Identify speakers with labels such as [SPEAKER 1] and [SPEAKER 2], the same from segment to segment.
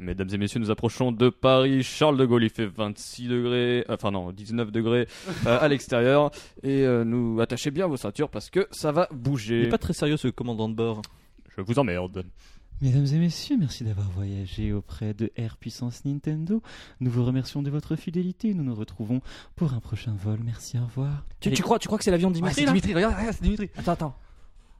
[SPEAKER 1] Mesdames et messieurs, nous approchons de Paris. Charles de Gaulle, il fait 26 degrés, euh, enfin non, 19 degrés euh, à l'extérieur. Et euh, nous attachez bien vos ceintures parce que ça va
[SPEAKER 2] Il
[SPEAKER 1] bouger.
[SPEAKER 2] n'est pas très sérieux ce commandant de bord.
[SPEAKER 1] Je vous emmerde.
[SPEAKER 3] Mesdames et messieurs, merci d'avoir voyagé auprès de Air Puissance Nintendo. Nous vous remercions de votre fidélité. Nous nous retrouvons pour un prochain vol. Merci, au revoir.
[SPEAKER 4] Tu, tu crois, tu crois que c'est l'avion de
[SPEAKER 5] Ouais,
[SPEAKER 4] Dimitri
[SPEAKER 5] c'est
[SPEAKER 4] là
[SPEAKER 5] Dimitri, regarde, regarde, c'est Dimitri.
[SPEAKER 4] Attends, attends.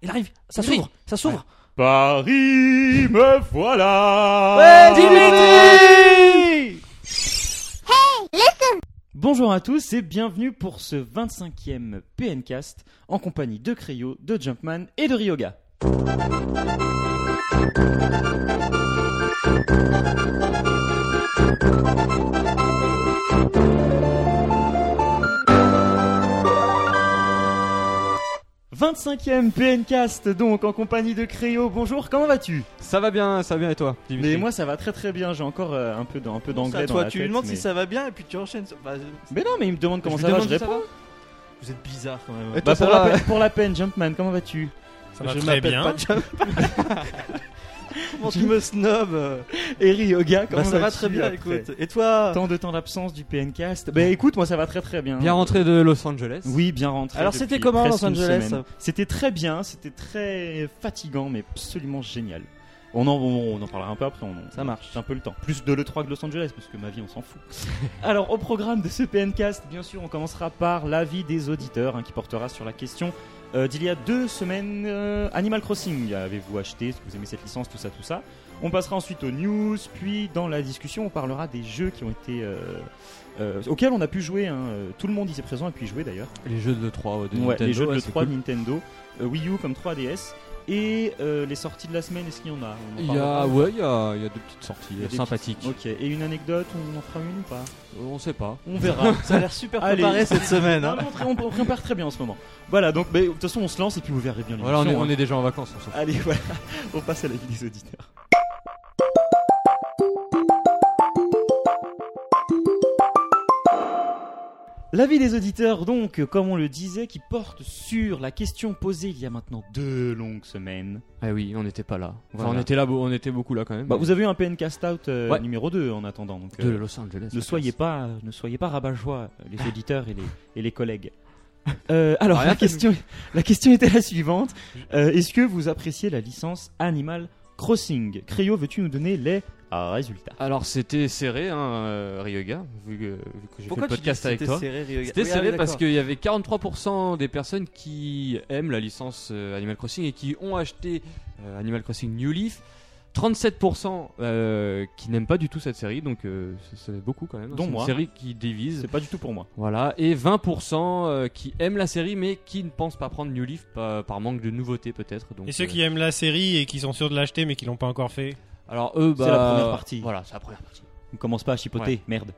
[SPEAKER 4] Il arrive, ça
[SPEAKER 5] Dimitri.
[SPEAKER 4] s'ouvre, ça s'ouvre.
[SPEAKER 1] Paris, me voilà
[SPEAKER 4] Dimitri
[SPEAKER 3] Bonjour à tous et bienvenue pour ce 25e PNcast en compagnie de Cryo, de Jumpman et de Ryoga. Vingt-cinquième PNcast donc en compagnie de Créo. Bonjour, comment vas-tu
[SPEAKER 5] Ça va bien, ça va bien et toi Dimitri
[SPEAKER 3] Mais moi ça va très très bien. J'ai encore euh, un peu d- un peu d'anglais
[SPEAKER 2] à
[SPEAKER 3] dans
[SPEAKER 2] toi,
[SPEAKER 3] la
[SPEAKER 2] tu
[SPEAKER 3] tête,
[SPEAKER 2] lui demandes
[SPEAKER 3] mais-
[SPEAKER 2] si ça va bien et puis tu enchaînes. sur- Bah,
[SPEAKER 3] Mais non, mais il me demande comment
[SPEAKER 5] Je
[SPEAKER 3] ça
[SPEAKER 5] lui
[SPEAKER 3] va. Je
[SPEAKER 5] demande si ça
[SPEAKER 3] réponds.
[SPEAKER 2] vous êtes bizarre quand même.
[SPEAKER 5] Et
[SPEAKER 3] Bah
[SPEAKER 5] toi, ça
[SPEAKER 3] pour, la
[SPEAKER 5] va
[SPEAKER 3] peine, pour la peine, Jumpman, comment vas-tu
[SPEAKER 6] Ça va
[SPEAKER 2] Je
[SPEAKER 6] très
[SPEAKER 2] m'appelle
[SPEAKER 6] bien.
[SPEAKER 2] pas Jam- Comment tu me snob euh
[SPEAKER 3] Et Ryoga,
[SPEAKER 2] Bah,
[SPEAKER 3] comment
[SPEAKER 2] ça va
[SPEAKER 3] vas-tu
[SPEAKER 2] très bien,
[SPEAKER 3] après
[SPEAKER 2] écoute. Et toi
[SPEAKER 3] Tant de temps d'absence du PNcast. Bah écoute, moi ça va très très bien.
[SPEAKER 5] Bien rentré de Los Angeles.
[SPEAKER 3] Oui, bien rentré.
[SPEAKER 2] Alors,
[SPEAKER 3] depuis
[SPEAKER 2] c'était comment,
[SPEAKER 3] presque
[SPEAKER 2] Los
[SPEAKER 3] une
[SPEAKER 2] Angeles
[SPEAKER 3] semaine. C'était très bien, c'était très fatigant, mais absolument génial. On en, on en parlera un peu après, on,
[SPEAKER 2] Ça marche.
[SPEAKER 3] un peu le temps. Plus de l'E3 que Los Angeles, parce que ma vie, on s'en fout. Alors, au programme de ce PNcast, bien sûr, on commencera par l'avis des auditeurs, hein, qui portera sur la question euh, d'il y a deux semaines euh, Animal Crossing. Avez-vous acheté Est-ce que vous aimez cette licence Tout ça, tout ça. On passera ensuite aux news, puis dans la discussion, on parlera des jeux qui ont été. euh, euh, auxquels on a pu jouer, hein. Euh, tout le monde ici présent a pu y jouer d'ailleurs.
[SPEAKER 5] Les jeux de l'E3 ouais, de
[SPEAKER 3] Ouais,
[SPEAKER 5] Nintendo.
[SPEAKER 3] les jeux de
[SPEAKER 5] ouais, c'est
[SPEAKER 3] 3
[SPEAKER 5] cool.
[SPEAKER 3] Nintendo, euh, Wii U comme 3DS, et euh, les sorties de la semaine, est-ce qu'il y en a On en
[SPEAKER 5] Il y a,
[SPEAKER 3] parlera.
[SPEAKER 5] ouais, il y a, il y a deux petites sorties
[SPEAKER 3] Il y a des
[SPEAKER 5] sympathiques.
[SPEAKER 3] Ok, et une anecdote, on en fera une ou pas
[SPEAKER 5] Euh, On sait pas.
[SPEAKER 3] On verra.
[SPEAKER 2] Ça a l'air super
[SPEAKER 3] Allez.
[SPEAKER 2] préparé cette semaine.
[SPEAKER 3] Non,
[SPEAKER 2] hein.
[SPEAKER 3] mais on, pré- on, on prépare très bien en ce moment. Voilà, donc mais, de toute façon, on se lance et puis vous verrez bien les
[SPEAKER 5] Voilà, on est, on est déjà en vacances. On s'en fout.
[SPEAKER 3] Allez, voilà, on passe à la vie des auditeurs. L'avis des auditeurs, donc, comme on le disait, qui porte sur la question posée il y a maintenant deux longues semaines.
[SPEAKER 5] Ah oui, on n'était pas là. Enfin,
[SPEAKER 3] Voilà.
[SPEAKER 5] on était là, beau- on était beaucoup là quand même.
[SPEAKER 3] Bah, vous avez eu un PN Cast Out euh,
[SPEAKER 5] Ouais.
[SPEAKER 3] numéro 2 en attendant. Donc, euh,
[SPEAKER 5] de Los Angeles. Ah.
[SPEAKER 3] ne,
[SPEAKER 5] la
[SPEAKER 3] soyez
[SPEAKER 5] classe.
[SPEAKER 3] pas, ne soyez pas rabat-joie, euh, les auditeurs et les, et les collègues. Euh, alors,
[SPEAKER 5] Rien
[SPEAKER 3] la
[SPEAKER 5] fait,
[SPEAKER 3] question, la question était la suivante. Euh, Est-ce que vous appréciez la licence Animal Crossing Cryo, veux-tu nous donner les euh, résultats
[SPEAKER 5] Alors c'était serré, hein, euh, Ryoga, vu que, vu que j'ai fait
[SPEAKER 2] Pourquoi
[SPEAKER 5] le
[SPEAKER 2] tu dis que
[SPEAKER 5] podcast avec
[SPEAKER 2] c'était
[SPEAKER 5] toi.
[SPEAKER 2] serré, Ryoga
[SPEAKER 5] C'était
[SPEAKER 2] Oui, ah
[SPEAKER 5] serré
[SPEAKER 2] oui,
[SPEAKER 5] parce
[SPEAKER 2] d'accord.
[SPEAKER 5] qu'il y avait 43% des personnes qui aiment la licence euh, Animal Crossing et qui ont acheté euh, Animal Crossing New Leaf. 37% euh, qui n'aiment pas du tout cette série, donc euh, c'est- c'est beaucoup quand même.
[SPEAKER 3] Dont
[SPEAKER 5] c'est
[SPEAKER 3] moi.
[SPEAKER 5] une série qui divise.
[SPEAKER 3] C'est pas du tout pour moi.
[SPEAKER 5] Voilà, et 20% euh, qui aiment la série mais qui ne pensent pas prendre New Leaf par, par manque de nouveauté peut-être. donc,
[SPEAKER 6] Et ceux
[SPEAKER 5] euh,
[SPEAKER 6] qui aiment la série et qui sont sûrs de l'acheter mais qui l'ont pas encore fait.
[SPEAKER 5] Alors eux,
[SPEAKER 3] C'est
[SPEAKER 5] bah,
[SPEAKER 3] la première partie. Ah
[SPEAKER 5] Voilà, c'est la première partie.
[SPEAKER 3] On commence pas à chipoter, merde.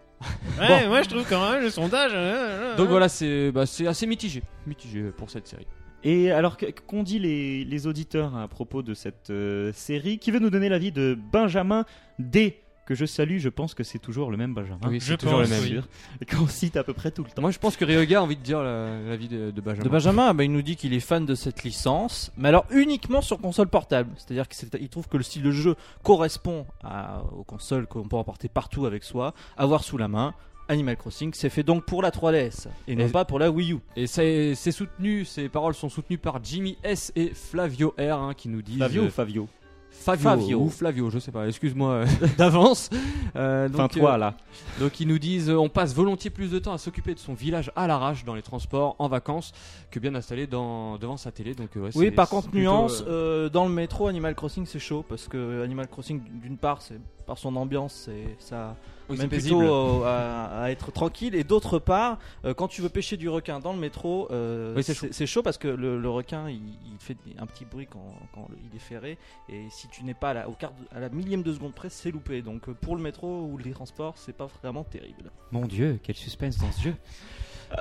[SPEAKER 6] Ouais, moi je trouve quand même le sondage. euh, euh,
[SPEAKER 5] Donc
[SPEAKER 6] euh.
[SPEAKER 5] voilà, c'est bah, c'est assez mitigé, mitigé pour cette série.
[SPEAKER 3] Et alors, que- qu'ont dit les, les auditeurs hein, à propos de cette euh, série Qui veut nous donner l'avis de Benjamin D que je salue, je pense que c'est toujours le même Benjamin.
[SPEAKER 5] Oui,
[SPEAKER 6] Je
[SPEAKER 5] c'est toujours
[SPEAKER 6] pense,
[SPEAKER 5] le même.
[SPEAKER 6] oui.
[SPEAKER 3] Et Qu'on cite à peu près tout le temps.
[SPEAKER 5] Moi, je pense que Ryoga a envie de dire la, la vie de, de Benjamin.
[SPEAKER 4] De Benjamin, bah, il nous dit qu'il est fan de cette licence, mais alors uniquement sur console portable. C'est-à-dire qu'il trouve que le style de jeu correspond à- aux consoles qu'on peut emporter partout avec soi, avoir sous la main. Animal Crossing, c'est fait donc pour la 3DS et non
[SPEAKER 5] Et-
[SPEAKER 4] pas pour la Wii U.
[SPEAKER 5] Et c'est c'est soutenu, ces paroles sont soutenues par Jimmy S et Flavio R hein, qui nous disent.
[SPEAKER 3] Flavio
[SPEAKER 5] euh,
[SPEAKER 3] ou Fabio
[SPEAKER 5] Fabio
[SPEAKER 4] Flavio.
[SPEAKER 5] ou Flavio, je sais pas, excuse-moi euh, d'avance. Euh, donc,
[SPEAKER 3] Enfin, toi
[SPEAKER 5] euh,
[SPEAKER 3] là.
[SPEAKER 5] donc ils nous disent euh, on passe volontiers plus de temps à s'occuper de son village à l'arrache dans les transports en vacances que bien installé dans, devant sa télé. Donc, euh, ouais,
[SPEAKER 4] Oui,
[SPEAKER 5] c'est-
[SPEAKER 4] par
[SPEAKER 5] c'est
[SPEAKER 4] contre,
[SPEAKER 5] plutôt,
[SPEAKER 4] nuance,
[SPEAKER 5] euh,
[SPEAKER 4] euh, dans le métro, Animal Crossing, c'est chaud parce que Animal Crossing, d'une part, c'est par son ambiance, c'est ça
[SPEAKER 5] oui, c'est
[SPEAKER 4] même
[SPEAKER 5] paisible.
[SPEAKER 4] plutôt euh, à, à être tranquille, et d'autre part, euh, quand tu veux pêcher du requin dans le métro, euh,
[SPEAKER 5] Oui, c'est chaud.
[SPEAKER 4] c'est c'est chaud parce que le, le requin, il, il fait un petit bruit quand, quand le- il est ferré, et si tu n'es pas à la, au quart de- à la millième de seconde près, c'est loupé. Donc euh, pour le métro ou les transports, c'est pas vraiment terrible.
[SPEAKER 3] Mon dieu, quel suspense dans ce jeu.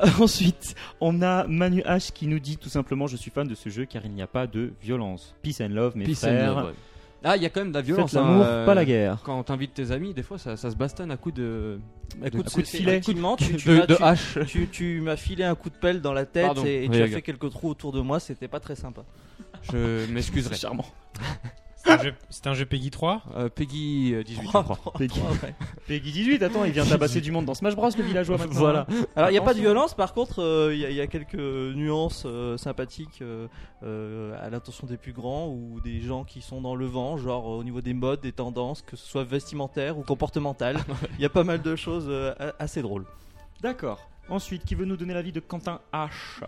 [SPEAKER 3] Euh, Ensuite, on a Manu H qui nous dit tout simplement Je suis fan de ce jeu car il n'y a pas de violence. Peace and love, mes
[SPEAKER 5] Peace and
[SPEAKER 3] frères.
[SPEAKER 5] love, ouais. Ah, il y a quand même de la violence.
[SPEAKER 3] Faites l'amour,
[SPEAKER 5] hein, euh,
[SPEAKER 3] pas la guerre.
[SPEAKER 5] Quand t'invites tes amis, des fois ça, ça se bastonne à coups de,
[SPEAKER 4] Écoute,
[SPEAKER 5] à coups
[SPEAKER 4] c'est-
[SPEAKER 5] de filet,
[SPEAKER 4] effectivement, tu, tu
[SPEAKER 5] de,
[SPEAKER 4] m'as-
[SPEAKER 5] de
[SPEAKER 4] tu-
[SPEAKER 5] hache.
[SPEAKER 4] tu, tu m'as filé un coup de pelle dans la tête
[SPEAKER 5] Pardon.
[SPEAKER 4] et, et
[SPEAKER 5] Oui,
[SPEAKER 4] tu as
[SPEAKER 5] les gars.
[SPEAKER 4] fait quelques trous autour de moi, c'était pas très sympa.
[SPEAKER 5] Je m'excuserai.
[SPEAKER 3] C'est charmant.
[SPEAKER 6] C'est un jeu- c'est un jeu Peggy 3
[SPEAKER 5] Euh, Peggy euh, 18, je crois.
[SPEAKER 3] Peggy. Peggy 18, attends, il vient tabasser du monde dans Smash Bros, le villageois maintenant.
[SPEAKER 4] Voilà. Alors, il n'y a pas de
[SPEAKER 3] Attention.
[SPEAKER 4] violence, par contre, euh, il y, a- il y a quelques nuances euh, sympathiques euh, euh, à l'intention des plus grands ou des gens qui sont dans le vent, genre euh, au niveau des modes, des tendances, que ce soit vestimentaire ou comportemental. Il y a pas mal de choses euh, a- assez drôles.
[SPEAKER 3] D'accord. Ensuite, qui veut nous donner l'avis de Quentin H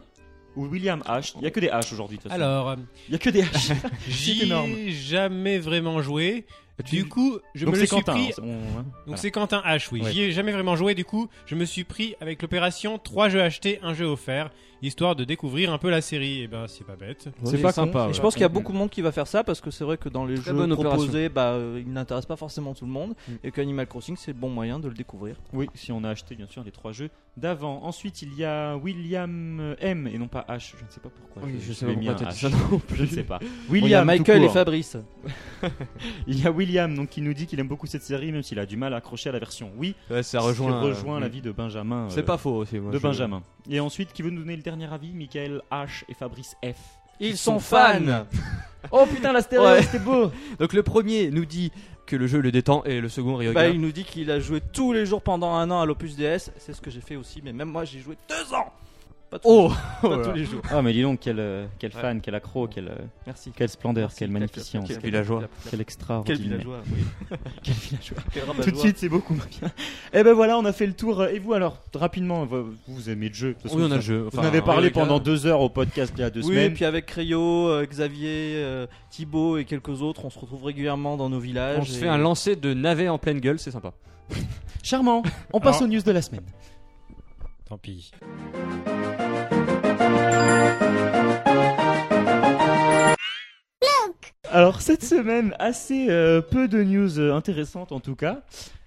[SPEAKER 3] ou William H Il y a que des H aujourd'hui. de toute façon.
[SPEAKER 6] Alors, euh,
[SPEAKER 3] il y a que des H.
[SPEAKER 6] j'y
[SPEAKER 3] énorme.
[SPEAKER 6] ai jamais vraiment joué. Du coup, je
[SPEAKER 3] Donc
[SPEAKER 6] me le
[SPEAKER 3] c'est
[SPEAKER 6] suis
[SPEAKER 3] Quentin.
[SPEAKER 6] pris.
[SPEAKER 3] hein, on- hein.
[SPEAKER 6] Donc c'est Quentin H, oui.
[SPEAKER 3] Ouais.
[SPEAKER 6] J'y ai jamais vraiment joué, du coup, je me suis pris avec l'opération 3 jeux achetés, un jeu offert, histoire de découvrir un peu la série. Et ben, c'est pas bête.
[SPEAKER 5] C'est
[SPEAKER 1] Ouais,
[SPEAKER 5] pas
[SPEAKER 1] ils sont-
[SPEAKER 5] sympa.
[SPEAKER 4] Et
[SPEAKER 5] ouais.
[SPEAKER 4] je pense qu'il y a beaucoup de monde qui va faire ça parce que c'est vrai que dans les
[SPEAKER 5] Très
[SPEAKER 4] jeux
[SPEAKER 5] bonne opération.
[SPEAKER 4] proposés, bah, euh, ils n'intéressent pas forcément tout le monde
[SPEAKER 5] Mm.
[SPEAKER 4] et qu'Animal Crossing c'est le bon moyen de le découvrir.
[SPEAKER 3] Oui, si on a acheté bien sûr les trois jeux d'avant. Ensuite, il y a William M et non pas H. Je ne sais pas pourquoi.
[SPEAKER 5] Oui, je sais
[SPEAKER 3] l'ai
[SPEAKER 5] pas
[SPEAKER 3] mis
[SPEAKER 5] pourquoi
[SPEAKER 3] un
[SPEAKER 5] t'as dit
[SPEAKER 3] H.
[SPEAKER 5] ça non plus.
[SPEAKER 3] Je ne sais pas.
[SPEAKER 4] Il y a
[SPEAKER 3] tout
[SPEAKER 4] Michael et
[SPEAKER 3] court.
[SPEAKER 4] Fabrice.
[SPEAKER 3] Il y a William donc qui nous dit qu'il aime beaucoup cette série même s'il a du mal à accrocher à la version. Oui,
[SPEAKER 5] Ouais, ça
[SPEAKER 3] qui
[SPEAKER 5] rejoint.
[SPEAKER 3] rejoint
[SPEAKER 5] euh,
[SPEAKER 3] l'avis de Benjamin.
[SPEAKER 5] C'est
[SPEAKER 3] euh,
[SPEAKER 5] pas faux aussi. moi,
[SPEAKER 3] de
[SPEAKER 5] je-
[SPEAKER 3] Benjamin. Et ensuite, qui veut nous donner le dernier avis Michael H et Fabrice F.
[SPEAKER 4] Ils
[SPEAKER 3] sont fans. Oh putain, la stéréo,
[SPEAKER 5] Ouais.
[SPEAKER 3] c'était beau.
[SPEAKER 5] Donc le premier nous dit que le jeu le détend et le second Ryoga.
[SPEAKER 4] Bah, il nous dit qu'il a joué tous les jours pendant un an à l'Opus DS. C'est ce que j'ai fait aussi, mais même moi j'ai joué deux ans. Pas tous,
[SPEAKER 5] Oh
[SPEAKER 4] pas
[SPEAKER 5] Voilà.
[SPEAKER 4] tous les jours.
[SPEAKER 3] Ah mais dis donc, quel, euh, quel fan, quel accro, quel, euh,
[SPEAKER 4] Merci.
[SPEAKER 3] quelle splendeur, quelle
[SPEAKER 4] Merci, clap,
[SPEAKER 3] magnificence,
[SPEAKER 4] clap, clap,
[SPEAKER 5] villageois.
[SPEAKER 4] clap, clap, clap.
[SPEAKER 3] quel
[SPEAKER 4] Quel
[SPEAKER 3] extraordinaire.
[SPEAKER 4] villageois. oui.
[SPEAKER 3] Quel villageois.
[SPEAKER 4] Quel
[SPEAKER 3] Tout de
[SPEAKER 4] rabat-joie.
[SPEAKER 3] suite, c'est beaucoup moins bien. Et ben voilà, on a fait le tour. Et vous alors, rapidement, vous vous aimez le jeu parce que
[SPEAKER 5] Oui, on a
[SPEAKER 3] vous-
[SPEAKER 5] le jeu.
[SPEAKER 3] Vous
[SPEAKER 5] Enfin,
[SPEAKER 3] en avez parlé
[SPEAKER 5] Ryoga.
[SPEAKER 3] pendant deux heures au podcast il y a deux
[SPEAKER 4] Oui, et
[SPEAKER 3] semaines.
[SPEAKER 4] puis avec Cryo, euh, Xavier, euh, Thibaut et quelques autres, on se retrouve régulièrement dans nos villages.
[SPEAKER 5] On se
[SPEAKER 4] et-
[SPEAKER 5] fait un lancer de navet en pleine gueule, c'est sympa.
[SPEAKER 3] Charmant. On passe
[SPEAKER 6] Alors-
[SPEAKER 3] aux news de la semaine.
[SPEAKER 6] Tant pis.
[SPEAKER 3] Alors cette semaine, assez euh, peu de news euh, intéressantes en tout cas.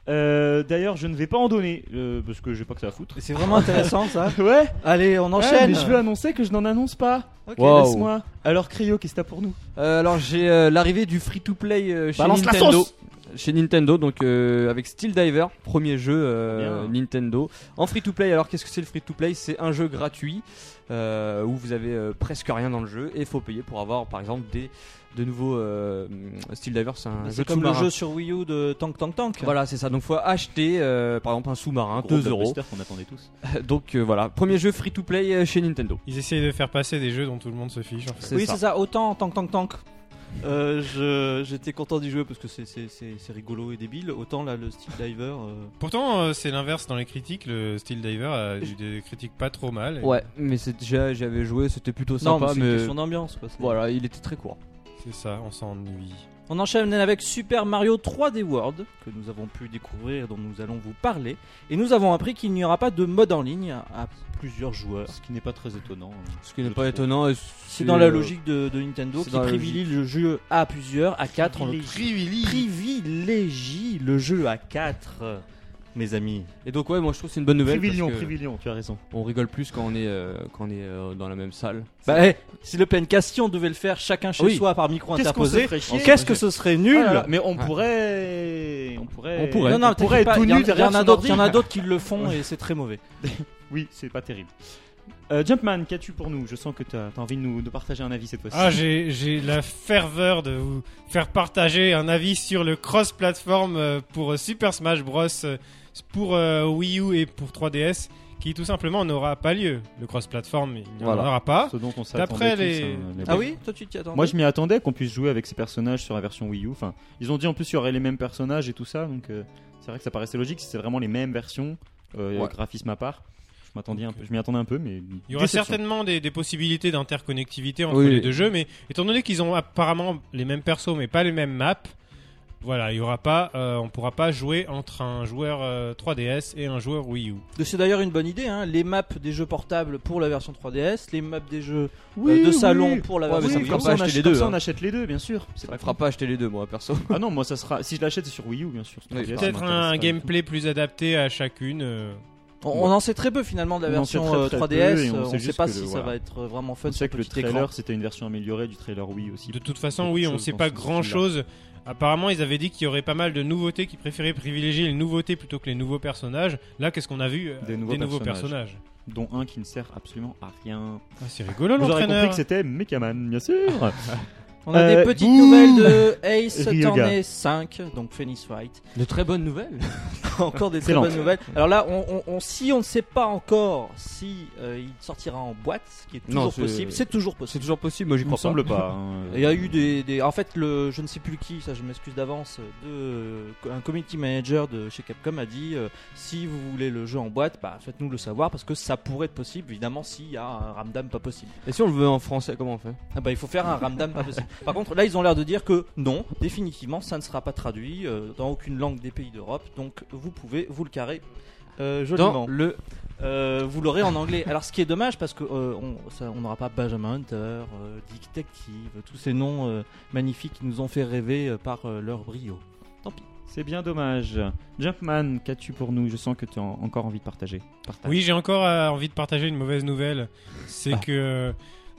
[SPEAKER 3] Euh, D'ailleurs, je ne vais pas en donner euh, parce que je vais pas que ça à foutre.
[SPEAKER 4] Et C'est vraiment intéressant ça.
[SPEAKER 3] Ouais,
[SPEAKER 4] Allez, on
[SPEAKER 3] ouais,
[SPEAKER 4] enchaîne.
[SPEAKER 3] mais je veux annoncer que je n'en annonce pas.
[SPEAKER 4] Ok,
[SPEAKER 5] Wow.
[SPEAKER 3] Laisse-moi. Alors Cryo, qu'est-ce que t'as pour nous
[SPEAKER 5] Euh, alors j'ai euh, l'arrivée du free to play chez
[SPEAKER 3] Balance la
[SPEAKER 5] Nintendo.
[SPEAKER 3] sauce
[SPEAKER 5] chez Nintendo, donc euh, avec Steel Diver, premier jeu euh,
[SPEAKER 3] Bien.
[SPEAKER 5] Nintendo. En free to play, alors qu'est-ce que c'est le free to play C'est un jeu gratuit euh, où vous avez euh, presque rien dans le jeu et faut payer pour avoir par exemple des de nouveaux euh, Steel Diver, c'est un jeu
[SPEAKER 4] C'est comme le
[SPEAKER 5] sous-marin.
[SPEAKER 4] jeu sur Wii U de Tank Tank Tank.
[SPEAKER 5] Voilà, c'est ça. Donc faut acheter euh, par exemple un sous-marin, 2 euros.
[SPEAKER 3] qu'on attendait tous.
[SPEAKER 5] Donc euh, voilà, premier jeu free to play chez Nintendo.
[SPEAKER 6] Ils essayent de faire passer des jeux dont tout le monde se fiche. En fait.
[SPEAKER 5] C'est
[SPEAKER 4] oui,
[SPEAKER 5] ça.
[SPEAKER 4] c'est ça. Autant Tank Tank Tank. Euh, je- J'étais content d'y jouer parce que c'est- c'est c'est- c'est rigolo et débile. Autant là, le Steel Diver. euh,
[SPEAKER 6] Pourtant, euh, c'est l'inverse dans les critiques. Le Steel Diver a eu des critiques pas trop mal. Et
[SPEAKER 5] Ouais, mais c'est déjà j'avais joué, c'était plutôt
[SPEAKER 4] Non,
[SPEAKER 5] sympa,
[SPEAKER 4] mais c'est une
[SPEAKER 5] mais,
[SPEAKER 4] question d'ambiance. quoi. C'est-
[SPEAKER 5] voilà, il était très court.
[SPEAKER 6] C'est ça, on s'ennuie.
[SPEAKER 4] On enchaîne avec Super Mario 3D World, que nous avons pu découvrir, dont nous allons vous parler. Et nous avons appris qu'il n'y aura pas de mode en ligne à plusieurs joueurs.
[SPEAKER 3] Ce qui n'est pas très étonnant.
[SPEAKER 4] hein.
[SPEAKER 5] Ce qui n'est
[SPEAKER 3] Je
[SPEAKER 5] pas
[SPEAKER 3] trouve.
[SPEAKER 5] étonnant. et
[SPEAKER 4] C'est dans la
[SPEAKER 5] euh,
[SPEAKER 4] logique de, de Nintendo
[SPEAKER 5] c'est
[SPEAKER 4] qui
[SPEAKER 5] dans la
[SPEAKER 4] privilégie le jeu à plusieurs, à 4. On le
[SPEAKER 6] Privilégié.
[SPEAKER 4] privilégie le jeu à 4, mes amis.
[SPEAKER 5] Et donc ouais, moi je trouve que c'est une bonne nouvelle.
[SPEAKER 3] Privillion,
[SPEAKER 5] parce que
[SPEAKER 3] Privillion, tu as raison.
[SPEAKER 5] On rigole plus quand on est euh, quand on est euh, dans la même salle.
[SPEAKER 4] Bah, eh, si le PNK, si on devait le faire chacun chez
[SPEAKER 5] Oui.
[SPEAKER 4] soi par micro
[SPEAKER 3] Qu'est-ce qu'on se
[SPEAKER 4] interposé,
[SPEAKER 3] ferait chier
[SPEAKER 4] qu'est-ce que ce serait nul
[SPEAKER 3] Ah là là, Mais on
[SPEAKER 5] Ouais.
[SPEAKER 3] pourrait. On pourrait.
[SPEAKER 5] On pourrait.
[SPEAKER 4] Non, non,
[SPEAKER 3] on pourrait
[SPEAKER 4] t'inquiète
[SPEAKER 3] être
[SPEAKER 4] pas,
[SPEAKER 3] tout
[SPEAKER 4] il y en-
[SPEAKER 3] nu
[SPEAKER 4] il y
[SPEAKER 3] derrière
[SPEAKER 4] en a
[SPEAKER 3] son
[SPEAKER 4] d'autres- il y en a
[SPEAKER 3] ordi.
[SPEAKER 4] d'autres qui le font et c'est très mauvais.
[SPEAKER 3] Oui, c'est pas terrible. Euh, Jumpman, qu'as-tu pour nous Je sens que t'as as envie de nous de partager un avis cette fois-ci.
[SPEAKER 6] Ah, j'ai j'ai la ferveur de vous faire partager un avis sur le cross-platform euh, pour euh, Super Smash Bros. euh, pour euh, Wii U et pour 3DS, qui tout simplement n'aura pas lieu. Le cross-platform, il n'y
[SPEAKER 5] Voilà.
[SPEAKER 6] en aura pas.
[SPEAKER 3] Ce dont on
[SPEAKER 6] D'après
[SPEAKER 3] s'attendait tous,
[SPEAKER 6] les-
[SPEAKER 3] hein, les
[SPEAKER 4] Ah oui Toi, tu t'y attends
[SPEAKER 3] Moi, je m'y attendais qu'on puisse jouer avec ces personnages sur la version Wii U. Enfin, ils ont dit en plus qu'il y aurait les mêmes personnages et tout ça, donc euh, c'est vrai que ça paraissait logique si c'est vraiment les mêmes versions, euh,
[SPEAKER 5] Ouais.
[SPEAKER 3] graphisme à part. Je m'attendais un peu, je m'y attendais un peu, mais
[SPEAKER 6] Il y aura
[SPEAKER 3] déception.
[SPEAKER 6] certainement des, des possibilités d'interconnectivité entre
[SPEAKER 5] Oui.
[SPEAKER 6] les deux jeux, mais étant donné qu'ils ont apparemment les mêmes persos mais pas les mêmes maps, voilà, il y aura pas, euh, on pourra pas jouer entre un joueur euh, 3DS et un joueur Wii U.
[SPEAKER 4] C'est d'ailleurs une bonne idée, hein, les maps des jeux portables pour la version 3DS, les maps des jeux euh, de salon pour la
[SPEAKER 5] Ouais, mais
[SPEAKER 4] version
[SPEAKER 5] ça
[SPEAKER 3] Oui,
[SPEAKER 5] me
[SPEAKER 4] Wii
[SPEAKER 5] fera
[SPEAKER 3] comme
[SPEAKER 4] U.
[SPEAKER 5] pas
[SPEAKER 3] ça, on
[SPEAKER 5] acheter
[SPEAKER 3] achète-
[SPEAKER 5] les
[SPEAKER 3] comme
[SPEAKER 5] deux,
[SPEAKER 3] ça,
[SPEAKER 5] hein.
[SPEAKER 3] on achète les deux, bien sûr. C'est
[SPEAKER 5] Ça
[SPEAKER 3] pas
[SPEAKER 5] me fera
[SPEAKER 3] con.
[SPEAKER 5] pas acheter les deux moi perso.
[SPEAKER 3] Ah non, moi ça sera. Si je l'achète, c'est sur Wii U, bien sûr. sur
[SPEAKER 5] Oui,
[SPEAKER 3] 3DS, Ah, ça
[SPEAKER 6] Peut-être
[SPEAKER 3] m'intéresse
[SPEAKER 6] un
[SPEAKER 3] pas du tout.
[SPEAKER 6] gameplay plus adapté à chacune. euh,
[SPEAKER 4] On, on en sait très peu finalement de la
[SPEAKER 3] On en sait
[SPEAKER 4] version
[SPEAKER 3] très,
[SPEAKER 4] euh,
[SPEAKER 3] très
[SPEAKER 4] 3DS,
[SPEAKER 3] peu, et on
[SPEAKER 4] euh,
[SPEAKER 3] sait
[SPEAKER 4] on ne sait
[SPEAKER 3] juste
[SPEAKER 4] pas
[SPEAKER 3] que
[SPEAKER 4] si
[SPEAKER 3] le-
[SPEAKER 4] ça
[SPEAKER 3] voilà.
[SPEAKER 4] va être euh, vraiment fun
[SPEAKER 3] On
[SPEAKER 4] sur
[SPEAKER 3] sait que le
[SPEAKER 4] petit
[SPEAKER 3] trailer,
[SPEAKER 4] écran.
[SPEAKER 3] c'était une version améliorée du trailer Wii aussi.
[SPEAKER 6] De toute façon,
[SPEAKER 3] Beaucoup
[SPEAKER 6] oui,
[SPEAKER 3] de
[SPEAKER 6] on
[SPEAKER 3] choses
[SPEAKER 6] sait
[SPEAKER 3] dans
[SPEAKER 6] pas
[SPEAKER 3] ce
[SPEAKER 6] grand chose. Apparemment, ils avaient dit qu'il y aurait pas mal de nouveautés, qu'ils préféraient privilégier les nouveautés plutôt que les nouveaux personnages. Là, qu'est-ce qu'on a vu euh,
[SPEAKER 3] Des nouveaux
[SPEAKER 6] personnages.
[SPEAKER 3] personnages. Dont un qui ne sert absolument à rien.
[SPEAKER 6] Ah, c'est rigolo
[SPEAKER 3] Vous aurez compris
[SPEAKER 6] l'entraîneur.
[SPEAKER 3] que c'était Mechaman, bien sûr.
[SPEAKER 4] On a
[SPEAKER 3] Euh,
[SPEAKER 4] des petites
[SPEAKER 3] bouh
[SPEAKER 4] nouvelles de Ace
[SPEAKER 3] Ryoga.
[SPEAKER 4] Attorney 5, donc Phoenix Wright.
[SPEAKER 5] De très bonnes nouvelles.
[SPEAKER 4] Encore des très
[SPEAKER 3] Excellente.
[SPEAKER 4] bonnes nouvelles. Alors là, on, on- on- si on ne sait pas encore si euh, il sortira en boîte, ce qui est toujours
[SPEAKER 5] Non, c'est-
[SPEAKER 4] possible, c'est toujours
[SPEAKER 5] C'est
[SPEAKER 4] possible.
[SPEAKER 5] toujours possible, moi j'y
[SPEAKER 3] Il me
[SPEAKER 5] crois pas.
[SPEAKER 3] semble pas. hein.
[SPEAKER 4] Il y a eu des, des- en fait le, je ne sais plus qui, ça je m'excuse d'avance, de un community manager de chez Capcom a dit euh, si vous voulez le jeu en boîte, bah, faites-nous le savoir parce que ça pourrait être possible évidemment s'il y a un ramdam pas possible.
[SPEAKER 5] Et si on le veut en français, comment on fait
[SPEAKER 4] Ah bah, il faut faire un ramdam pas possible. Par contre, là, ils ont l'air de dire que non, définitivement, ça ne sera pas traduit euh, dans aucune langue des pays d'Europe. Donc, vous pouvez vous le carrer euh, joliment.
[SPEAKER 5] Dans le.
[SPEAKER 4] Euh, vous l'aurez en anglais. Alors, ce qui est dommage, parce que euh, on ça- on n'aura pas Benjamin Hunter, euh, Dick Detective, tous ces noms euh, magnifiques qui nous ont fait rêver euh, par euh, leur brio.
[SPEAKER 3] C'est bien dommage. Jumpman, qu'as-tu pour nous Je sens que tu as en- encore envie de partager. Partage.
[SPEAKER 6] Oui, j'ai encore euh, envie de partager une mauvaise nouvelle. C'est que euh,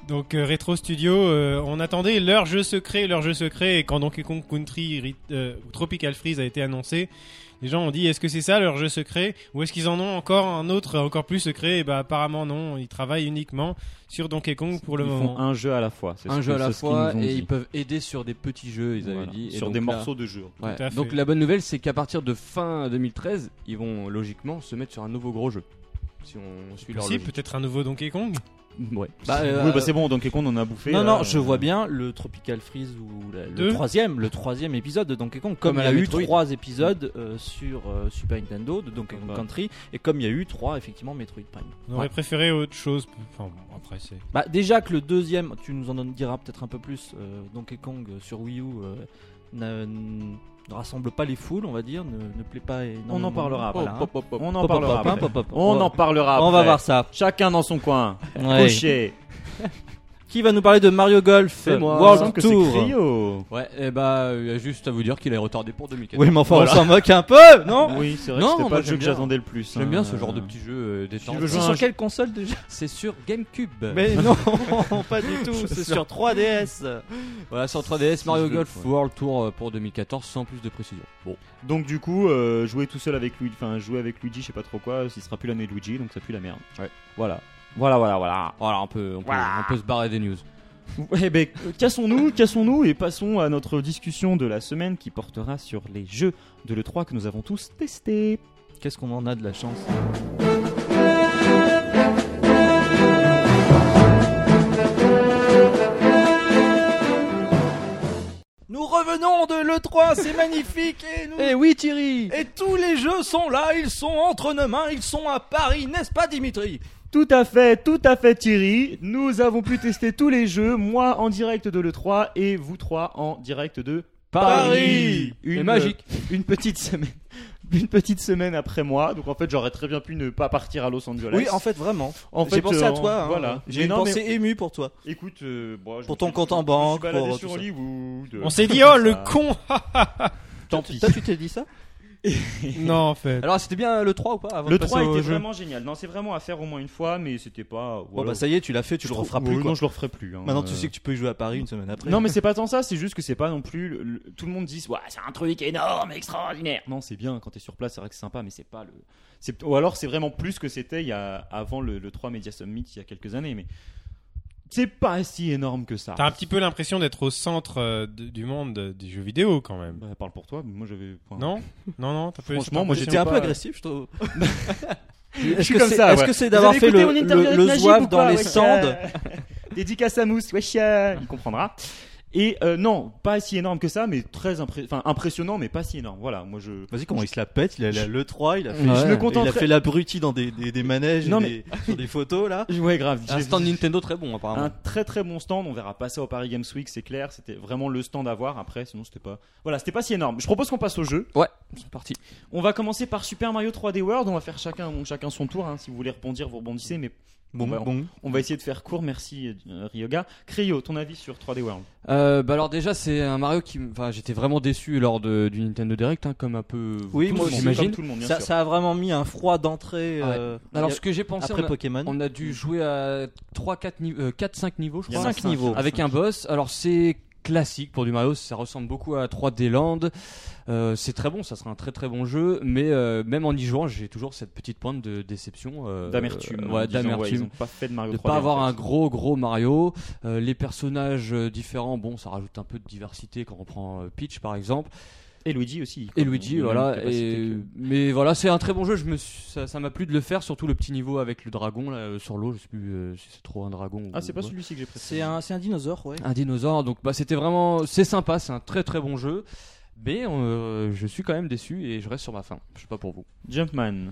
[SPEAKER 6] donc euh, Retro Studio, euh, on attendait leur jeu secret, leur jeu secret. Et quand Donkey Kong Country Rit- euh, ou Tropical Freeze a été annoncé, les gens ont dit est-ce que c'est ça leur jeu secret ou est-ce qu'ils en ont encore un autre euh, encore plus secret Et bah apparemment non, ils travaillent uniquement sur Donkey Kong pour le
[SPEAKER 3] Ils
[SPEAKER 6] moment.
[SPEAKER 3] font un jeu à la fois. c'est ce
[SPEAKER 5] Un
[SPEAKER 3] que-
[SPEAKER 5] jeu à la
[SPEAKER 3] c'est ce qu'ils
[SPEAKER 5] fois,
[SPEAKER 3] nous ont
[SPEAKER 5] et
[SPEAKER 3] dit.
[SPEAKER 5] ils peuvent aider sur des petits jeux, ils avaient
[SPEAKER 3] Voilà.
[SPEAKER 5] dit. Et
[SPEAKER 3] Sur
[SPEAKER 5] donc
[SPEAKER 3] des
[SPEAKER 5] là-
[SPEAKER 3] morceaux de jeu.
[SPEAKER 5] Ouais.
[SPEAKER 6] Tout à fait.
[SPEAKER 5] Donc la bonne nouvelle, c'est qu'à partir de fin 2013, ils vont logiquement se mettre sur un nouveau gros jeu. Si on suit leur
[SPEAKER 6] Possible,
[SPEAKER 5] logique.
[SPEAKER 6] peut-être un nouveau Donkey Kong.
[SPEAKER 5] Ouais.
[SPEAKER 4] Bah, euh,
[SPEAKER 3] oui, bah c'est bon, Donkey Kong, on en E a bouffé. euh,
[SPEAKER 4] non,
[SPEAKER 3] là.
[SPEAKER 4] non, je vois bien le Tropical Freeze ou la- le
[SPEAKER 6] Deux.
[SPEAKER 4] troisième, le troisième épisode de Donkey Kong. Comme,
[SPEAKER 5] Comme à
[SPEAKER 4] il y a
[SPEAKER 5] la
[SPEAKER 4] eu
[SPEAKER 5] Metroid.
[SPEAKER 4] trois épisodes euh, sur euh, Super Nintendo de Donkey Kong
[SPEAKER 3] Ouais.
[SPEAKER 4] Country, et comme il y a eu trois effectivement Metroid Prime.
[SPEAKER 6] On aurait préféré autre chose. Enfin bon, après c'est.
[SPEAKER 4] Bah déjà que le deuxième, tu nous en diras peut-être un peu plus. euh, Donkey Kong euh, sur Wii U euh, n'a- n- ne rassemble pas les foules, on va dire, ne, ne plaît pas.
[SPEAKER 3] On
[SPEAKER 4] énormément.
[SPEAKER 3] en parlera après. hein.
[SPEAKER 5] Hop, hop, hop.
[SPEAKER 3] On
[SPEAKER 4] Pop,
[SPEAKER 3] en
[SPEAKER 4] pop,
[SPEAKER 3] parlera
[SPEAKER 4] pop, hein,
[SPEAKER 3] après.
[SPEAKER 4] pop, pop.
[SPEAKER 3] On en parlera
[SPEAKER 4] On va
[SPEAKER 3] après.
[SPEAKER 4] voir ça.
[SPEAKER 3] Chacun dans son coin.
[SPEAKER 4] Ouais.
[SPEAKER 3] Couché.
[SPEAKER 4] Qui va nous parler de Mario Golf euh,
[SPEAKER 5] C'est moi. Il me
[SPEAKER 4] World
[SPEAKER 5] semble
[SPEAKER 4] Tour
[SPEAKER 5] Ouais, et bah, il y a juste à vous dire qu'il est retardé pour 2014.
[SPEAKER 4] Oui, mais enfin,
[SPEAKER 3] Voilà.
[SPEAKER 4] on s'en moque un peu, non
[SPEAKER 3] Oui, c'est vrai
[SPEAKER 5] Non,
[SPEAKER 3] que c'était
[SPEAKER 5] moi,
[SPEAKER 3] pas le jeu
[SPEAKER 5] j'aime
[SPEAKER 3] que
[SPEAKER 5] bien.
[SPEAKER 3] j'attendais le plus.
[SPEAKER 5] J'aime
[SPEAKER 3] hein.
[SPEAKER 5] bien ce genre de petit jeu euh, détente.
[SPEAKER 6] veux
[SPEAKER 4] C'est
[SPEAKER 6] jouer
[SPEAKER 4] sur
[SPEAKER 6] un-
[SPEAKER 4] quelle console déjà
[SPEAKER 5] C'est sur GameCube.
[SPEAKER 4] Mais non, pas du tout, c'est sur 3DS.
[SPEAKER 5] Voilà, sur 3DS, Mario
[SPEAKER 3] Je le-
[SPEAKER 5] Golf
[SPEAKER 3] ouais.
[SPEAKER 5] World Tour euh, pour 2014, sans plus de précision. Bon,
[SPEAKER 3] Donc du coup, euh, jouer tout seul avec Luigi, enfin jouer avec Luigi, je sais pas trop quoi, il sera plus l'année de Luigi, donc ça pue la merde.
[SPEAKER 5] Ouais.
[SPEAKER 3] Voilà. Voilà, voilà, voilà.
[SPEAKER 5] voilà, on peut, on peut, on peut se barrer des news.
[SPEAKER 3] Eh ben, euh, cassons-nous, cassons-nous et passons à notre discussion de la semaine qui portera sur les jeux de l'E3 que nous avons tous testés.
[SPEAKER 4] Qu'est-ce qu'on en a de la chance Nous revenons de l'E3, c'est magnifique et, nous-
[SPEAKER 5] Eh oui, Thierry
[SPEAKER 4] et tous les jeux sont là, ils sont entre nos mains, ils sont à Paris, n'est-ce pas Dimitri
[SPEAKER 3] Tout à fait, tout à fait Thierry, nous avons pu tester tous les jeux, moi en direct de l'E3 et vous trois en direct de Paris.
[SPEAKER 5] Une
[SPEAKER 3] Une-
[SPEAKER 5] magique
[SPEAKER 3] une petite semaine. Une petite semaine après moi, donc en fait j'aurais très bien pu ne pas partir à Los Angeles.
[SPEAKER 4] Oui, en fait vraiment.
[SPEAKER 3] En fait,
[SPEAKER 4] J'ai pensé
[SPEAKER 3] euh,
[SPEAKER 4] à toi, hein.
[SPEAKER 3] Voilà.
[SPEAKER 4] j'ai une
[SPEAKER 3] Non, mais
[SPEAKER 4] pensée émue pour toi.
[SPEAKER 3] Écoute, euh, bon, je
[SPEAKER 4] Pour
[SPEAKER 3] me
[SPEAKER 4] ton
[SPEAKER 3] suis-
[SPEAKER 4] compte en
[SPEAKER 3] je me
[SPEAKER 4] banque,
[SPEAKER 3] suis baladé
[SPEAKER 4] pour
[SPEAKER 3] sur
[SPEAKER 4] tout ça.
[SPEAKER 3] Hollywood.
[SPEAKER 6] On s'est dit oh le
[SPEAKER 5] Ah,
[SPEAKER 3] Ça.
[SPEAKER 6] con.
[SPEAKER 3] Tant pis.
[SPEAKER 4] Toi tu t'es dit ça
[SPEAKER 6] non en fait.
[SPEAKER 5] Alors, c'était bien euh, le 3 ou pas avant
[SPEAKER 3] Le
[SPEAKER 5] de passer
[SPEAKER 3] 3
[SPEAKER 5] au
[SPEAKER 3] était
[SPEAKER 5] jeu
[SPEAKER 3] vraiment génial. Non, c'est vraiment à faire au moins une fois, mais c'était pas.
[SPEAKER 4] Bon
[SPEAKER 3] voilà.
[SPEAKER 4] bah ça y est, tu l'as fait, tu le
[SPEAKER 3] trouve-
[SPEAKER 4] referas
[SPEAKER 3] oui,
[SPEAKER 4] plus quoi.
[SPEAKER 3] Non, je le referai plus. hein.
[SPEAKER 4] Maintenant tu
[SPEAKER 3] Euh,
[SPEAKER 4] sais que tu peux y jouer à Paris une semaine après.
[SPEAKER 3] Non, mais c'est pas tant ça, c'est juste que c'est pas non plus. le- le- tout le monde dit, ouais, c'est un truc énorme, extraordinaire. Non, c'est bien quand t'es sur place, c'est vrai que c'est sympa, mais c'est pas le. c'est- Ou alors c'est vraiment plus que c'était il y a... avant le, le 3 Media Summit il y a quelques années, mais c'est pas si énorme que ça.
[SPEAKER 6] T'as un petit peu l'impression d'être au centre euh, de- du monde euh, des jeux vidéo quand même.
[SPEAKER 3] Bah, parle pour toi, mais moi j'avais. enfin,
[SPEAKER 6] Non Non, non, t'as pas eu cette
[SPEAKER 3] Franchement, moi,
[SPEAKER 6] impression
[SPEAKER 4] J'étais un
[SPEAKER 3] pas-
[SPEAKER 4] peu agressif, je trouve.
[SPEAKER 3] Je
[SPEAKER 4] Est-ce
[SPEAKER 3] suis
[SPEAKER 4] que
[SPEAKER 3] comme
[SPEAKER 4] c'est
[SPEAKER 3] ça,
[SPEAKER 4] est-ce
[SPEAKER 3] ouais.
[SPEAKER 4] que c'est d'avoir
[SPEAKER 3] Vous
[SPEAKER 4] fait
[SPEAKER 3] avez
[SPEAKER 4] le,
[SPEAKER 3] écouté mon interview
[SPEAKER 4] le,
[SPEAKER 3] avec
[SPEAKER 4] le
[SPEAKER 3] Najib
[SPEAKER 4] zouave
[SPEAKER 3] ou
[SPEAKER 4] dans
[SPEAKER 3] pas
[SPEAKER 4] les
[SPEAKER 3] Wesh,
[SPEAKER 4] stands
[SPEAKER 3] euh, Dédicace à Mousse, wesh, euh, il comprendra. Et euh, non, pas si énorme que ça, mais très impré- enfin, impressionnant, mais pas si énorme. Voilà, moi je.
[SPEAKER 4] Vas-y, comment il se la pète Il a la- le 3, il a fait,
[SPEAKER 5] Ouais. Je me
[SPEAKER 4] il a
[SPEAKER 3] contenterai-
[SPEAKER 4] fait l'abruti dans des, des, des manèges, et
[SPEAKER 3] Non,
[SPEAKER 4] des- sur des photos là.
[SPEAKER 3] Ouais, grave.
[SPEAKER 5] Un
[SPEAKER 3] j'ai-
[SPEAKER 5] stand Nintendo très bon,
[SPEAKER 3] un
[SPEAKER 5] apparemment.
[SPEAKER 3] très très bon stand. On verra pas ça au Paris Games Week, c'est clair. C'était vraiment le stand à voir après, sinon c'était pas. Voilà, c'était pas si énorme. Je propose qu'on passe au jeu.
[SPEAKER 5] Ouais, c'est parti.
[SPEAKER 3] On va commencer par Super Mario 3D World. On va faire chacun, bon, chacun son tour. hein. Si vous voulez rebondir, vous rebondissez, mais
[SPEAKER 4] Bon,
[SPEAKER 3] bah,
[SPEAKER 4] bon.
[SPEAKER 3] on va essayer de faire court. Merci euh, Ryoga. Cryo, ton avis sur 3D World
[SPEAKER 5] Euh, bah alors déjà c'est un Mario qui, m- enfin j'étais vraiment déçu lors de, du Nintendo Direct, hein, comme un peu. vous
[SPEAKER 4] Oui,
[SPEAKER 5] tous,
[SPEAKER 4] moi aussi,
[SPEAKER 5] j'imagine.
[SPEAKER 3] Comme tout le monde, bien
[SPEAKER 4] Ça,
[SPEAKER 3] sûr.
[SPEAKER 4] ça a vraiment mis un froid d'entrée
[SPEAKER 5] Ah ouais.
[SPEAKER 4] euh,
[SPEAKER 5] Alors
[SPEAKER 4] il y a-
[SPEAKER 5] ce que j'ai pensé,
[SPEAKER 4] après
[SPEAKER 5] on a,
[SPEAKER 4] Pokémon.
[SPEAKER 5] on a dû jouer à 3, 4, 4, 5 euh, niveaux, je
[SPEAKER 3] Il y en
[SPEAKER 5] crois.
[SPEAKER 3] a
[SPEAKER 4] Cinq niveaux.
[SPEAKER 5] Avec un boss. Alors c'est classique pour du Mario. Ça ressemble beaucoup à 3D Land. Euh, c'est très bon, ça sera un très très bon jeu, mais euh, même en y jouant, j'ai toujours cette petite pointe de déception. euh,
[SPEAKER 3] D'amertume.
[SPEAKER 5] euh,
[SPEAKER 3] en
[SPEAKER 5] ouais,
[SPEAKER 3] disant, ils
[SPEAKER 5] d'amertume.
[SPEAKER 3] ont pas fait de Mario
[SPEAKER 5] de
[SPEAKER 3] 3D.
[SPEAKER 5] pas avoir
[SPEAKER 3] en fait.
[SPEAKER 5] un gros gros Mario, Euh, les personnages euh, différents, bon, ça rajoute un peu de diversité quand on prend euh, Peach par exemple,
[SPEAKER 3] Et Luigi aussi.
[SPEAKER 5] et
[SPEAKER 3] quoi.
[SPEAKER 5] Luigi,
[SPEAKER 3] Ils ont
[SPEAKER 5] voilà.
[SPEAKER 3] une capacité
[SPEAKER 5] Et...
[SPEAKER 3] que-
[SPEAKER 5] Mais voilà, c'est un très bon jeu. Je me suis- ça, ça m'a plu de le faire, surtout le petit niveau avec le dragon là, euh, sur l'eau. Je sais plus euh, si c'est trop un dragon.
[SPEAKER 3] Ah,
[SPEAKER 5] ou-
[SPEAKER 3] c'est pas
[SPEAKER 5] ouais.
[SPEAKER 3] celui-ci que j'ai
[SPEAKER 4] C'est
[SPEAKER 3] préféré.
[SPEAKER 4] un, c'est un dinosaure, ouais.
[SPEAKER 5] un dinosaure. Donc bah, c'était vraiment, c'est sympa, c'est un très très bon jeu. Mais euh, je suis quand même déçu et je reste sur ma fin. Je sais pas pour vous.
[SPEAKER 3] Jumpman.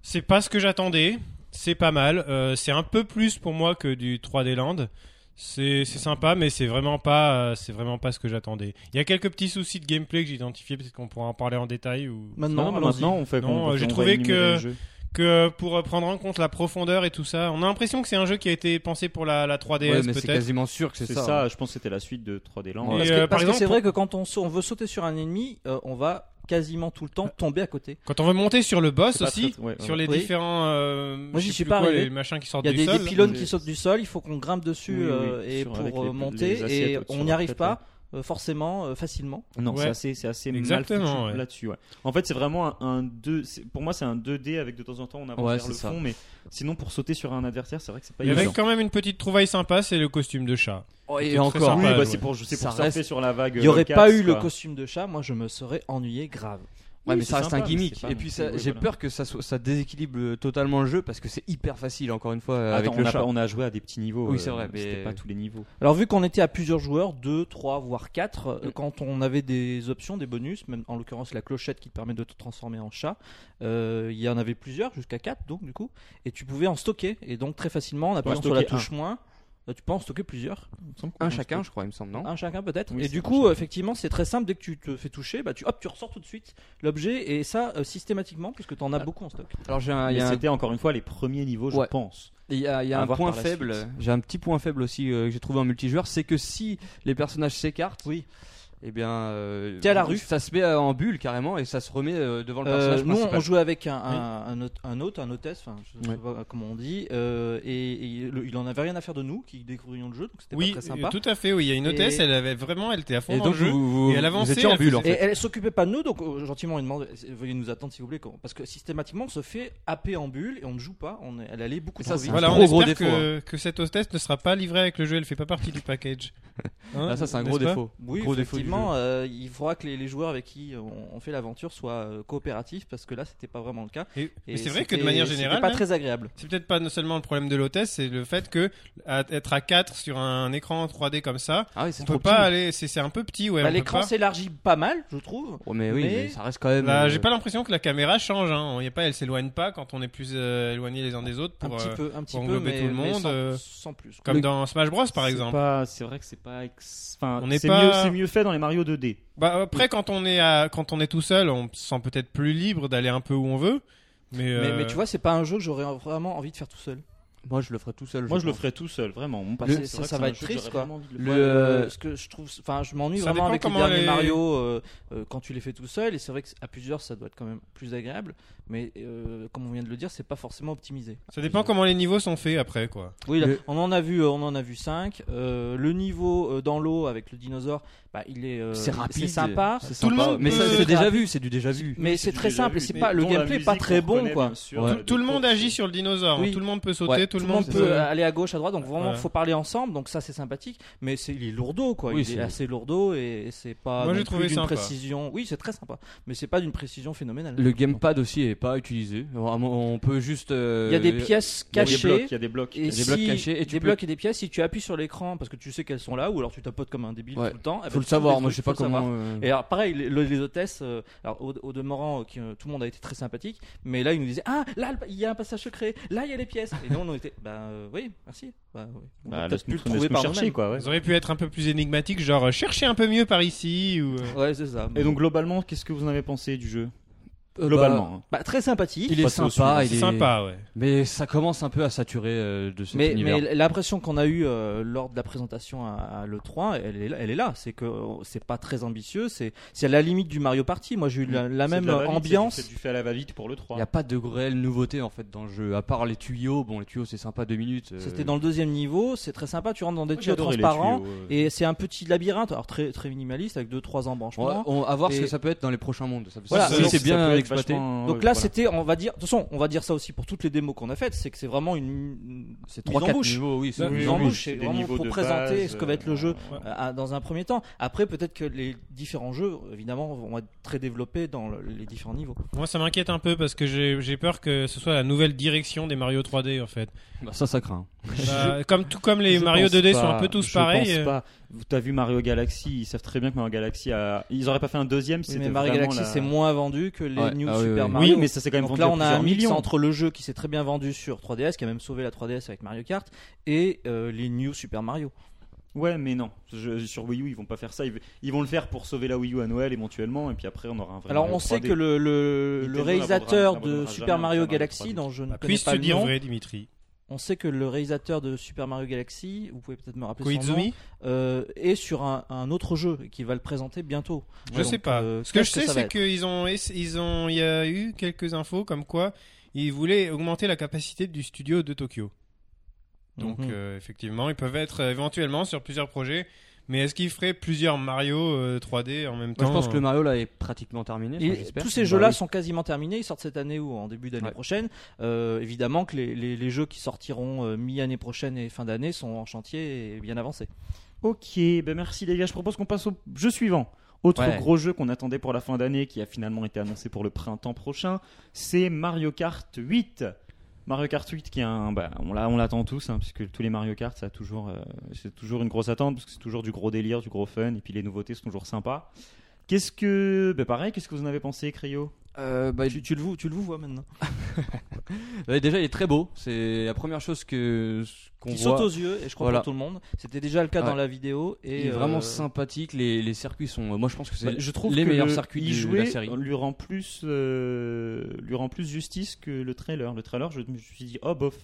[SPEAKER 6] C'est pas ce que j'attendais. C'est pas mal. Euh, c'est un peu plus pour moi que du 3D Land. C'est c'est sympa, mais c'est vraiment pas, euh, c'est vraiment pas ce que j'attendais. Il y a quelques petits soucis de gameplay que j'ai identifiés, peut-être qu'on pourra en parler en détail ou
[SPEAKER 4] Maintenant,
[SPEAKER 3] Non, mais
[SPEAKER 4] allons-y.
[SPEAKER 3] maintenant on fait.
[SPEAKER 6] Non,
[SPEAKER 3] qu'on-
[SPEAKER 6] euh, j'ai
[SPEAKER 3] on va
[SPEAKER 6] trouvé
[SPEAKER 3] énumérer
[SPEAKER 6] que-
[SPEAKER 3] les jeux.
[SPEAKER 6] que euh, pour euh, prendre en compte la profondeur et tout ça. On a l'impression que c'est un jeu qui a été pensé pour la, la 3DS
[SPEAKER 5] mais c'est
[SPEAKER 6] peut-être.
[SPEAKER 5] quasiment sûr que c'est
[SPEAKER 3] C'est
[SPEAKER 5] ça.
[SPEAKER 3] ça. hein. Je pense que c'était la suite de 3D Land.
[SPEAKER 5] Ouais.
[SPEAKER 4] Parce
[SPEAKER 6] Et, euh,
[SPEAKER 4] que
[SPEAKER 6] par
[SPEAKER 4] parce que c'est
[SPEAKER 6] exemple,
[SPEAKER 4] vrai que quand on, sa- on veut sauter sur un ennemi, euh, on va quasiment tout le temps tomber à côté.
[SPEAKER 6] Quand on veut monter sur le boss
[SPEAKER 3] C'est pas
[SPEAKER 6] aussi,
[SPEAKER 3] très- ouais, ouais.
[SPEAKER 6] sur les
[SPEAKER 4] Oui.
[SPEAKER 6] différents, euh,
[SPEAKER 4] Moi,
[SPEAKER 6] je
[SPEAKER 4] j'y
[SPEAKER 6] sais
[SPEAKER 4] suis
[SPEAKER 6] plus
[SPEAKER 4] pas
[SPEAKER 6] quoi,
[SPEAKER 4] arrivé.
[SPEAKER 6] les machins qui sortent
[SPEAKER 4] Il y a
[SPEAKER 6] du
[SPEAKER 4] des,
[SPEAKER 6] sol.
[SPEAKER 4] des pylônes
[SPEAKER 3] des-
[SPEAKER 4] qui sautent du sol, il faut qu'on grimpe dessus
[SPEAKER 3] Oui, oui,
[SPEAKER 4] euh, et
[SPEAKER 3] sur-
[SPEAKER 4] pour
[SPEAKER 3] avec les-
[SPEAKER 4] euh,
[SPEAKER 3] les assiettes
[SPEAKER 4] monter, et
[SPEAKER 3] au-dessus,
[SPEAKER 4] on n'y
[SPEAKER 3] en
[SPEAKER 4] arrive
[SPEAKER 3] fait,
[SPEAKER 4] pas euh, forcément, euh, facilement.
[SPEAKER 3] Non,
[SPEAKER 6] Ouais.
[SPEAKER 3] c'est assez, c'est assez mal
[SPEAKER 6] Exactement,
[SPEAKER 3] foutu
[SPEAKER 6] ouais.
[SPEAKER 3] là-dessus. ouais. En fait, c'est vraiment un, un 2 c'est- Pour moi, c'est un 2D avec de temps en temps on avance
[SPEAKER 5] Ouais,
[SPEAKER 3] vers
[SPEAKER 5] c'est
[SPEAKER 3] le
[SPEAKER 5] ça.
[SPEAKER 3] fond, mais sinon pour sauter sur un adversaire, c'est vrai que c'est pas
[SPEAKER 6] Il y avait
[SPEAKER 3] évident.
[SPEAKER 6] quand même une petite trouvaille sympa, c'est le costume de chat.
[SPEAKER 5] Oh,
[SPEAKER 6] C'était
[SPEAKER 5] et
[SPEAKER 6] très
[SPEAKER 5] encore.
[SPEAKER 6] sympa.
[SPEAKER 3] Oui,
[SPEAKER 6] Ouais,
[SPEAKER 3] bah,
[SPEAKER 6] ouais.
[SPEAKER 3] c'est pour, c'est
[SPEAKER 5] Ça
[SPEAKER 3] pour surfer
[SPEAKER 5] reste-
[SPEAKER 3] sur la vague.
[SPEAKER 4] Il
[SPEAKER 3] euh,
[SPEAKER 4] n'y aurait
[SPEAKER 3] locale,
[SPEAKER 4] pas eu le
[SPEAKER 3] quoi.
[SPEAKER 4] costume de chat, moi je me serais ennuyé grave.
[SPEAKER 5] Ouais,
[SPEAKER 3] Oui,
[SPEAKER 5] mais
[SPEAKER 3] c'est
[SPEAKER 5] ça reste
[SPEAKER 3] sympa,
[SPEAKER 5] un
[SPEAKER 3] mais
[SPEAKER 5] gimmick.
[SPEAKER 3] c'est pas
[SPEAKER 5] Et
[SPEAKER 3] non
[SPEAKER 5] puis
[SPEAKER 3] plus-
[SPEAKER 5] ça-
[SPEAKER 3] oui,
[SPEAKER 5] j'ai
[SPEAKER 3] voilà.
[SPEAKER 5] peur que ça, soit- ça déséquilibre euh, totalement le jeu parce que c'est hyper facile, encore une fois, euh,
[SPEAKER 3] Attends,
[SPEAKER 5] avec
[SPEAKER 3] on,
[SPEAKER 5] le
[SPEAKER 3] a,
[SPEAKER 5] chat.
[SPEAKER 3] pas- on a joué à des petits niveaux.
[SPEAKER 5] Oui,
[SPEAKER 3] euh,
[SPEAKER 5] c'est vrai, mais-
[SPEAKER 3] C'était pas tous les niveaux.
[SPEAKER 4] Alors vu qu'on était à plusieurs joueurs, 2, 3, voire 4, quand on avait des options, des bonus, même en l'occurrence la clochette qui te permet de te transformer en chat, euh, il y en avait plusieurs, jusqu'à 4 donc du coup, et tu pouvais en stocker. Et donc très facilement, en appuyant sur la
[SPEAKER 3] stocker un.
[SPEAKER 4] touche moins, euh, tu peux en stocker plusieurs.
[SPEAKER 5] Un chacun, je crois, il me semble, non
[SPEAKER 3] Ah.
[SPEAKER 4] Un chacun peut-être.
[SPEAKER 3] Oui,
[SPEAKER 4] et
[SPEAKER 3] c'est
[SPEAKER 4] du
[SPEAKER 3] un
[SPEAKER 4] coup,
[SPEAKER 3] chacun.
[SPEAKER 4] effectivement, c'est très simple, dès que tu te fais toucher, bah, tu, hop, tu ressors tout de suite l'objet, et ça euh, systématiquement, puisque tu en as
[SPEAKER 5] Ah.
[SPEAKER 4] beaucoup en stock.
[SPEAKER 5] Alors j'ai un, il y
[SPEAKER 3] Mais
[SPEAKER 5] a un-
[SPEAKER 3] c'était encore une fois les premiers niveaux, je
[SPEAKER 5] Ouais.
[SPEAKER 3] pense.
[SPEAKER 5] il y a- il y a
[SPEAKER 3] à
[SPEAKER 5] un
[SPEAKER 3] voir
[SPEAKER 5] point
[SPEAKER 3] par la
[SPEAKER 5] faible.
[SPEAKER 3] suite.
[SPEAKER 5] J'ai un petit point faible aussi euh, que j'ai trouvé en multijoueur, c'est que si les personnages s'écartent,
[SPEAKER 4] Oui.
[SPEAKER 5] Et bien, euh,
[SPEAKER 4] T'es à la rue.
[SPEAKER 5] Ça se met euh, en bulle carrément et ça se remet euh, devant le personnage
[SPEAKER 4] Euh, nous, on
[SPEAKER 5] principal.
[SPEAKER 4] jouait avec un, un, un hôte- un hôte, un hôtesse, enfin, je sais
[SPEAKER 5] Ouais.
[SPEAKER 4] pas comment on dit, euh, et, et le- il en avait rien à faire de nous qui découvrions le jeu, donc c'était
[SPEAKER 6] Oui, euh,
[SPEAKER 4] pas très
[SPEAKER 5] euh,
[SPEAKER 4] sympa.
[SPEAKER 6] tout à fait. Oui, il y a une hôtesse,
[SPEAKER 4] Et-
[SPEAKER 6] elle avait vraiment, elle était à fond
[SPEAKER 5] Et
[SPEAKER 6] dans
[SPEAKER 5] donc
[SPEAKER 6] le jeu.
[SPEAKER 5] vous, vous,
[SPEAKER 6] et elle
[SPEAKER 5] vous
[SPEAKER 6] avançait,
[SPEAKER 5] étiez en
[SPEAKER 6] elle
[SPEAKER 5] bulle
[SPEAKER 6] faisait-
[SPEAKER 5] en
[SPEAKER 4] Et
[SPEAKER 5] fait.
[SPEAKER 4] elle s'occupait pas de nous, donc euh, gentiment on lui demande veuillez nous attendre s'il vous plaît, quand- parce que systématiquement on se fait happer en bulle et on ne joue pas, on est- elle allait beaucoup
[SPEAKER 5] Et
[SPEAKER 4] trop
[SPEAKER 5] ça, c'est
[SPEAKER 4] vite.
[SPEAKER 5] un
[SPEAKER 6] Voilà,
[SPEAKER 5] gros,
[SPEAKER 6] on espère
[SPEAKER 5] gros défaut,
[SPEAKER 6] que, que cette hôtesse ne sera pas livrée avec le jeu, elle fait pas partie du package. Hein,
[SPEAKER 5] Ah, ça c'est un gros
[SPEAKER 6] n'est-ce pas
[SPEAKER 5] défaut.
[SPEAKER 4] Oui,
[SPEAKER 5] gros défaut du
[SPEAKER 4] effectivement, euh, il faudra que les, les joueurs avec qui on, on fait l'aventure soient euh, coopératifs parce que là c'était pas vraiment le cas.
[SPEAKER 6] Et- mais
[SPEAKER 4] Et
[SPEAKER 6] c'est vrai que de
[SPEAKER 4] c'était-
[SPEAKER 6] manière
[SPEAKER 4] c'était
[SPEAKER 6] générale, hein, euh,
[SPEAKER 4] pas
[SPEAKER 6] là,
[SPEAKER 4] très agréable.
[SPEAKER 6] c'est peut-être pas non seulement le problème de l'hôtesse, c'est le fait que à- être à 4 sur un écran 3D comme ça,
[SPEAKER 5] Ah oui, c'est
[SPEAKER 6] on
[SPEAKER 5] trop
[SPEAKER 6] peut
[SPEAKER 5] petit.
[SPEAKER 6] pas aller, c'est c'est un peu petit, ouais.
[SPEAKER 4] Bah,
[SPEAKER 6] on peut
[SPEAKER 4] L'écran
[SPEAKER 6] pas.
[SPEAKER 4] s'élargit pas mal, je trouve.
[SPEAKER 5] Ouais, mais oui,
[SPEAKER 4] Mais-
[SPEAKER 5] mais ça reste quand même.
[SPEAKER 6] Là,
[SPEAKER 5] euh,
[SPEAKER 6] Bah, j'ai pas l'impression que la caméra change, hein. Il y a pas, elle s'éloigne pas quand on est plus euh, éloigné les uns des autres
[SPEAKER 4] Un
[SPEAKER 6] pour,
[SPEAKER 4] petit
[SPEAKER 6] euh,
[SPEAKER 4] peu, un petit
[SPEAKER 6] pour
[SPEAKER 4] peu,
[SPEAKER 6] englober
[SPEAKER 4] mais,
[SPEAKER 6] tout le
[SPEAKER 4] mais
[SPEAKER 6] monde,
[SPEAKER 4] sans,
[SPEAKER 6] euh,
[SPEAKER 4] sans plus. quoi.
[SPEAKER 6] comme dans Smash Bros par
[SPEAKER 3] C'est
[SPEAKER 6] exemple.
[SPEAKER 3] pas- C'est vrai que c'est pas. ex- Enfin,
[SPEAKER 6] On n'est
[SPEAKER 3] c'est
[SPEAKER 6] pas-
[SPEAKER 3] mieux- c'est mieux fait dans les Mario 2D.
[SPEAKER 6] Bah, après, quand on est à, quand on est tout seul, on se sent peut-être plus libre d'aller un peu où on veut. Mais,
[SPEAKER 4] Mais,
[SPEAKER 6] euh,
[SPEAKER 4] mais tu vois, c'est pas un jeu que j'aurais vraiment envie de faire tout seul.
[SPEAKER 5] Moi, je le ferais tout seul.
[SPEAKER 3] Moi, je le
[SPEAKER 5] pense.
[SPEAKER 3] ferais tout seul, vraiment. Mon
[SPEAKER 4] Parce que
[SPEAKER 3] passé,
[SPEAKER 4] ça,
[SPEAKER 3] c'est vrai que
[SPEAKER 4] ça
[SPEAKER 3] c'est
[SPEAKER 4] va
[SPEAKER 3] un
[SPEAKER 4] être
[SPEAKER 3] jeu que
[SPEAKER 4] triste,
[SPEAKER 3] j'aurais
[SPEAKER 4] quoi.
[SPEAKER 3] vraiment envie de le
[SPEAKER 5] Le-
[SPEAKER 4] Moi, euh, ce que je trouve, enfin, je m'ennuie
[SPEAKER 6] Ça
[SPEAKER 4] vraiment
[SPEAKER 6] dépend
[SPEAKER 4] avec les
[SPEAKER 6] comment
[SPEAKER 4] derniers
[SPEAKER 6] les-
[SPEAKER 4] Mario euh, euh, quand tu les fais tout seul. Et c'est vrai qu'à plusieurs, ça doit être quand même plus agréable. Mais euh, comme on vient de le dire, c'est pas forcément optimisé.
[SPEAKER 6] ça dépend comment les niveaux sont faits après, quoi.
[SPEAKER 4] Oui, là,
[SPEAKER 5] Le-
[SPEAKER 4] on en a vu, euh, on en a vu 5 Le niveau euh, dans l'eau avec le dinosaure, bah, il est, euh,
[SPEAKER 5] C'est rapide.
[SPEAKER 4] c'est sympa.
[SPEAKER 5] C'est
[SPEAKER 6] Tout le
[SPEAKER 5] sympa.
[SPEAKER 6] monde
[SPEAKER 5] Mais ça,
[SPEAKER 6] peut-
[SPEAKER 5] c'est déjà vu, c'est du déjà vu.
[SPEAKER 4] Mais c'est très simple. Et c'est pas le gameplay est pas très bon, quoi.
[SPEAKER 5] Ouais.
[SPEAKER 6] Tout le monde agit sur le dinosaure. hein.
[SPEAKER 4] Oui.
[SPEAKER 6] Tout le monde peut sauter,
[SPEAKER 5] Ouais,
[SPEAKER 6] tout, le monde
[SPEAKER 4] peut euh,
[SPEAKER 6] peut.
[SPEAKER 4] aller à gauche, à droite, donc vraiment
[SPEAKER 6] Ouais.
[SPEAKER 4] faut parler ensemble, donc ça c'est sympathique, mais c'est il est lourdeau quoi,
[SPEAKER 5] Oui,
[SPEAKER 4] il est,
[SPEAKER 5] c'est-
[SPEAKER 4] assez lourdeau et c'est pas
[SPEAKER 6] Moi,
[SPEAKER 4] non
[SPEAKER 6] j'ai
[SPEAKER 4] plus
[SPEAKER 6] trouvé
[SPEAKER 4] d'une
[SPEAKER 6] sympa.
[SPEAKER 4] précision. Oui, c'est très sympa, mais c'est pas d'une précision phénoménale.
[SPEAKER 5] Le gamepad aussi est pas utilisé. Vraiment, On peut juste. euh,
[SPEAKER 4] Il y a des pièces cachées.
[SPEAKER 3] Il y a des blocs.
[SPEAKER 4] Et
[SPEAKER 5] des
[SPEAKER 4] si-
[SPEAKER 5] blocs cachés et tu
[SPEAKER 4] des
[SPEAKER 5] peux-
[SPEAKER 4] blocs et des pièces, si tu appuies sur l'écran parce que tu sais qu'elles sont là, ou alors tu tapotes comme un débile
[SPEAKER 5] Ouais.
[SPEAKER 4] tout le temps. eh ben,
[SPEAKER 5] Faut le
[SPEAKER 4] tous
[SPEAKER 5] savoir.
[SPEAKER 4] les
[SPEAKER 5] Moi,
[SPEAKER 4] trucs,
[SPEAKER 5] je sais
[SPEAKER 4] faut
[SPEAKER 5] pas
[SPEAKER 4] le savoir.
[SPEAKER 5] comment. euh,
[SPEAKER 4] Et alors, pareil, les, les hôtesses, euh, alors, au, au demeurant, euh, qui, euh, tout le monde a été très sympathique, mais là, ils nous disaient Ah, là, le- il y a un passage secret, là, il y a les pièces. Et nous, on en était Bah euh, oui, merci. Bah, oui. On a peut-être pu le trouver par
[SPEAKER 3] chercher,
[SPEAKER 4] nous-mêmes.
[SPEAKER 3] quoi. ouais.
[SPEAKER 6] Vous auriez pu être un peu plus énigmatique, genre euh, cherchez un peu mieux par ici ou. euh,
[SPEAKER 4] Ouais, c'est ça.
[SPEAKER 3] Et donc globalement, qu'est-ce que vous en avez pensé du jeu
[SPEAKER 5] Euh, bah,
[SPEAKER 3] globalement. hein.
[SPEAKER 4] Bah, très sympathique.
[SPEAKER 5] il est
[SPEAKER 3] Passer au
[SPEAKER 5] sympa, Ah, il
[SPEAKER 6] C'est
[SPEAKER 5] est
[SPEAKER 6] sympa, ouais.
[SPEAKER 5] Mais ça commence un peu à saturer euh, de cet
[SPEAKER 4] Mais,
[SPEAKER 5] univers.
[SPEAKER 4] mais l'impression qu'on a eue euh, lors de la présentation à, à l'E3, elle est, là- elle est là. C'est que euh, c'est pas très ambitieux. C'est c'est à la limite du Mario Party. Moi, j'ai eu la, la
[SPEAKER 3] C'est
[SPEAKER 4] même
[SPEAKER 3] de va-vite,
[SPEAKER 4] ambiance.
[SPEAKER 3] C'est du, c'est du fait à la va-vite pour le 3.
[SPEAKER 5] Il n'y a pas de réelle nouveauté en fait dans le jeu, à part les tuyaux. Bon, les tuyaux c'est sympa deux minutes. euh,
[SPEAKER 4] C'était dans le deuxième niveau. C'est très sympa. Tu rentres dans des
[SPEAKER 3] J'ai
[SPEAKER 4] tuyaux
[SPEAKER 3] adoré les
[SPEAKER 4] transparents.
[SPEAKER 3] tuyaux, euh.
[SPEAKER 4] Et c'est un petit labyrinthe, alors très, très minimaliste, avec deux trois embranchements.
[SPEAKER 5] Ouais, on, à voir ce
[SPEAKER 4] Et-
[SPEAKER 5] que ça peut être dans les prochains mondes. Ça,
[SPEAKER 4] Voilà,
[SPEAKER 5] ça,
[SPEAKER 4] donc
[SPEAKER 5] c'est
[SPEAKER 4] ça
[SPEAKER 5] bien
[SPEAKER 3] peut être
[SPEAKER 5] exploité.
[SPEAKER 3] vachement,
[SPEAKER 4] Donc
[SPEAKER 3] euh,
[SPEAKER 4] là,
[SPEAKER 3] voilà.
[SPEAKER 4] c'était, on va dire, de toute façon, on va dire ça aussi pour toutes les démos qu'on a faites, c'est que c'est vraiment une,
[SPEAKER 5] C'est
[SPEAKER 4] mise en
[SPEAKER 5] 3-4
[SPEAKER 4] bouche.
[SPEAKER 5] niveaux, oui. c'est
[SPEAKER 4] Une
[SPEAKER 3] Oui,
[SPEAKER 4] mise
[SPEAKER 5] une
[SPEAKER 4] en
[SPEAKER 3] oui,
[SPEAKER 4] bouche,
[SPEAKER 3] c'est
[SPEAKER 4] c'est
[SPEAKER 3] des
[SPEAKER 4] vraiment
[SPEAKER 3] niveaux
[SPEAKER 4] pour
[SPEAKER 3] de
[SPEAKER 4] présenter
[SPEAKER 3] base,
[SPEAKER 4] ce que va être le
[SPEAKER 3] euh,
[SPEAKER 4] jeu
[SPEAKER 3] ouais.
[SPEAKER 4] euh, dans un premier temps. Après, peut-être que les différents jeux, évidemment, vont être très développés dans le- les différents niveaux.
[SPEAKER 6] Moi, ça m'inquiète un peu parce que j'ai j'ai peur que ce soit la nouvelle direction des Mario 3D en fait.
[SPEAKER 5] Bah, ça, ça craint.
[SPEAKER 6] Bah, comme tout comme les
[SPEAKER 3] Je
[SPEAKER 6] Mario
[SPEAKER 3] pense
[SPEAKER 6] 2D sont
[SPEAKER 3] pas-
[SPEAKER 6] un peu tous
[SPEAKER 3] je
[SPEAKER 6] pareils.
[SPEAKER 3] Pense
[SPEAKER 6] euh,
[SPEAKER 3] pas. Vous- T'as vu Mario Galaxy Ils savent très bien que Mario Galaxy a. Ils auraient pas fait un deuxième. C'était
[SPEAKER 4] Mais Mario
[SPEAKER 3] vraiment
[SPEAKER 4] Galaxy,
[SPEAKER 3] la-
[SPEAKER 4] c'est moins vendu que les
[SPEAKER 5] Ouais,
[SPEAKER 4] New
[SPEAKER 5] ah oui,
[SPEAKER 4] Super
[SPEAKER 5] oui.
[SPEAKER 4] Mario.
[SPEAKER 3] Oui, mais ça c'est quand même
[SPEAKER 4] Donc
[SPEAKER 3] vendu
[SPEAKER 4] là,
[SPEAKER 3] à
[SPEAKER 4] on a
[SPEAKER 3] plusieurs
[SPEAKER 4] un mix
[SPEAKER 3] millions.
[SPEAKER 4] entre le jeu qui s'est très bien vendu sur 3DS, qui a même sauvé la 3DS avec Mario Kart, et euh, les New Super Mario.
[SPEAKER 3] Ouais, mais non. Je- sur Wii U, ils vont pas faire ça. Ils, ils vont le faire pour sauver la Wii U à Noël éventuellement, et puis après, on aura un vrai.
[SPEAKER 4] Alors,
[SPEAKER 3] Mario
[SPEAKER 4] on sait
[SPEAKER 3] 3D.
[SPEAKER 4] que le, le,
[SPEAKER 3] Nintendo
[SPEAKER 4] le réalisateur
[SPEAKER 3] n'abandonnera-
[SPEAKER 4] de
[SPEAKER 3] n'abandonnera
[SPEAKER 4] Super
[SPEAKER 3] jamais
[SPEAKER 4] Mario
[SPEAKER 3] Mario
[SPEAKER 4] Galaxy,
[SPEAKER 3] 3D.
[SPEAKER 4] dont je ne connais
[SPEAKER 6] Puisse
[SPEAKER 4] pas
[SPEAKER 6] te
[SPEAKER 4] le
[SPEAKER 6] dire
[SPEAKER 4] nom,
[SPEAKER 6] bah, vrai, Dimitri.
[SPEAKER 4] on sait que le réalisateur de Super Mario Galaxy, vous pouvez peut-être me rappeler son nom,
[SPEAKER 6] Koizumi
[SPEAKER 4] euh, est sur un, un autre jeu et qui va le présenter bientôt.
[SPEAKER 6] Je
[SPEAKER 4] Donc,
[SPEAKER 6] sais pas.
[SPEAKER 4] euh,
[SPEAKER 6] Ce que je
[SPEAKER 4] qu'est-ce
[SPEAKER 6] sais,
[SPEAKER 4] ça va
[SPEAKER 6] c'est
[SPEAKER 4] être
[SPEAKER 6] qu'ils ont, essa- ils ont, il y a eu quelques infos comme quoi ils voulaient augmenter la capacité du studio de Tokyo. Donc
[SPEAKER 4] Mhm.
[SPEAKER 6] euh, effectivement, ils peuvent être euh, éventuellement sur plusieurs projets. Mais est-ce qu'ils feraient plusieurs Mario euh, 3D en même
[SPEAKER 5] Moi,
[SPEAKER 6] temps
[SPEAKER 5] je pense que
[SPEAKER 6] euh,
[SPEAKER 5] le Mario là est pratiquement terminé.
[SPEAKER 4] Et
[SPEAKER 5] enfin, j'espère.
[SPEAKER 4] tous ces
[SPEAKER 5] Bah
[SPEAKER 4] jeux-là
[SPEAKER 5] oui.
[SPEAKER 4] sont quasiment terminés. Ils sortent cette année ou en début d'année
[SPEAKER 5] Ouais.
[SPEAKER 4] prochaine. Euh, évidemment que les, les- les jeux qui sortiront euh, mi-année prochaine et fin d'année sont en chantier et bien avancés.
[SPEAKER 3] Ok, ben merci les gars. Je propose qu'on passe au jeu suivant. Autre
[SPEAKER 4] Ouais.
[SPEAKER 3] gros jeu qu'on attendait pour la fin d'année, qui a finalement été annoncé pour le printemps prochain, c'est Mario Kart 8. Mario Kart 8, qui est un, bah, on l'a- on l'attend tous, hein, puisque tous les Mario Kart, ça a toujours, euh, c'est toujours une grosse attente, parce que c'est toujours du gros délire, du gros fun, et puis les nouveautés sont toujours sympas. Qu'est-ce que, ben pareil, qu'est-ce que vous en avez pensé, Cryo
[SPEAKER 5] Euh, bah, il-
[SPEAKER 4] Tu, tu le vois, tu le vois maintenant.
[SPEAKER 5] Ouais, déjà, il est très beau. C'est la première chose que qu'on
[SPEAKER 4] Ils sautent
[SPEAKER 5] voit.
[SPEAKER 4] aux yeux et je crois
[SPEAKER 5] Voilà.
[SPEAKER 4] pour tout le monde. C'était déjà le cas
[SPEAKER 5] Ouais.
[SPEAKER 4] dans la vidéo et
[SPEAKER 5] Il est vraiment
[SPEAKER 4] euh,
[SPEAKER 5] sympathique. Les, les circuits sont. Moi, je pense que c'est.
[SPEAKER 3] Bah, Je trouve
[SPEAKER 5] les
[SPEAKER 3] que
[SPEAKER 5] meilleurs
[SPEAKER 3] le-
[SPEAKER 5] circuits
[SPEAKER 3] y
[SPEAKER 5] du- de
[SPEAKER 3] jouer
[SPEAKER 5] la série.
[SPEAKER 3] lui rend plus, euh, lui rend plus justice que le trailer. Le trailer, je me suis dit oh bof.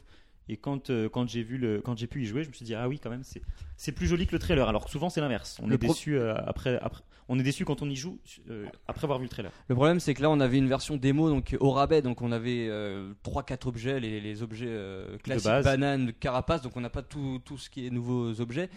[SPEAKER 3] Et quand euh, quand j'ai vu le, quand j'ai pu y jouer, je me suis dit ah oui quand même c'est c'est plus joli que le trailer. Alors que souvent c'est l'inverse. On
[SPEAKER 5] Le
[SPEAKER 3] est
[SPEAKER 5] pro-
[SPEAKER 3] déçu euh, après après. On est déçu quand on y joue euh, après avoir vu le trailer.
[SPEAKER 5] Le problème, c'est que là, on avait une version démo donc au rabais, donc on avait euh, trois, quatre objets, les, les objets euh, classiques,
[SPEAKER 3] base.
[SPEAKER 5] banane, carapace, donc on n'a pas tout, tout ce qui est nouveaux objets.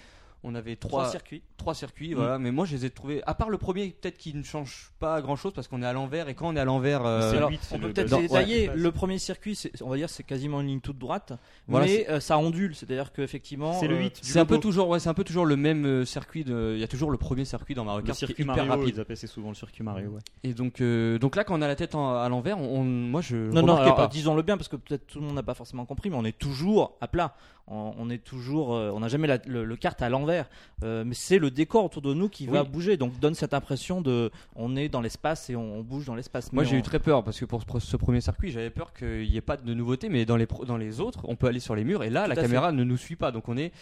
[SPEAKER 5] On avait
[SPEAKER 4] trois
[SPEAKER 5] trois, trois,
[SPEAKER 4] circuits.
[SPEAKER 3] Mmh.
[SPEAKER 5] circuits, voilà. Mais moi, je les ai trouvés. À part le premier, peut-être qu'il ne change pas grand-chose parce qu'on est à l'envers et quand on est à l'envers, euh,
[SPEAKER 3] C'est
[SPEAKER 4] Alors,
[SPEAKER 3] lui, c'est
[SPEAKER 4] on peut
[SPEAKER 3] le-
[SPEAKER 4] peut-être
[SPEAKER 3] dans-
[SPEAKER 4] les détailler.
[SPEAKER 3] ouais.
[SPEAKER 4] le premier circuit, c'est- on va dire, c'est quasiment une ligne toute droite,
[SPEAKER 5] Voilà,
[SPEAKER 4] mais euh, ça ondule, c'est-à-dire qu'effectivement,
[SPEAKER 3] C'est le
[SPEAKER 4] euh,
[SPEAKER 3] 8. du
[SPEAKER 5] c'est un peu
[SPEAKER 3] logo.
[SPEAKER 5] toujours, ouais, c'est un peu toujours le même euh, circuit. de- Il y a toujours le premier circuit dans Mario
[SPEAKER 3] Le
[SPEAKER 5] Kart qui est
[SPEAKER 3] circuit
[SPEAKER 5] hyper
[SPEAKER 3] Mario.
[SPEAKER 5] rapide.
[SPEAKER 3] Ils appellent c'est souvent le circuit Mario. ouais.
[SPEAKER 5] Et donc, euh, donc là, quand on a la tête en- à l'envers, on, on- moi, je
[SPEAKER 4] Non, non,
[SPEAKER 5] remarquais
[SPEAKER 4] alors,
[SPEAKER 5] pas.
[SPEAKER 4] euh, disons-le bien, parce que peut-être tout le monde n'a pas forcément compris, mais on est toujours à plat. On, on est toujours, euh, on n'a jamais la- le, le kart à l'envers. Euh, mais c'est le décor autour de nous qui va
[SPEAKER 5] Oui.
[SPEAKER 4] bouger, donc donne cette impression de, on est dans l'espace et on, on bouge dans l'espace.
[SPEAKER 5] Moi
[SPEAKER 4] Mais
[SPEAKER 5] j'ai
[SPEAKER 4] on-
[SPEAKER 5] eu très peur parce que pour ce- ce premier circuit j'avais peur qu'il n'y ait pas de nouveauté mais dans les, pro- dans les autres on peut aller sur les murs et là la
[SPEAKER 4] à fait.
[SPEAKER 5] caméra ne nous suit pas donc on est,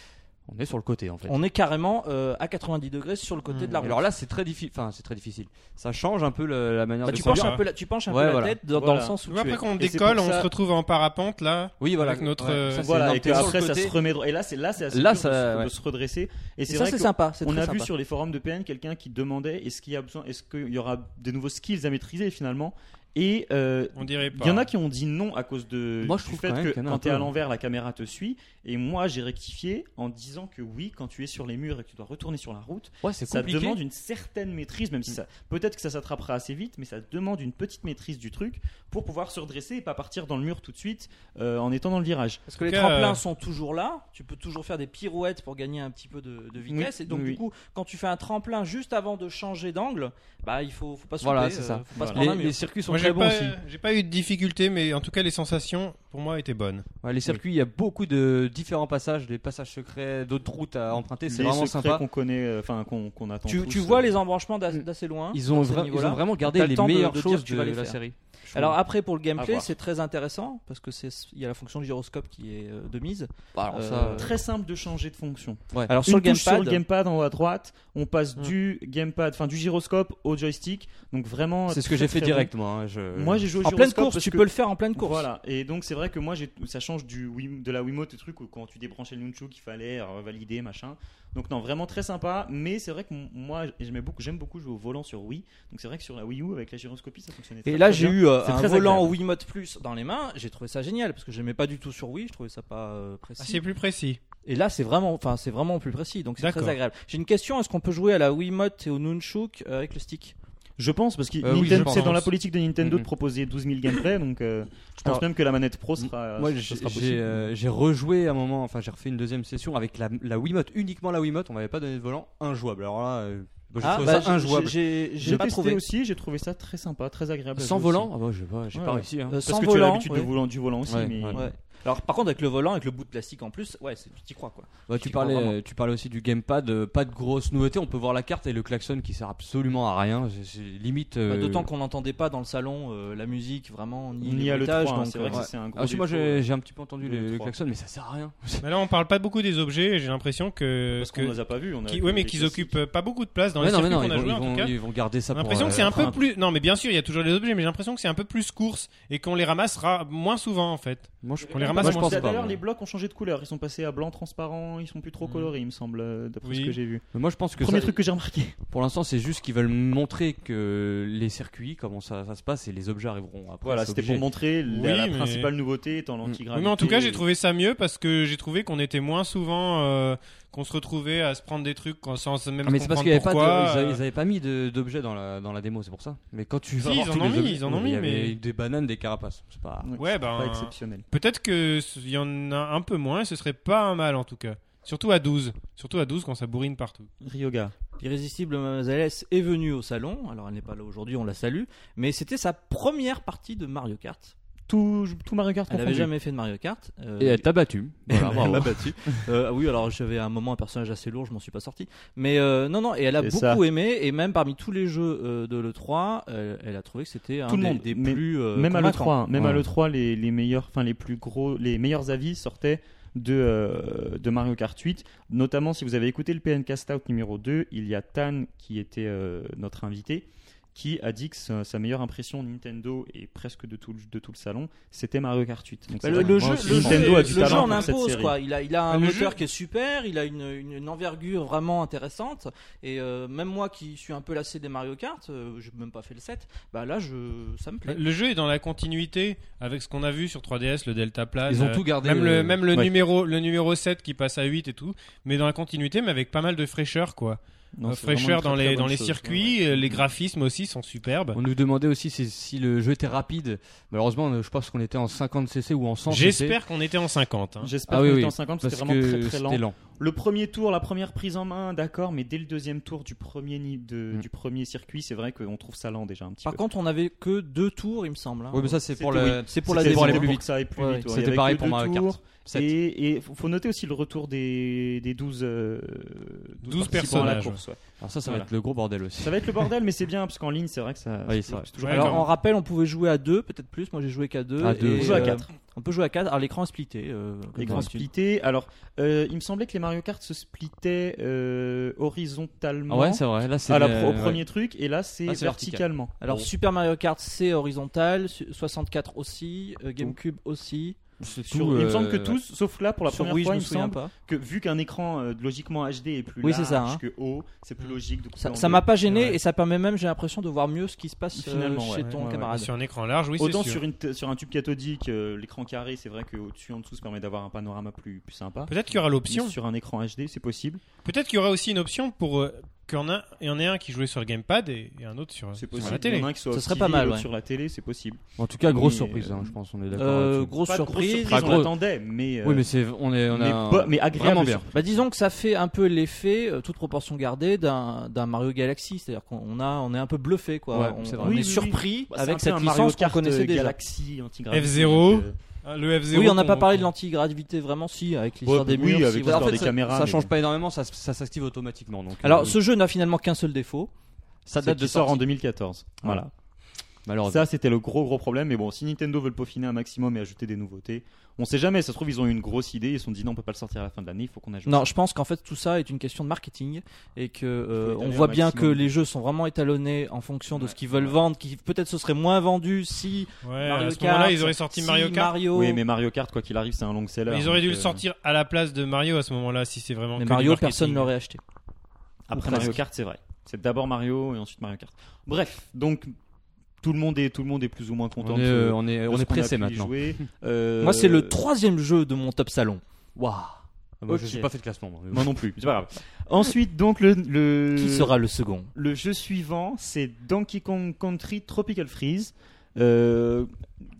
[SPEAKER 5] on est sur le côté en fait.
[SPEAKER 4] on est carrément euh, à 90 degrés sur le côté
[SPEAKER 6] Mmh.
[SPEAKER 4] de la route.
[SPEAKER 5] Alors là c'est très, difficile enfin, c'est très difficile, ça change un peu le- la manière
[SPEAKER 4] Bah,
[SPEAKER 5] de
[SPEAKER 4] tu
[SPEAKER 5] conduire.
[SPEAKER 4] penches un peu, la, tu penches un
[SPEAKER 5] hein. Ouais,
[SPEAKER 4] peu
[SPEAKER 5] voilà.
[SPEAKER 4] la tête dans, dans
[SPEAKER 3] Voilà.
[SPEAKER 4] le sens
[SPEAKER 6] Tu
[SPEAKER 4] où
[SPEAKER 6] vois,
[SPEAKER 4] tu es.
[SPEAKER 6] après quand on
[SPEAKER 3] Et c'est
[SPEAKER 6] décolle,
[SPEAKER 3] pour
[SPEAKER 6] on
[SPEAKER 3] ça-
[SPEAKER 6] se retrouve en parapente là.
[SPEAKER 5] Oui voilà,
[SPEAKER 6] Avec notre,
[SPEAKER 5] Ouais,
[SPEAKER 6] euh,
[SPEAKER 5] ça, c'est
[SPEAKER 3] Voilà,
[SPEAKER 5] énorme.
[SPEAKER 3] et que
[SPEAKER 5] T'es sur le
[SPEAKER 3] après ça
[SPEAKER 5] côté.
[SPEAKER 3] se remet. dro- Et là, c'est là, c'est assez dur
[SPEAKER 5] Là,
[SPEAKER 3] de
[SPEAKER 5] ça-
[SPEAKER 3] se- de,
[SPEAKER 5] ouais.
[SPEAKER 3] se redresser. Et
[SPEAKER 4] Et
[SPEAKER 3] c'est
[SPEAKER 4] ça
[SPEAKER 3] vrai
[SPEAKER 4] c'est
[SPEAKER 3] que
[SPEAKER 4] sympa, c'est
[SPEAKER 3] On
[SPEAKER 4] très
[SPEAKER 3] a vu
[SPEAKER 4] sympa.
[SPEAKER 3] sur les forums de PN quelqu'un qui demandait est-ce qu'il y a besoin, est-ce qu'il y aura des nouveaux skills à maîtriser finalement Et euh,
[SPEAKER 6] On dirait
[SPEAKER 3] il
[SPEAKER 6] pas.
[SPEAKER 3] y en a qui ont dit non à cause de
[SPEAKER 5] Moi, je
[SPEAKER 3] du
[SPEAKER 5] trouve
[SPEAKER 3] fait
[SPEAKER 5] quand même
[SPEAKER 3] que
[SPEAKER 5] qu'il y en a un
[SPEAKER 3] quand t'es
[SPEAKER 5] peu.
[SPEAKER 3] à l'envers la caméra te suit. Et moi j'ai rectifié en disant que oui quand tu es sur les murs et que tu dois retourner sur la route,
[SPEAKER 5] Ouais, c'est
[SPEAKER 3] ça
[SPEAKER 5] compliqué.
[SPEAKER 3] demande une certaine maîtrise, même si ça peut-être que ça s'attrapera assez vite, mais ça demande une petite maîtrise du truc pour pouvoir se redresser et pas partir dans le mur tout de suite euh, en étant dans le virage.
[SPEAKER 4] Parce que les
[SPEAKER 6] tout cas,
[SPEAKER 4] tremplins
[SPEAKER 6] euh,
[SPEAKER 4] sont toujours là, tu peux toujours faire des pirouettes pour gagner un petit peu de, de vitesse.
[SPEAKER 3] Oui,
[SPEAKER 4] et donc,
[SPEAKER 3] oui,
[SPEAKER 4] du
[SPEAKER 3] oui.
[SPEAKER 4] coup, quand tu fais un tremplin juste avant de changer d'angle, bah il faut, faut pas se
[SPEAKER 5] Voilà,
[SPEAKER 4] louper,
[SPEAKER 5] c'est ça.
[SPEAKER 4] euh, Faut pas se
[SPEAKER 5] Les,
[SPEAKER 4] prendre un mur.
[SPEAKER 5] les circuits sont
[SPEAKER 6] Moi,
[SPEAKER 5] très
[SPEAKER 6] j'ai
[SPEAKER 5] bons
[SPEAKER 6] pas,
[SPEAKER 5] aussi.
[SPEAKER 6] j'ai pas eu de difficulté, mais en tout cas les sensations pour moi étaient bonnes.
[SPEAKER 5] Ouais, les circuits, il y a beaucoup de différents passages, des passages secrets, d'autres routes à emprunter, c'est
[SPEAKER 3] Les
[SPEAKER 5] vraiment
[SPEAKER 3] secrets
[SPEAKER 5] sympa.
[SPEAKER 3] qu'on connaît, euh, enfin qu'on qu'on attend.
[SPEAKER 4] Tu,
[SPEAKER 3] tous,
[SPEAKER 4] tu vois
[SPEAKER 3] euh,
[SPEAKER 4] les embranchements d'as- d'assez loin.
[SPEAKER 5] Ils ont,
[SPEAKER 4] à ce
[SPEAKER 5] vra- ils
[SPEAKER 4] niveau-là.
[SPEAKER 5] ont vraiment
[SPEAKER 4] T'as
[SPEAKER 5] gardé
[SPEAKER 4] le
[SPEAKER 5] les
[SPEAKER 4] temps de-
[SPEAKER 5] meilleures
[SPEAKER 4] de dire
[SPEAKER 5] choses
[SPEAKER 4] que tu
[SPEAKER 5] de
[SPEAKER 4] vas les
[SPEAKER 5] la
[SPEAKER 4] faire.
[SPEAKER 5] série.
[SPEAKER 4] Alors après pour le gameplay
[SPEAKER 3] voir.
[SPEAKER 4] c'est très intéressant parce que c'est il y a la fonction gyroscope qui est euh, de mise.
[SPEAKER 5] alors ça,
[SPEAKER 4] euh,
[SPEAKER 5] euh,
[SPEAKER 3] Très simple de changer de fonction.
[SPEAKER 4] Alors
[SPEAKER 3] Une
[SPEAKER 4] sur le,
[SPEAKER 3] touche
[SPEAKER 4] gamepad, Mm.
[SPEAKER 3] sur le gamepad en haut à droite, on passe du gamepad, enfin du gyroscope au joystick. Donc vraiment.
[SPEAKER 5] c'est ce que
[SPEAKER 3] très,
[SPEAKER 5] j'ai fait
[SPEAKER 3] très
[SPEAKER 5] direct, moi. hein, je-
[SPEAKER 3] bon. Moi j'ai joué au
[SPEAKER 4] en pleine
[SPEAKER 3] gyroscope
[SPEAKER 4] course
[SPEAKER 3] parce
[SPEAKER 4] tu
[SPEAKER 3] que-
[SPEAKER 4] peux le faire en pleine course.
[SPEAKER 3] Voilà, et donc c'est vrai que moi j'ai- ça change du Wim- de la Wiimote, le truc où quand tu débranchais le Nunchuk il fallait euh, valider, machin. Donc non, vraiment très sympa, mais c'est vrai que m- moi j'aimais beaucoup, j'aime beaucoup jouer au volant sur Wii, donc c'est vrai que sur la Wii U avec la gyroscopie ça fonctionnait très
[SPEAKER 4] Et là
[SPEAKER 3] très
[SPEAKER 4] j'ai
[SPEAKER 3] bien.
[SPEAKER 4] eu euh,
[SPEAKER 3] C'est
[SPEAKER 4] un
[SPEAKER 3] très
[SPEAKER 4] volant
[SPEAKER 3] agréable.
[SPEAKER 4] Wiimote Plus dans les mains, j'ai trouvé ça génial parce que j'aimais pas du tout sur Wii, je trouvais ça pas euh,
[SPEAKER 6] Ah,
[SPEAKER 4] précis.
[SPEAKER 6] c'est plus précis.
[SPEAKER 4] Et là, c'est vraiment, enfin, c'est vraiment plus précis, donc c'est
[SPEAKER 6] D'accord.
[SPEAKER 4] très agréable. J'ai une question est-ce qu'on peut jouer à la Wiimote et au Nunchuk euh, avec le stick
[SPEAKER 3] Je pense, parce que
[SPEAKER 5] Euh, oui,
[SPEAKER 3] Nintendo-
[SPEAKER 5] je pense.
[SPEAKER 3] c'est dans la politique de Nintendo
[SPEAKER 4] Mm-hmm.
[SPEAKER 5] Mhm.
[SPEAKER 3] de proposer 12 000 gameplays, donc euh, je pense
[SPEAKER 5] Alors,
[SPEAKER 3] même que la manette pro sera.
[SPEAKER 5] Moi,
[SPEAKER 3] Ah, ça
[SPEAKER 5] j'ai
[SPEAKER 3] sera possible.
[SPEAKER 5] j'ai, euh, j'ai rejoué un moment, enfin, j'ai refait une deuxième session avec la, la Wiimote, uniquement la Wiimote. On m'avait pas donné de volant, injouable. Alors là, euh, moi, j'ai trouvé
[SPEAKER 4] bah,
[SPEAKER 5] ça injouable.
[SPEAKER 4] j'ai- j'ai-
[SPEAKER 3] J'ai
[SPEAKER 4] j'ai pas
[SPEAKER 3] testé
[SPEAKER 4] trouvé.
[SPEAKER 3] aussi, j'ai trouvé ça très sympa, très agréable. à
[SPEAKER 5] Sans
[SPEAKER 3] jouer
[SPEAKER 5] volant
[SPEAKER 3] aussi.
[SPEAKER 5] Ah bah, je sais pas, j'ai
[SPEAKER 3] Ouais,
[SPEAKER 5] pas
[SPEAKER 3] ouais.
[SPEAKER 5] réussi. hein.
[SPEAKER 4] Euh, sans
[SPEAKER 3] Parce que tu as
[SPEAKER 4] volant,
[SPEAKER 3] l'habitude de
[SPEAKER 4] ouais.
[SPEAKER 3] volant, du volant aussi,
[SPEAKER 5] Ouais,
[SPEAKER 3] mais.
[SPEAKER 5] ouais.
[SPEAKER 4] Ouais. Alors par contre avec le volant, avec le bout de plastique en plus, ouais, c'est- tu y crois quoi.
[SPEAKER 5] Bah, tu,
[SPEAKER 4] J'y crois
[SPEAKER 5] parlais,
[SPEAKER 4] vraiment.
[SPEAKER 5] tu parlais aussi du gamepad, euh, pas de grosses nouveautés. On peut voir la carte et le klaxon qui sert absolument à rien. C'est- C'est limite.
[SPEAKER 4] Bah,
[SPEAKER 5] euh,
[SPEAKER 4] D'autant qu'on n'entendait pas dans le salon euh, la musique vraiment ni,
[SPEAKER 3] Ni
[SPEAKER 4] les
[SPEAKER 3] à le
[SPEAKER 4] bruitages,
[SPEAKER 3] 3, hein,
[SPEAKER 4] donc,
[SPEAKER 3] c'est vrai
[SPEAKER 4] euh,
[SPEAKER 3] que
[SPEAKER 4] ouais.
[SPEAKER 3] c'est un gros.
[SPEAKER 5] Ah, si, moi
[SPEAKER 3] défaut.
[SPEAKER 5] j'ai j'ai un petit peu entendu
[SPEAKER 3] Le
[SPEAKER 5] le, le
[SPEAKER 3] trois.
[SPEAKER 5] klaxon, mais ça sert à rien.
[SPEAKER 6] Mais là, on parle pas beaucoup des objets. J'ai l'impression que.
[SPEAKER 3] Parce
[SPEAKER 6] que
[SPEAKER 3] qu'on ne les a pas vus. on a
[SPEAKER 6] qui-
[SPEAKER 3] vu
[SPEAKER 6] ouais, mais
[SPEAKER 3] les
[SPEAKER 6] qu'ils
[SPEAKER 3] classiques.
[SPEAKER 6] occupent pas beaucoup de place dans
[SPEAKER 5] Ouais,
[SPEAKER 6] les
[SPEAKER 5] non, mais non,
[SPEAKER 6] circuits qu'on a
[SPEAKER 5] ils vont-
[SPEAKER 6] joué
[SPEAKER 5] ils
[SPEAKER 6] en tout
[SPEAKER 5] vont-
[SPEAKER 6] cas.
[SPEAKER 5] ils vont garder ça
[SPEAKER 6] J'ai
[SPEAKER 5] pour.
[SPEAKER 6] l'impression que c'est
[SPEAKER 5] euh,
[SPEAKER 6] un peu
[SPEAKER 5] train.
[SPEAKER 6] plus. Non, mais bien sûr, il y a toujours les objets, mais j'ai l'impression que c'est un peu plus course et qu'on les ramassera moins souvent en fait.
[SPEAKER 5] Moi, je
[SPEAKER 6] On les ramasse
[SPEAKER 5] Moi, je
[SPEAKER 6] moins
[SPEAKER 5] pense
[SPEAKER 6] souvent.
[SPEAKER 5] pas.
[SPEAKER 3] D'ailleurs,
[SPEAKER 5] moi.
[SPEAKER 3] les blocs ont changé de couleur. Ils sont passés à blanc transparent. Ils sont plus trop
[SPEAKER 5] Mhm.
[SPEAKER 3] colorés, il me semble, euh, d'après
[SPEAKER 6] Oui.
[SPEAKER 3] ce que j'ai vu.
[SPEAKER 5] Mais Moi, je pense que
[SPEAKER 3] Premier
[SPEAKER 5] ça-
[SPEAKER 3] truc que j'ai remarqué.
[SPEAKER 5] pour l'instant, c'est juste qu'ils veulent montrer que les circuits, comment ça, ça se passe, et les objets arriveront après.
[SPEAKER 3] Voilà,
[SPEAKER 5] c'est
[SPEAKER 3] c'était pour
[SPEAKER 5] obligé.
[SPEAKER 3] montrer
[SPEAKER 6] Oui,
[SPEAKER 3] la, la
[SPEAKER 6] mais-
[SPEAKER 3] principale nouveauté étant
[SPEAKER 6] Oui,
[SPEAKER 3] l'antigravité.
[SPEAKER 6] mais en tout cas, j'ai trouvé ça mieux parce que j'ai trouvé qu'on était moins souvent. euh, qu'on se retrouvait à se prendre des trucs quand- sans même
[SPEAKER 5] Ah, mais c'est parce
[SPEAKER 6] comprendre
[SPEAKER 5] qu'il y avait pas, de-
[SPEAKER 6] pourquoi.
[SPEAKER 5] ils avaient-
[SPEAKER 6] euh,
[SPEAKER 5] ils avaient pas mis de- d'objets dans la dans la démo, c'est pour ça. Mais quand tu vas
[SPEAKER 6] Si,
[SPEAKER 5] voir
[SPEAKER 6] ils en
[SPEAKER 5] tous
[SPEAKER 6] ont
[SPEAKER 5] les
[SPEAKER 6] mis,
[SPEAKER 5] objets-
[SPEAKER 6] ils en ont
[SPEAKER 5] Il y
[SPEAKER 6] mis, mais-
[SPEAKER 5] avait des bananes, des carapaces. C'est pas.
[SPEAKER 6] Ouais, ben,
[SPEAKER 3] Pas exceptionnel.
[SPEAKER 6] Peut-être que s- il y en a un peu moins, ce serait pas un mal en tout cas. Surtout à 12. Surtout à 12 quand ça bourrine partout.
[SPEAKER 3] Ryoga.
[SPEAKER 4] Irrésistible Mademoiselle est venue au salon, alors elle n'est pas là aujourd'hui, on la salue, mais c'était sa première partie de Mario Kart.
[SPEAKER 3] Tout, tout Mario Kart
[SPEAKER 4] Elle n'avait
[SPEAKER 3] confondu.
[SPEAKER 4] jamais fait de Mario Kart. euh,
[SPEAKER 5] Et elle t'a battu. Voilà,
[SPEAKER 4] elle
[SPEAKER 3] hein.
[SPEAKER 5] bravo.
[SPEAKER 4] m'a battu. Euh, ah oui, alors j'avais à un moment un personnage assez lourd, je m'en suis pas sorti. Mais euh, non, non, et elle a
[SPEAKER 3] C'est
[SPEAKER 4] beaucoup
[SPEAKER 3] ça.
[SPEAKER 4] aimé, et même parmi tous les jeux euh, de l'E3, euh, elle a trouvé que c'était un
[SPEAKER 3] Tout le
[SPEAKER 4] des,
[SPEAKER 3] monde,
[SPEAKER 4] des
[SPEAKER 3] mais-
[SPEAKER 4] plus. euh,
[SPEAKER 3] même à
[SPEAKER 4] convaincants.
[SPEAKER 3] l'E3, même à
[SPEAKER 5] Ouais.
[SPEAKER 3] l'E3, les, les meilleurs, enfin les plus gros, les meilleurs avis sortaient de, euh, de Mario Kart 8. Notamment, si vous avez écouté le PN Cast Out numéro 2, il y a Tan qui était euh, notre invité, qui a dit que sa, sa meilleure impression Nintendo et presque de tout, le- de tout le salon, c'était Mario Kart 8. Donc,
[SPEAKER 4] Bah,
[SPEAKER 3] c'est
[SPEAKER 4] le,
[SPEAKER 3] vraiment-
[SPEAKER 4] le jeu,
[SPEAKER 6] aussi,
[SPEAKER 4] le
[SPEAKER 3] Nintendo
[SPEAKER 4] jeu-
[SPEAKER 3] a du
[SPEAKER 4] le jeu
[SPEAKER 3] talent
[SPEAKER 4] en
[SPEAKER 3] pour cette
[SPEAKER 4] impose
[SPEAKER 3] série.
[SPEAKER 4] quoi. Il a, il a un
[SPEAKER 6] Le
[SPEAKER 4] moteur
[SPEAKER 6] jeu-
[SPEAKER 4] qui est super, il a une, une- une envergure vraiment intéressante. Et euh, même moi qui suis un peu lassé des Mario Kart, je j'ai même pas fait le 7, bah là je, ça me plaît.
[SPEAKER 6] Le jeu est dans la continuité avec ce qu'on a vu sur 3DS, le Delta Plane.
[SPEAKER 5] Ils ont
[SPEAKER 6] euh,
[SPEAKER 5] tout gardé.
[SPEAKER 6] Même
[SPEAKER 5] euh,
[SPEAKER 6] le, même le,
[SPEAKER 3] ouais.
[SPEAKER 6] numéro, le numéro 7 qui passe à 8 et tout, mais dans la continuité, mais avec pas mal de fraîcheur quoi.
[SPEAKER 3] Non,
[SPEAKER 6] Euh,
[SPEAKER 3] c'est vraiment
[SPEAKER 6] fraîcheur
[SPEAKER 3] une très,
[SPEAKER 6] dans
[SPEAKER 3] très
[SPEAKER 6] les,
[SPEAKER 3] bonne
[SPEAKER 6] dans les
[SPEAKER 3] chose.
[SPEAKER 6] circuits, euh, les graphismes aussi sont superbes.
[SPEAKER 5] On nous demandait aussi si, si le jeu était rapide. Malheureusement, euh, je pense qu'on était en 50 cc ou en 100 cc.
[SPEAKER 6] J'espère qu'on était en 50. hein.
[SPEAKER 3] J'espère
[SPEAKER 5] Ah
[SPEAKER 3] que
[SPEAKER 5] oui,
[SPEAKER 3] le
[SPEAKER 5] oui.
[SPEAKER 3] temps 50, c'était
[SPEAKER 5] Parce
[SPEAKER 3] vraiment très
[SPEAKER 5] que
[SPEAKER 3] très lent.
[SPEAKER 5] c'était lent.
[SPEAKER 3] Le premier tour, la première prise en main, d'accord, mais dès le deuxième tour du premier, ni- de,
[SPEAKER 5] Mm.
[SPEAKER 3] du premier circuit, c'est vrai qu'on trouve ça lent déjà un petit
[SPEAKER 4] Par
[SPEAKER 3] peu.
[SPEAKER 4] contre, on avait que deux tours, il me semble. hein.
[SPEAKER 5] Oui, mais ça c'est
[SPEAKER 3] C'était-
[SPEAKER 5] pour la.
[SPEAKER 4] c'est pour la
[SPEAKER 5] c'était
[SPEAKER 4] démo.
[SPEAKER 5] pour aller
[SPEAKER 3] C'était
[SPEAKER 5] plus
[SPEAKER 3] pour
[SPEAKER 5] vite.
[SPEAKER 3] que ça aille plus
[SPEAKER 4] Ouais,
[SPEAKER 3] vite. ouais. Il y
[SPEAKER 5] C'était
[SPEAKER 3] avait
[SPEAKER 5] pareil
[SPEAKER 3] que
[SPEAKER 5] pour
[SPEAKER 3] deux
[SPEAKER 5] Mario
[SPEAKER 3] tours.
[SPEAKER 5] Kart. Sept.
[SPEAKER 3] Et il faut noter aussi le retour des, des 12, euh, 12,
[SPEAKER 6] 12
[SPEAKER 3] participants à la
[SPEAKER 6] personnages.
[SPEAKER 3] course. ouais.
[SPEAKER 5] Alors ça, ça
[SPEAKER 3] Voilà.
[SPEAKER 5] va être le gros bordel aussi.
[SPEAKER 3] Ça va être le bordel, mais c'est bien parce qu'en ligne, c'est vrai que ça.
[SPEAKER 5] Oui, c'est vrai.
[SPEAKER 3] toujours-
[SPEAKER 6] Ouais,
[SPEAKER 4] Alors
[SPEAKER 6] quand
[SPEAKER 4] on rappelle, on pouvait jouer à deux, peut-être plus. Moi j'ai joué qu'à deux.
[SPEAKER 5] À deux,
[SPEAKER 4] et,
[SPEAKER 5] oui.
[SPEAKER 3] On joue à
[SPEAKER 4] euh,
[SPEAKER 3] quatre.
[SPEAKER 4] on peut jouer à quatre. Alors l'écran est splitté. euh, comme
[SPEAKER 3] Écran
[SPEAKER 4] d'habitude.
[SPEAKER 3] splitté. Alors, euh, il me semblait que les Mario Kart se splittaient euh, horizontalement
[SPEAKER 5] Ah ouais, c'est vrai. Là, c'est
[SPEAKER 3] à la
[SPEAKER 5] le-
[SPEAKER 3] pro- au
[SPEAKER 5] ouais.
[SPEAKER 3] premier truc, et là, c'est
[SPEAKER 5] Là, c'est vertical.
[SPEAKER 3] verticalement.
[SPEAKER 4] Alors Super Mario Kart c'est horizontal, su- 64 aussi, euh, GameCube aussi.
[SPEAKER 5] C'est
[SPEAKER 3] Sur-
[SPEAKER 5] tout,
[SPEAKER 3] il me semble que
[SPEAKER 5] euh,
[SPEAKER 3] tous, sauf là pour la
[SPEAKER 4] Sur
[SPEAKER 3] première
[SPEAKER 4] Wii,
[SPEAKER 3] fois,
[SPEAKER 4] je
[SPEAKER 3] il
[SPEAKER 4] me
[SPEAKER 3] me
[SPEAKER 4] souviens
[SPEAKER 3] semble
[SPEAKER 4] pas.
[SPEAKER 3] que vu qu'un écran euh, logiquement HD est plus
[SPEAKER 4] Oui, c'est
[SPEAKER 3] large
[SPEAKER 4] ça, hein.
[SPEAKER 3] que haut, c'est plus logique. de couper
[SPEAKER 4] Ça,
[SPEAKER 3] en
[SPEAKER 4] ça
[SPEAKER 3] deux.
[SPEAKER 4] m'a pas gêné
[SPEAKER 6] Ouais.
[SPEAKER 4] et ça permet même, j'ai l'impression, de voir mieux ce qui se passe euh,
[SPEAKER 3] Finalement, ouais.
[SPEAKER 4] chez ton
[SPEAKER 6] Ouais, ouais,
[SPEAKER 4] camarade.
[SPEAKER 6] Sur un écran large, oui, c'est
[SPEAKER 3] Autant
[SPEAKER 6] sûr.
[SPEAKER 3] sur, une t- sur un tube cathodique, euh, l'écran carré, c'est vrai qu'au-dessus, en dessous, ça permet d'avoir un panorama plus, plus sympa.
[SPEAKER 6] Peut-être qu'il y aura l'option.
[SPEAKER 3] Mais Sur un écran HD, c'est possible.
[SPEAKER 6] Peut-être qu'il y aura aussi une option pour euh, qu'il y en a- il y en ait un qui jouait sur le gamepad et, et un autre sur,
[SPEAKER 3] C'est
[SPEAKER 6] sur
[SPEAKER 3] possible.
[SPEAKER 6] la
[SPEAKER 3] Il y
[SPEAKER 6] télé.
[SPEAKER 3] en a un qui soit
[SPEAKER 4] Ça
[SPEAKER 3] au
[SPEAKER 4] serait
[SPEAKER 3] petit
[SPEAKER 4] pas
[SPEAKER 3] lit,
[SPEAKER 4] mal,
[SPEAKER 3] l'autre
[SPEAKER 4] ouais.
[SPEAKER 3] sur la télé, c'est possible.
[SPEAKER 5] En tout cas, grosse
[SPEAKER 3] Mais,
[SPEAKER 5] surprise.
[SPEAKER 3] euh,
[SPEAKER 5] hein, je pense, on est d'accord.
[SPEAKER 4] Euh,
[SPEAKER 5] là-dessus.
[SPEAKER 4] grosse
[SPEAKER 3] Pas de grosse
[SPEAKER 4] surprise.
[SPEAKER 3] surprise,
[SPEAKER 5] Pas
[SPEAKER 3] on
[SPEAKER 5] gros-
[SPEAKER 3] l'attendait, mais, euh,
[SPEAKER 5] Oui, mais c'est on est on a
[SPEAKER 3] mais,
[SPEAKER 5] un-
[SPEAKER 3] bo- mais agréable.
[SPEAKER 5] vraiment bien.
[SPEAKER 4] Bah disons que ça fait un peu l'effet, euh, toute proportion gardée, d'un d'un Mario Galaxy, c'est-à-dire qu'on on a, on est un peu bluffé quoi.
[SPEAKER 5] Ouais,
[SPEAKER 4] on
[SPEAKER 5] c'est
[SPEAKER 4] on
[SPEAKER 5] vrai.
[SPEAKER 4] est
[SPEAKER 3] Oui, oui,
[SPEAKER 4] surpris
[SPEAKER 3] Bah, c'est un
[SPEAKER 4] avec
[SPEAKER 3] peu
[SPEAKER 4] cette
[SPEAKER 3] un Mario
[SPEAKER 4] licence qu'on
[SPEAKER 3] Kart,
[SPEAKER 4] connaissait
[SPEAKER 3] euh,
[SPEAKER 4] déjà.
[SPEAKER 3] Galaxy, anti-gravité,
[SPEAKER 6] F-Zero.
[SPEAKER 3] donc, euh,
[SPEAKER 6] Ah, Le F0.
[SPEAKER 4] Oui, on n'a pas
[SPEAKER 6] qu'on-
[SPEAKER 4] parlé de l'antigravité vraiment si avec l'histoire
[SPEAKER 3] Ouais,
[SPEAKER 4] des
[SPEAKER 3] oui,
[SPEAKER 4] murs.
[SPEAKER 3] avec
[SPEAKER 4] si,
[SPEAKER 3] l'histoire
[SPEAKER 5] En
[SPEAKER 4] voilà.
[SPEAKER 5] fait,
[SPEAKER 3] des
[SPEAKER 5] ça-
[SPEAKER 3] caméras,
[SPEAKER 5] Ça
[SPEAKER 3] mais
[SPEAKER 5] change
[SPEAKER 3] bon.
[SPEAKER 5] pas énormément. Ça, ça s'active automatiquement. Donc. euh,
[SPEAKER 4] Alors ce jeu n'a finalement qu'un seul défaut.
[SPEAKER 5] ça
[SPEAKER 3] Ça
[SPEAKER 5] date de
[SPEAKER 3] sort en
[SPEAKER 5] sortie.
[SPEAKER 3] 2014. Voilà.
[SPEAKER 5] Malheureusement.
[SPEAKER 3] Ça, c'était le gros gros problème. Mais bon, si Nintendo veut le peaufiner un maximum et ajouter des nouveautés, on sait jamais. Ça se trouve, ils ont eu une grosse idée. Ils se sont dit non, on peut pas le sortir à la fin de l'année. Il faut qu'on ajoute.
[SPEAKER 4] Non, je pense qu'en fait tout ça est une question de marketing et que euh,
[SPEAKER 3] Il faut étaler
[SPEAKER 4] on
[SPEAKER 3] un
[SPEAKER 4] voit bien que
[SPEAKER 3] maximum.
[SPEAKER 4] les jeux sont vraiment étalonnés en fonction de
[SPEAKER 3] Ouais.
[SPEAKER 4] ce qu'ils veulent vendre, qui peut-être ce serait moins vendu si
[SPEAKER 6] Ouais,
[SPEAKER 4] Mario
[SPEAKER 6] à ce
[SPEAKER 4] Kart,
[SPEAKER 6] moment-là, ils auraient sorti
[SPEAKER 4] si
[SPEAKER 6] Mario Kart.
[SPEAKER 4] Mario,
[SPEAKER 3] Oui, mais Mario Kart, quoi qu'il arrive, c'est un long seller.
[SPEAKER 6] Mais Bah, ils auraient dû
[SPEAKER 3] donc,
[SPEAKER 6] le
[SPEAKER 3] euh,
[SPEAKER 6] sortir à la place de Mario à ce moment-là, si c'est vraiment.
[SPEAKER 4] mais
[SPEAKER 6] que du
[SPEAKER 4] Mario
[SPEAKER 6] marketing.
[SPEAKER 4] personne ne l'aurait acheté.
[SPEAKER 3] Après
[SPEAKER 4] Ou
[SPEAKER 3] Mario
[SPEAKER 4] presque.
[SPEAKER 3] Kart, c'est vrai. C'est d'abord Mario et ensuite Mario Kart. Bref, donc tout le monde est tout le monde est plus ou moins content.
[SPEAKER 5] On est,
[SPEAKER 3] de-
[SPEAKER 5] euh, on est,
[SPEAKER 3] de
[SPEAKER 5] on
[SPEAKER 3] ce
[SPEAKER 5] est
[SPEAKER 3] qu'on a pu
[SPEAKER 5] pressé
[SPEAKER 3] y
[SPEAKER 5] maintenant.
[SPEAKER 3] jouer. Euh,
[SPEAKER 4] Moi c'est le troisième jeu de mon top salon.
[SPEAKER 5] Waouh. Moi, Ah, bah, Je
[SPEAKER 3] Ok.
[SPEAKER 5] n'ai pas fait de classement. moi.
[SPEAKER 3] Moi non plus. C'est pas grave. Ensuite, donc le, le
[SPEAKER 4] Qui sera le second
[SPEAKER 3] le jeu suivant, c'est Donkey Kong Country Tropical Freeze. Euh,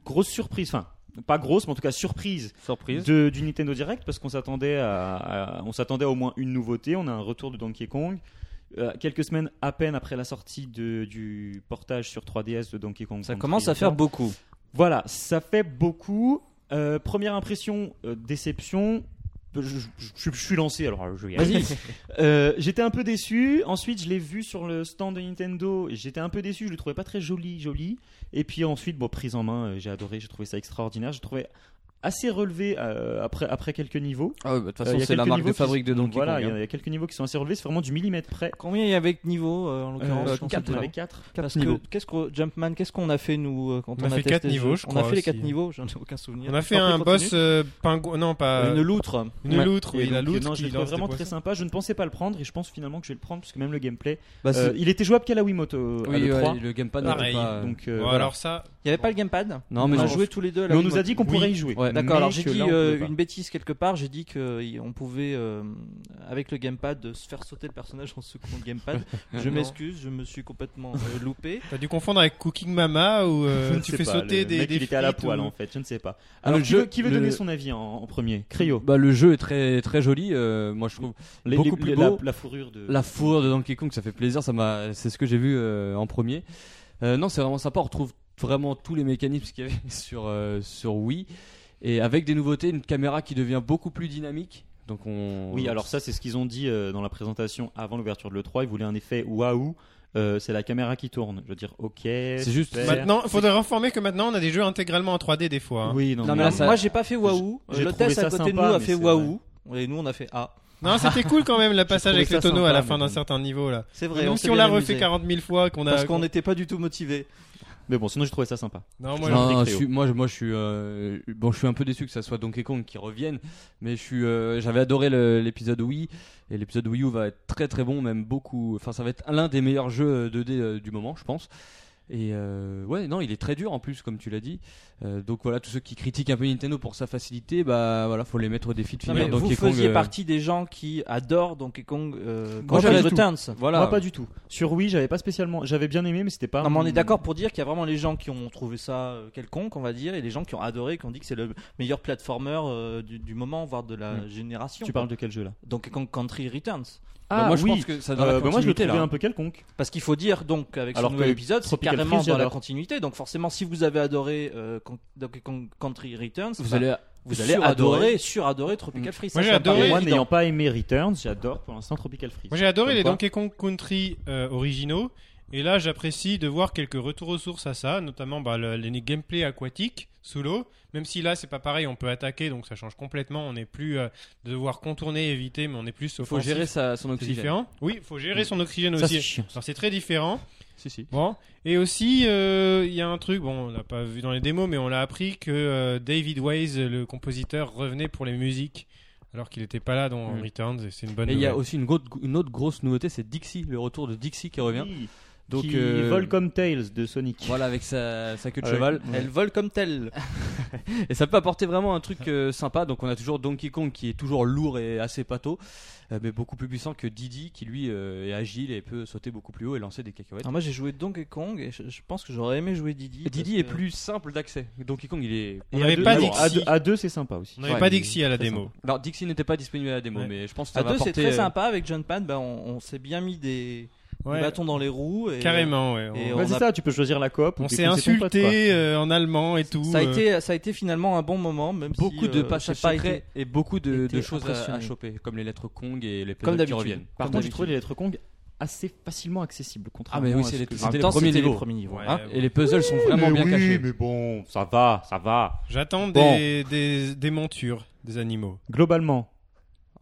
[SPEAKER 3] grosse surprise, enfin pas grosse, mais en tout cas surprise
[SPEAKER 5] Surprise.
[SPEAKER 3] de, du Nintendo Direct parce qu'on s'attendait à, à- on s'attendait à au moins une nouveauté. On a un retour de Donkey Kong. Euh, quelques semaines à peine après la sortie de- du portage sur 3DS de Donkey Kong.
[SPEAKER 4] Ça
[SPEAKER 3] Country
[SPEAKER 4] commence à faire
[SPEAKER 3] Returns.
[SPEAKER 4] beaucoup.
[SPEAKER 3] Voilà, ça fait beaucoup. Euh, première impression, euh, déception. Je, je- je- je suis lancé, alors euh, je vais y aller. Euh, j'étais un peu déçu. Ensuite, je l'ai vu sur le stand de Nintendo. et J'étais un peu déçu. Je le trouvais pas très joli, joli. Et puis ensuite, bon, prise en main, euh, j'ai adoré. J'ai trouvé ça extraordinaire. J'ai trouvé assez relevé euh, après après quelques niveaux.
[SPEAKER 1] Ah ouais, bah, de toute
[SPEAKER 3] Euh,
[SPEAKER 1] façon,
[SPEAKER 3] il y a
[SPEAKER 1] c'est la
[SPEAKER 3] quelques
[SPEAKER 1] marque
[SPEAKER 3] niveaux
[SPEAKER 1] de
[SPEAKER 3] qui-
[SPEAKER 1] fabrique
[SPEAKER 5] Ah,
[SPEAKER 1] de Donkey
[SPEAKER 3] Voilà, il y
[SPEAKER 1] Kong.
[SPEAKER 3] a-
[SPEAKER 1] hein.
[SPEAKER 3] il y a quelques niveaux qui sont assez relevés. C'est vraiment du millimètre près.
[SPEAKER 4] Combien il y avait de niveaux euh, en l'occurrence
[SPEAKER 3] Euh,
[SPEAKER 4] je pense
[SPEAKER 3] quatre,
[SPEAKER 4] que
[SPEAKER 3] on
[SPEAKER 4] c'est
[SPEAKER 3] avait
[SPEAKER 4] pas-
[SPEAKER 3] quatre.
[SPEAKER 4] Parce
[SPEAKER 3] niveaux.
[SPEAKER 4] que qu'est-ce que Jumpman qu'est-ce qu'on a fait nous euh, quand
[SPEAKER 6] On
[SPEAKER 4] on,
[SPEAKER 6] a fait
[SPEAKER 4] testé
[SPEAKER 6] quatre
[SPEAKER 4] ce jeu
[SPEAKER 6] niveaux, je
[SPEAKER 4] On a
[SPEAKER 6] crois,
[SPEAKER 4] fait les
[SPEAKER 6] aussi.
[SPEAKER 4] quatre niveaux, j'en ai aucun souvenir.
[SPEAKER 6] On a fait
[SPEAKER 4] T'en prie,
[SPEAKER 6] un
[SPEAKER 4] continue.
[SPEAKER 6] boss euh, pingouin. Non, pas.
[SPEAKER 4] une loutre.
[SPEAKER 6] Une
[SPEAKER 3] Ouais.
[SPEAKER 6] loutre,
[SPEAKER 3] Et
[SPEAKER 6] oui, la
[SPEAKER 3] donc, euh,
[SPEAKER 6] loutre.
[SPEAKER 3] non, je
[SPEAKER 6] qui
[SPEAKER 3] le trouvais
[SPEAKER 6] lance des
[SPEAKER 3] vraiment très
[SPEAKER 6] poissons.
[SPEAKER 3] sympa. Je ne pensais pas le prendre et je pense finalement que je vais le prendre parce que même le gameplay.
[SPEAKER 5] Ah,
[SPEAKER 4] Bah,
[SPEAKER 3] euh,
[SPEAKER 4] c'est-
[SPEAKER 3] il était jouable qu'à la Wiimote euh, à
[SPEAKER 1] Oui,
[SPEAKER 3] le
[SPEAKER 1] ouais,
[SPEAKER 3] 3.
[SPEAKER 1] le gamepad
[SPEAKER 6] Pareil.
[SPEAKER 1] n'était pas. euh,
[SPEAKER 3] Donc, euh,
[SPEAKER 6] Bon,
[SPEAKER 3] voilà.
[SPEAKER 6] alors ça.
[SPEAKER 4] Il n'y avait pas le gamepad
[SPEAKER 1] Non, mais
[SPEAKER 4] On a
[SPEAKER 1] je-
[SPEAKER 4] joué tous les deux à la
[SPEAKER 3] Mais on nous
[SPEAKER 4] Wiimote.
[SPEAKER 3] a dit qu'on
[SPEAKER 6] Oui.
[SPEAKER 3] pourrait y jouer.
[SPEAKER 1] Ouais.
[SPEAKER 4] D'accord,
[SPEAKER 3] Mais
[SPEAKER 4] alors j'ai
[SPEAKER 3] que
[SPEAKER 4] dit
[SPEAKER 3] là, on peut
[SPEAKER 4] euh,
[SPEAKER 3] pas.
[SPEAKER 4] une bêtise quelque part, j'ai dit qu'on pouvait, euh, avec le gamepad, euh, se faire sauter le personnage en secouant le gamepad. je
[SPEAKER 1] Non.
[SPEAKER 4] m'excuse, je me suis complètement euh, loupé.
[SPEAKER 6] T'as dû confondre avec Cooking Mama ou euh,
[SPEAKER 3] Je ne
[SPEAKER 6] tu
[SPEAKER 3] sais
[SPEAKER 6] fais
[SPEAKER 3] pas,
[SPEAKER 6] sauter
[SPEAKER 3] le
[SPEAKER 6] des.
[SPEAKER 3] mec,
[SPEAKER 6] des
[SPEAKER 3] il était à la
[SPEAKER 6] frites ou-
[SPEAKER 3] poêle en fait, je ne sais pas. Alors
[SPEAKER 1] le
[SPEAKER 3] qui,
[SPEAKER 1] jeu-
[SPEAKER 3] veut, qui veut
[SPEAKER 1] le-
[SPEAKER 3] donner son avis en, en premier Cryo.
[SPEAKER 5] Bah, le jeu est très très joli. euh, moi je trouve
[SPEAKER 3] Les-
[SPEAKER 5] beaucoup
[SPEAKER 3] les-
[SPEAKER 5] plus
[SPEAKER 3] la,
[SPEAKER 5] beau.
[SPEAKER 3] la fourrure de.
[SPEAKER 5] la fourrure de Donkey Kong, ça fait plaisir. Ça m'a, c'est ce que j'ai vu euh, en premier. Euh, non, c'est vraiment sympa. On retrouve vraiment tous les mécanismes qu'il y avait sur euh, sur Wii et avec des nouveautés, une caméra qui devient beaucoup plus dynamique. Donc on.
[SPEAKER 3] Oui, alors ça c'est ce qu'ils ont dit euh, dans la présentation avant l'ouverture de l'E3. Ils voulaient un effet waouh. euh, c'est la caméra qui tourne. Je veux dire, ok. C'est
[SPEAKER 5] juste-
[SPEAKER 6] Maintenant, faudrait informer que maintenant on a des jeux intégralement en 3D des fois. hein.
[SPEAKER 3] Oui, non,
[SPEAKER 5] Non,
[SPEAKER 3] mais
[SPEAKER 5] mais là,
[SPEAKER 3] non,
[SPEAKER 5] ça-
[SPEAKER 4] Moi, j'ai pas fait waouh.
[SPEAKER 3] j'ai
[SPEAKER 4] Euh, Le
[SPEAKER 3] trouvé
[SPEAKER 4] test
[SPEAKER 3] ça
[SPEAKER 4] à côté de
[SPEAKER 3] sympa,
[SPEAKER 4] nous a
[SPEAKER 3] mais
[SPEAKER 4] fait
[SPEAKER 3] c'est
[SPEAKER 4] waouh. Et nous, on a fait ah.
[SPEAKER 6] Non, c'était cool quand même le passage
[SPEAKER 4] trouvé
[SPEAKER 6] avec
[SPEAKER 4] ça
[SPEAKER 6] les tonneaux à
[SPEAKER 4] sympa,
[SPEAKER 6] la
[SPEAKER 4] mais
[SPEAKER 6] fin d'un
[SPEAKER 4] bon.
[SPEAKER 6] certain niveau là.
[SPEAKER 4] C'est vrai,
[SPEAKER 6] Même
[SPEAKER 4] on
[SPEAKER 6] si
[SPEAKER 4] s'est
[SPEAKER 6] on
[SPEAKER 4] bien
[SPEAKER 6] l'a refait
[SPEAKER 4] amusé.
[SPEAKER 6] 40 000 fois, qu'on a.
[SPEAKER 4] Parce qu'on n'était pas du tout motivé.
[SPEAKER 3] mais bon, sinon j'ai trouvé ça sympa.
[SPEAKER 6] Non, moi,
[SPEAKER 5] Non,
[SPEAKER 3] je
[SPEAKER 5] non,
[SPEAKER 3] l'ai
[SPEAKER 5] non,
[SPEAKER 3] pris,
[SPEAKER 5] je suis- moi, je, moi, je suis euh, bon. Je suis un peu déçu que ça soit Donkey Kong qui revienne, mais je suis. euh, J'avais adoré le- l'épisode Wii et l'épisode Wii U va être très très bon, même beaucoup. Enfin, ça va être l'un des meilleurs jeux 2D euh, du moment, je pense. Et euh, ouais, non, il est très dur en plus, comme tu l'as dit. Euh, donc voilà, tous ceux qui critiquent un peu Nintendo pour sa facilité, bah voilà, faut les mettre au défi de
[SPEAKER 4] Non,
[SPEAKER 5] finir
[SPEAKER 4] mais
[SPEAKER 5] Donkey
[SPEAKER 4] vous
[SPEAKER 5] Kong.
[SPEAKER 4] faisiez
[SPEAKER 5] euh,
[SPEAKER 4] partie des gens qui adorent Donkey Kong euh,
[SPEAKER 5] Moi, j'avais
[SPEAKER 4] Country
[SPEAKER 5] tout.
[SPEAKER 4] Returns.
[SPEAKER 5] Voilà.
[SPEAKER 3] Moi, pas du tout. Sur Wii, j'avais pas spécialement. J'avais bien aimé, mais c'était pas.
[SPEAKER 4] Non, mais on est
[SPEAKER 3] mon-
[SPEAKER 4] d'accord pour dire qu'il y a vraiment les gens qui ont trouvé ça euh, quelconque, on va dire, et les gens qui ont adoré, qui ont dit que c'est le meilleur platformer euh, du, du moment, voire de la
[SPEAKER 3] Mm.
[SPEAKER 4] génération.
[SPEAKER 3] Tu parles de quel jeu là
[SPEAKER 4] Donc quand Country Returns.
[SPEAKER 5] Bah,
[SPEAKER 3] Ah,
[SPEAKER 5] moi, je
[SPEAKER 3] oui.
[SPEAKER 5] pense que ça
[SPEAKER 3] Euh,
[SPEAKER 5] dans
[SPEAKER 3] bah, Moi,
[SPEAKER 5] la
[SPEAKER 3] je le
[SPEAKER 5] continuité,
[SPEAKER 3] trouvais
[SPEAKER 5] là.
[SPEAKER 3] un peu quelconque.
[SPEAKER 4] Parce qu'il faut dire, donc, avec
[SPEAKER 3] Alors
[SPEAKER 4] ce nouvel
[SPEAKER 3] que
[SPEAKER 4] épisode, c'est
[SPEAKER 3] Tropical
[SPEAKER 4] carrément
[SPEAKER 3] Freeze,
[SPEAKER 4] dans la
[SPEAKER 3] j'adore.
[SPEAKER 4] continuité. Donc forcément, si vous avez adoré euh, Con- Donkey Kong Country Returns,
[SPEAKER 5] Vous
[SPEAKER 4] bah,
[SPEAKER 5] allez
[SPEAKER 4] vous allez Hum.
[SPEAKER 5] suradorer.
[SPEAKER 4] adorer, suradorer Tropical Freeze. Ça,
[SPEAKER 6] Moi, j'ai
[SPEAKER 4] ça
[SPEAKER 6] adoré.
[SPEAKER 4] paraît
[SPEAKER 6] Oui,
[SPEAKER 3] moi,
[SPEAKER 4] évident.
[SPEAKER 3] n'ayant pas aimé Returns, j'adore pour l'instant Tropical Freeze.
[SPEAKER 6] Moi j'ai adoré
[SPEAKER 3] Comme
[SPEAKER 6] les
[SPEAKER 3] quoi.
[SPEAKER 6] Donkey Kong Country euh, originaux. Et là, j'apprécie de voir quelques retours aux sources à ça, notamment bah, le- les gameplays aquatiques sous l'eau. Même si là, c'est pas pareil, on peut attaquer, donc ça change complètement. On n'est plus euh, de devoir contourner, éviter, mais on est plus
[SPEAKER 5] Il faut
[SPEAKER 6] offensif.
[SPEAKER 5] gérer sa, son
[SPEAKER 6] C'est
[SPEAKER 5] oxygène.
[SPEAKER 6] différent. Oui, faut gérer son oxygène
[SPEAKER 5] Ça, c'est
[SPEAKER 6] aussi.
[SPEAKER 5] chiant.
[SPEAKER 6] Alors c'est très différent.
[SPEAKER 5] Si, si.
[SPEAKER 6] Bon, et aussi, euh, il y a un truc, bon, on l'a pas vu dans les démos, mais on l'a appris que euh, David Wise, le compositeur, revenait pour les musiques, alors qu'il n'était pas là dans
[SPEAKER 5] Mm.
[SPEAKER 6] Returns, et c'est une bonne
[SPEAKER 5] Et il y a
[SPEAKER 6] nouvelle.
[SPEAKER 5] aussi une, gro- une autre grosse nouveauté, c'est Dixie, le retour de Dixie qui revient.
[SPEAKER 3] Oui.
[SPEAKER 5] Donc,
[SPEAKER 3] qui
[SPEAKER 5] euh,
[SPEAKER 3] vole comme Tails de Sonic.
[SPEAKER 5] Voilà, avec sa, sa queue de
[SPEAKER 3] Ah
[SPEAKER 5] cheval.
[SPEAKER 4] Elle vole comme telle.
[SPEAKER 5] Et ça peut apporter vraiment un truc euh, sympa. Donc, on a toujours Donkey Kong qui est toujours lourd et assez pâteau, euh, mais beaucoup plus puissant que Didi qui lui euh, est agile et peut sauter beaucoup plus haut et lancer des cacahuètes.
[SPEAKER 4] Alors moi, j'ai joué Donkey Kong et je, je pense que j'aurais aimé jouer Didi.
[SPEAKER 5] Didi
[SPEAKER 4] parce
[SPEAKER 5] est
[SPEAKER 4] que-
[SPEAKER 5] plus simple d'accès. Donkey Kong, il est.
[SPEAKER 6] Il n'y
[SPEAKER 3] À
[SPEAKER 6] avait
[SPEAKER 3] deux-
[SPEAKER 6] pas
[SPEAKER 3] alors,
[SPEAKER 6] Dixie.
[SPEAKER 3] à deux- À deux, c'est sympa aussi.
[SPEAKER 6] On n'avait
[SPEAKER 5] Ouais,
[SPEAKER 6] pas
[SPEAKER 5] mais
[SPEAKER 6] Dixie à la
[SPEAKER 5] très
[SPEAKER 6] démo.
[SPEAKER 5] Alors, Dixie n'était pas disponible à la démo,
[SPEAKER 6] Ouais.
[SPEAKER 5] mais je pense que ça
[SPEAKER 4] À
[SPEAKER 5] va
[SPEAKER 4] deux, c'est
[SPEAKER 5] apporter.
[SPEAKER 4] très
[SPEAKER 5] euh,
[SPEAKER 4] sympa avec John Pan. bah, on, on s'est bien mis des, des
[SPEAKER 6] Ouais,
[SPEAKER 4] bâtons dans les roues. Et,
[SPEAKER 6] carrément, ouais.
[SPEAKER 4] Bah, et
[SPEAKER 6] on
[SPEAKER 4] on
[SPEAKER 3] Ouais, c'est
[SPEAKER 4] a-
[SPEAKER 3] ça, tu peux choisir la coop. ou
[SPEAKER 6] on
[SPEAKER 3] t'es
[SPEAKER 6] s'est
[SPEAKER 3] con, c'est ton pote, quoi.
[SPEAKER 6] insulté euh, en allemand et tout.
[SPEAKER 4] Ça a,
[SPEAKER 6] euh,
[SPEAKER 4] été, ça a été finalement un bon moment, même si,
[SPEAKER 5] Beaucoup de
[SPEAKER 4] euh,
[SPEAKER 5] passages
[SPEAKER 4] j'ai pas
[SPEAKER 5] secrets
[SPEAKER 4] été-
[SPEAKER 5] et beaucoup de,
[SPEAKER 4] été
[SPEAKER 5] de choses à- à,
[SPEAKER 4] impressionné.
[SPEAKER 5] choper, comme les lettres Kong et
[SPEAKER 4] Comme
[SPEAKER 5] les puzzles qui
[SPEAKER 4] d'habitude.
[SPEAKER 5] reviennent.
[SPEAKER 3] Par contre, j'ai trouvé les lettres Kong assez facilement accessible.
[SPEAKER 5] Ah,
[SPEAKER 3] Contrairement
[SPEAKER 5] mais oui,
[SPEAKER 3] à
[SPEAKER 5] c'est
[SPEAKER 3] ce
[SPEAKER 5] les-
[SPEAKER 3] que-
[SPEAKER 5] c'était
[SPEAKER 4] En même
[SPEAKER 5] les
[SPEAKER 4] temps,
[SPEAKER 5] premiers
[SPEAKER 4] c'était les
[SPEAKER 5] niveaux.
[SPEAKER 4] premiers niveaux.
[SPEAKER 6] Ouais,
[SPEAKER 4] hein.
[SPEAKER 6] ouais.
[SPEAKER 5] Et les puzzles sont vraiment bien cachés.
[SPEAKER 7] mais bon, ça va, ça va.
[SPEAKER 6] J'attends
[SPEAKER 7] Bon.
[SPEAKER 6] des, des, des montures, des animaux.
[SPEAKER 3] Globalement,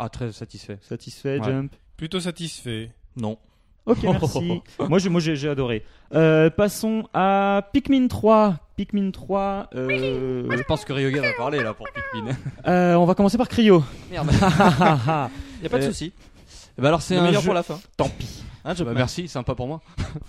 [SPEAKER 5] Ah, très satisfait.
[SPEAKER 3] satisfait,
[SPEAKER 5] Ouais.
[SPEAKER 3] Jump
[SPEAKER 6] Plutôt satisfait.
[SPEAKER 4] Non.
[SPEAKER 3] Ok, merci. moi, je- moi, j'ai j'ai adoré. Euh, passons à Pikmin 3. Pikmin 3, euh,
[SPEAKER 5] Je pense que Ryoga va parler là pour Pikmin.
[SPEAKER 3] euh, on va commencer par Cryo.
[SPEAKER 4] Merde.
[SPEAKER 5] Ah,
[SPEAKER 4] Y a pas de souci.
[SPEAKER 5] Eh ben alors c'est
[SPEAKER 4] Le
[SPEAKER 5] un
[SPEAKER 4] meilleur
[SPEAKER 5] jeu.
[SPEAKER 4] pour la fin.
[SPEAKER 3] Tant pis.
[SPEAKER 4] Hein,
[SPEAKER 5] Bah,
[SPEAKER 4] Jumpman
[SPEAKER 5] merci, sympa pour moi.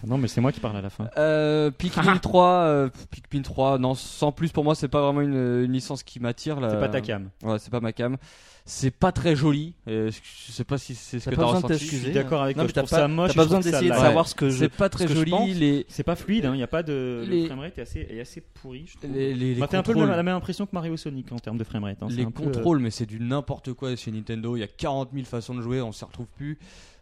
[SPEAKER 3] Non, mais c'est moi qui parle à la fin.
[SPEAKER 5] Euh, Pikmin 3, euh, Pikmin 3, non, sans plus pour moi, c'est pas vraiment une, une licence qui m'attire. là.
[SPEAKER 3] C'est pas ta cam.
[SPEAKER 5] Ouais, c'est pas ma cam. C'est pas très joli. euh, je je sais pas si c'est ce
[SPEAKER 4] T'as
[SPEAKER 5] que
[SPEAKER 4] pas
[SPEAKER 5] t'as
[SPEAKER 4] besoin de
[SPEAKER 5] ressenti.
[SPEAKER 4] t'excuser.
[SPEAKER 3] Je suis d'accord avec
[SPEAKER 4] Non,
[SPEAKER 3] toi,
[SPEAKER 4] mais
[SPEAKER 3] je
[SPEAKER 4] t'as
[SPEAKER 3] trouve
[SPEAKER 4] pas-
[SPEAKER 3] ça moche,
[SPEAKER 4] T'as
[SPEAKER 3] je
[SPEAKER 4] pas
[SPEAKER 3] trouve
[SPEAKER 4] besoin
[SPEAKER 3] ça
[SPEAKER 4] d'essayer de
[SPEAKER 3] laid.
[SPEAKER 4] savoir ce que je.
[SPEAKER 5] C'est pas très
[SPEAKER 4] ce que je
[SPEAKER 5] joli.
[SPEAKER 4] pense.
[SPEAKER 5] Les,
[SPEAKER 3] C'est pas fluide, hein, il y a pas de.
[SPEAKER 5] Les-
[SPEAKER 3] Le framerate est assez, est assez pourri, je trouve.
[SPEAKER 5] les, les, les
[SPEAKER 3] Bah, T'as un peu le
[SPEAKER 5] contrôles-
[SPEAKER 3] même- la même impression que Mario Sonic en termes de framerate. hein, c'est
[SPEAKER 5] les
[SPEAKER 3] un peu, euh,
[SPEAKER 5] contrôles, mais c'est du n'importe quoi chez Nintendo. Il y a 40 000 façons de jouer, on s'y retrouve plus.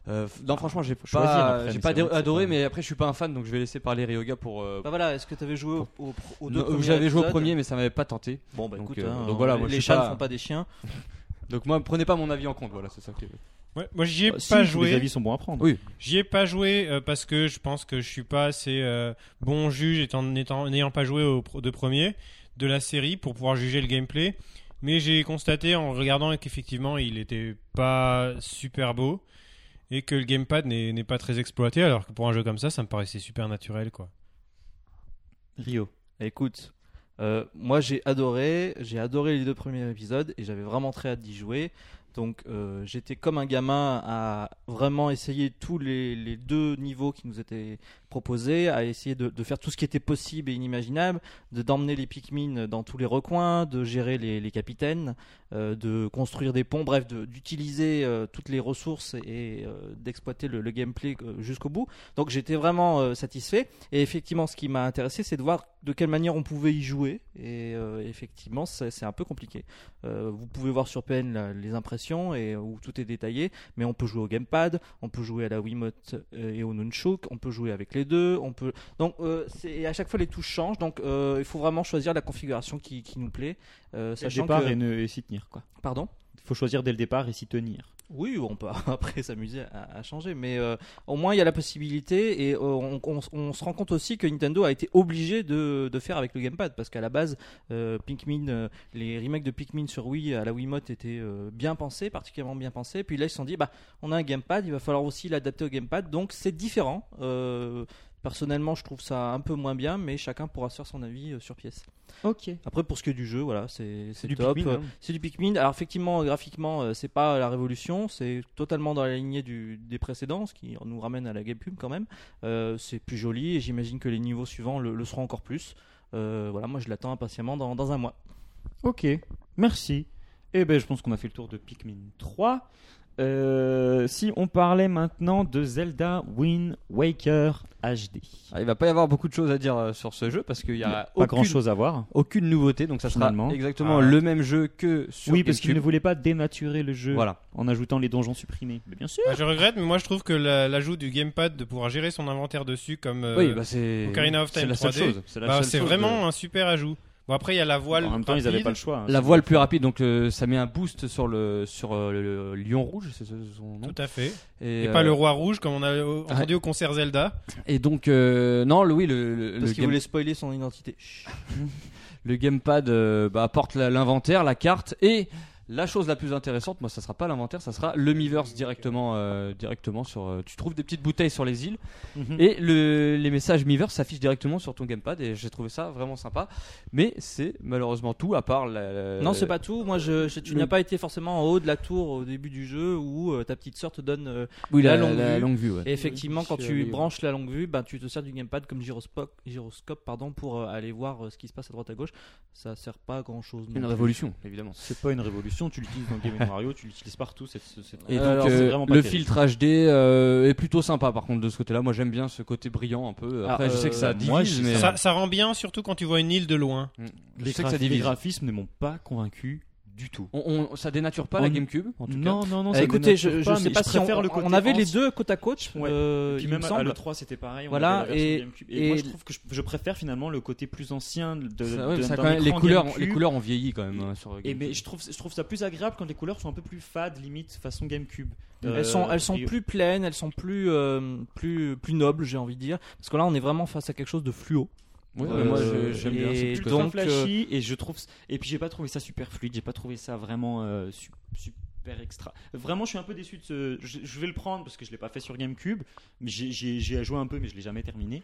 [SPEAKER 5] Euh, f- non, franchement, j'ai
[SPEAKER 3] choisir
[SPEAKER 5] pas,
[SPEAKER 3] après,
[SPEAKER 5] j'ai
[SPEAKER 3] mais
[SPEAKER 5] pas
[SPEAKER 3] c'est vrai que c'est
[SPEAKER 5] adoré,
[SPEAKER 3] pas-
[SPEAKER 5] mais après, je suis pas un fan, donc je vais laisser parler Ryoga pour. euh,
[SPEAKER 4] Bah voilà, est-ce que t'avais joué au, au, pro- aux deux
[SPEAKER 5] non, euh,
[SPEAKER 4] premiers
[SPEAKER 5] J'avais joué au
[SPEAKER 4] épisodes
[SPEAKER 5] premier, mais ça m'avait pas tenté.
[SPEAKER 4] Bon, bah
[SPEAKER 5] Donc,
[SPEAKER 4] écoute,
[SPEAKER 5] euh,
[SPEAKER 4] hein,
[SPEAKER 5] donc voilà, moi, je
[SPEAKER 4] les
[SPEAKER 5] suis
[SPEAKER 4] chats
[SPEAKER 5] pas-
[SPEAKER 4] ne font pas des chiens.
[SPEAKER 5] Donc, moi, prenez pas mon avis en compte, voilà, c'est ça que.
[SPEAKER 6] Ouais, moi, j'y ai
[SPEAKER 3] Euh, si,
[SPEAKER 6] pas
[SPEAKER 3] Les
[SPEAKER 6] joué.
[SPEAKER 3] avis sont bons à prendre.
[SPEAKER 5] Oui.
[SPEAKER 6] J'y ai pas joué euh, parce que je pense que je suis pas assez euh, bon juge étant étant- n'ayant pas joué aux deux premiers de la série pour pouvoir juger le gameplay. Mais j'ai constaté en regardant qu'effectivement il était pas super beau et que le gamepad n'est n'est pas très exploité alors que pour un jeu comme ça ça me paraissait super naturel quoi.
[SPEAKER 3] Rio.
[SPEAKER 4] Écoute, euh, moi j'ai adoré, j'ai adoré les deux premiers épisodes et j'avais vraiment très hâte d'y jouer. Donc euh, j'étais comme un gamin à vraiment essayer tous les, les deux niveaux qui nous étaient proposés, à essayer de, de faire tout ce qui était possible et inimaginable, de d'emmener les Pikmin dans tous les recoins, de gérer les, les capitaines, euh, de construire des ponts, bref, de- d'utiliser euh, toutes les ressources et euh, d'exploiter le, le gameplay euh, jusqu'au bout. Donc j'étais vraiment euh, satisfait. Et effectivement, ce qui m'a intéressé, c'est de voir de quelle manière on pouvait y jouer. Et euh, effectivement, c'est c'est un peu compliqué. Euh, vous pouvez voir sur PN la- les impressions et euh, où tout est détaillé, mais on peut jouer au gamepad, on peut jouer à la Wiimote euh, et au Nunchuk, on peut jouer avec les deux, on peut. Donc, euh, c'est- et à chaque fois les touches changent, donc euh, il faut vraiment choisir la configuration qui, qui nous plaît, euh,
[SPEAKER 3] Dès le
[SPEAKER 4] sachant
[SPEAKER 3] départ
[SPEAKER 4] que.
[SPEAKER 3] et, ne- et s'y tenir, quoi.
[SPEAKER 4] Pardon.
[SPEAKER 3] Faut choisir dès le départ et s'y tenir.
[SPEAKER 4] Oui, on peut après s'amuser à, à changer, mais euh, au moins il y a la possibilité et euh, on, on- on se rend compte aussi que Nintendo a été obligé de, de faire avec le gamepad parce qu'à la base, euh, Pikmin, euh, les remakes de Pikmin sur Wii à la Wiimote étaient euh, bien pensés, particulièrement bien pensés. Puis là, ils se sont dit, bah, on a un gamepad, il va falloir aussi l'adapter au gamepad, donc c'est différent. Euh, personnellement, je trouve ça un peu moins bien, mais chacun pourra se faire son avis euh, sur pièce.
[SPEAKER 3] Ok.
[SPEAKER 4] Après, pour ce qui est du jeu, voilà, c'est c'est
[SPEAKER 5] du
[SPEAKER 4] top.
[SPEAKER 5] Pikmin, hein.
[SPEAKER 4] Euh, C'est du Pikmin. Alors, effectivement, graphiquement, euh, c'est pas la révolution. C'est totalement dans la lignée du, des précédents, ce qui nous ramène à la GameCube quand même. Euh, c'est plus joli et j'imagine que les niveaux suivants le, le seront encore plus. Euh, voilà, moi je l'attends impatiemment dans, dans un mois.
[SPEAKER 3] Ok, merci. Eh ben, je pense qu'on a fait le tour de Pikmin 3. Euh, si on parlait maintenant de Zelda Wind Waker HD.
[SPEAKER 5] Ah, il va pas y avoir beaucoup de choses à dire euh, sur ce jeu parce qu'il y a,
[SPEAKER 3] Pas
[SPEAKER 5] aucune,
[SPEAKER 3] grand chose à voir.
[SPEAKER 5] aucune nouveauté, donc ça sera
[SPEAKER 3] Finalement.
[SPEAKER 5] exactement
[SPEAKER 6] Ah.
[SPEAKER 5] le même jeu que sur
[SPEAKER 3] oui, parce qu'ils ne
[SPEAKER 5] GameCube.
[SPEAKER 3] voulaient pas dénaturer le jeu
[SPEAKER 5] Voilà.
[SPEAKER 3] en ajoutant les donjons supprimés. Mais bien sûr.
[SPEAKER 6] Ah, je regrette mais moi je trouve que la- l'ajout du gamepad de pouvoir gérer son inventaire dessus comme euh,
[SPEAKER 5] oui, bah c'est.
[SPEAKER 6] Ocarina of
[SPEAKER 5] c'est
[SPEAKER 6] Time
[SPEAKER 5] la seule
[SPEAKER 6] 3D.
[SPEAKER 5] chose. C'est la
[SPEAKER 6] bah,
[SPEAKER 5] seule
[SPEAKER 6] c'est
[SPEAKER 5] chose euh. de-
[SPEAKER 6] vraiment un super ajout. Bon après il y a la voile
[SPEAKER 3] en même temps, ils n'avaient
[SPEAKER 6] rapide.
[SPEAKER 3] pas le choix. hein.
[SPEAKER 5] La voile plus rapide, donc euh, ça met un boost sur le sur euh, le, le lion rouge, c'est ce- son nom.
[SPEAKER 6] Tout à fait.
[SPEAKER 5] hein. Et,
[SPEAKER 6] Et
[SPEAKER 5] euh,
[SPEAKER 6] pas le roi rouge comme on a euh, entendu au concert Zelda.
[SPEAKER 5] et donc euh, non, le, oui, le le,
[SPEAKER 4] Parce
[SPEAKER 5] le
[SPEAKER 4] qu'il
[SPEAKER 5] game-
[SPEAKER 4] voulait spoiler son identité. Chut.
[SPEAKER 5] le gamepad euh, bah, apporte la- l'inventaire, la carte et la chose la plus intéressante, moi ça sera pas l'inventaire, ça sera le Miiverse directement euh, directement sur euh, tu trouves des petites bouteilles sur les îles
[SPEAKER 3] Mhm.
[SPEAKER 5] Et le- les messages Miiverse s'affichent directement sur ton gamepad et j'ai trouvé ça vraiment sympa. Mais c'est malheureusement tout à part la, la-
[SPEAKER 4] Euh, non, c'est pas tout. Moi, je, je- tu
[SPEAKER 5] le-
[SPEAKER 4] n'as pas été forcément en haut de la tour au début du jeu où euh, ta petite sœur te donne. euh,
[SPEAKER 5] oui, la,
[SPEAKER 4] la longue
[SPEAKER 5] la
[SPEAKER 4] vue.
[SPEAKER 5] longue vue. ouais.
[SPEAKER 4] et effectivement, quand
[SPEAKER 5] sur les-
[SPEAKER 4] tu branches la longue vue, ben, tu te sers du gamepad comme gyroscope, gyroscope pardon, pour euh, aller voir euh, ce qui se passe à droite à gauche. Ça sert pas à grand chose.
[SPEAKER 5] Une révolution évidemment.
[SPEAKER 3] C'est pas une révolution. Tu l'utilises dans Game Mario, tu l'utilises partout. c'est- c'est- c'est-
[SPEAKER 5] Et
[SPEAKER 3] Alors,
[SPEAKER 5] donc
[SPEAKER 3] c'est
[SPEAKER 5] euh,
[SPEAKER 3] vraiment pas
[SPEAKER 5] le
[SPEAKER 3] terrible.
[SPEAKER 5] filtre HD euh, est plutôt sympa par contre de ce côté-là. Moi j'aime bien ce côté brillant un peu.
[SPEAKER 4] Ah,
[SPEAKER 5] Après je sais que ça
[SPEAKER 4] euh,
[SPEAKER 5] divise
[SPEAKER 3] moi, je-
[SPEAKER 5] mais
[SPEAKER 6] Ça, ça rend bien, surtout quand tu vois une île de loin.
[SPEAKER 5] je
[SPEAKER 3] Les,
[SPEAKER 5] sais que ça
[SPEAKER 3] graph- les
[SPEAKER 5] divise.
[SPEAKER 3] graphismes ne m'ont pas convaincu
[SPEAKER 4] du tout.
[SPEAKER 5] On- on- ça dénature pas
[SPEAKER 3] On-
[SPEAKER 5] la GameCube en tout
[SPEAKER 3] Non, non, non,
[SPEAKER 4] Euh,
[SPEAKER 3] ça
[SPEAKER 4] écoutez,
[SPEAKER 3] dénature
[SPEAKER 4] je, je
[SPEAKER 3] pas,
[SPEAKER 4] sais
[SPEAKER 3] mais
[SPEAKER 4] pas
[SPEAKER 3] Eh, je
[SPEAKER 4] si on,
[SPEAKER 3] préfère le
[SPEAKER 4] on
[SPEAKER 3] côté
[SPEAKER 4] avait les
[SPEAKER 3] anse.
[SPEAKER 4] deux côte à côte.
[SPEAKER 3] Ouais.
[SPEAKER 4] euh,
[SPEAKER 3] Puis
[SPEAKER 4] il
[SPEAKER 3] même
[SPEAKER 4] me
[SPEAKER 3] à
[SPEAKER 4] semble.
[SPEAKER 3] l'E3, c'était pareil. on
[SPEAKER 4] Voilà,
[SPEAKER 3] avait la version
[SPEAKER 4] et-
[SPEAKER 3] GameCube. et, moi,
[SPEAKER 4] et-
[SPEAKER 3] je trouve que je, je préfère finalement le côté plus ancien de,
[SPEAKER 5] cas. Ça, ouais,
[SPEAKER 3] de-
[SPEAKER 5] ça,
[SPEAKER 3] d'un
[SPEAKER 5] quand même, les
[SPEAKER 3] écran
[SPEAKER 5] couleurs,
[SPEAKER 3] GameCube.
[SPEAKER 5] les couleurs ont vieilli quand même. euh, sur
[SPEAKER 3] Et
[SPEAKER 5] GameCube.
[SPEAKER 3] mais je trouve, je trouve ça plus agréable quand les couleurs sont un peu plus fades, limite façon GameCube. Euh,
[SPEAKER 4] Elles sont, elles sont
[SPEAKER 3] et-
[SPEAKER 4] plus pleines, elles sont plus, euh, plus, plus nobles, j'ai envie de dire, parce que là, on est vraiment face à quelque chose de fluo.
[SPEAKER 5] Ouais,
[SPEAKER 4] Euh,
[SPEAKER 5] mais moi je- j'aime bien.
[SPEAKER 4] et
[SPEAKER 5] ces petits
[SPEAKER 3] ultra
[SPEAKER 5] côtés.
[SPEAKER 4] donc,
[SPEAKER 3] flashy euh, et je trouve et puis j'ai pas trouvé ça super fluide j'ai pas trouvé ça vraiment euh, su- super extra vraiment je suis un peu déçu de ce je, je vais le prendre parce que je l'ai pas fait sur GameCube mais j'ai- j'ai j'ai joué un peu mais je l'ai jamais terminé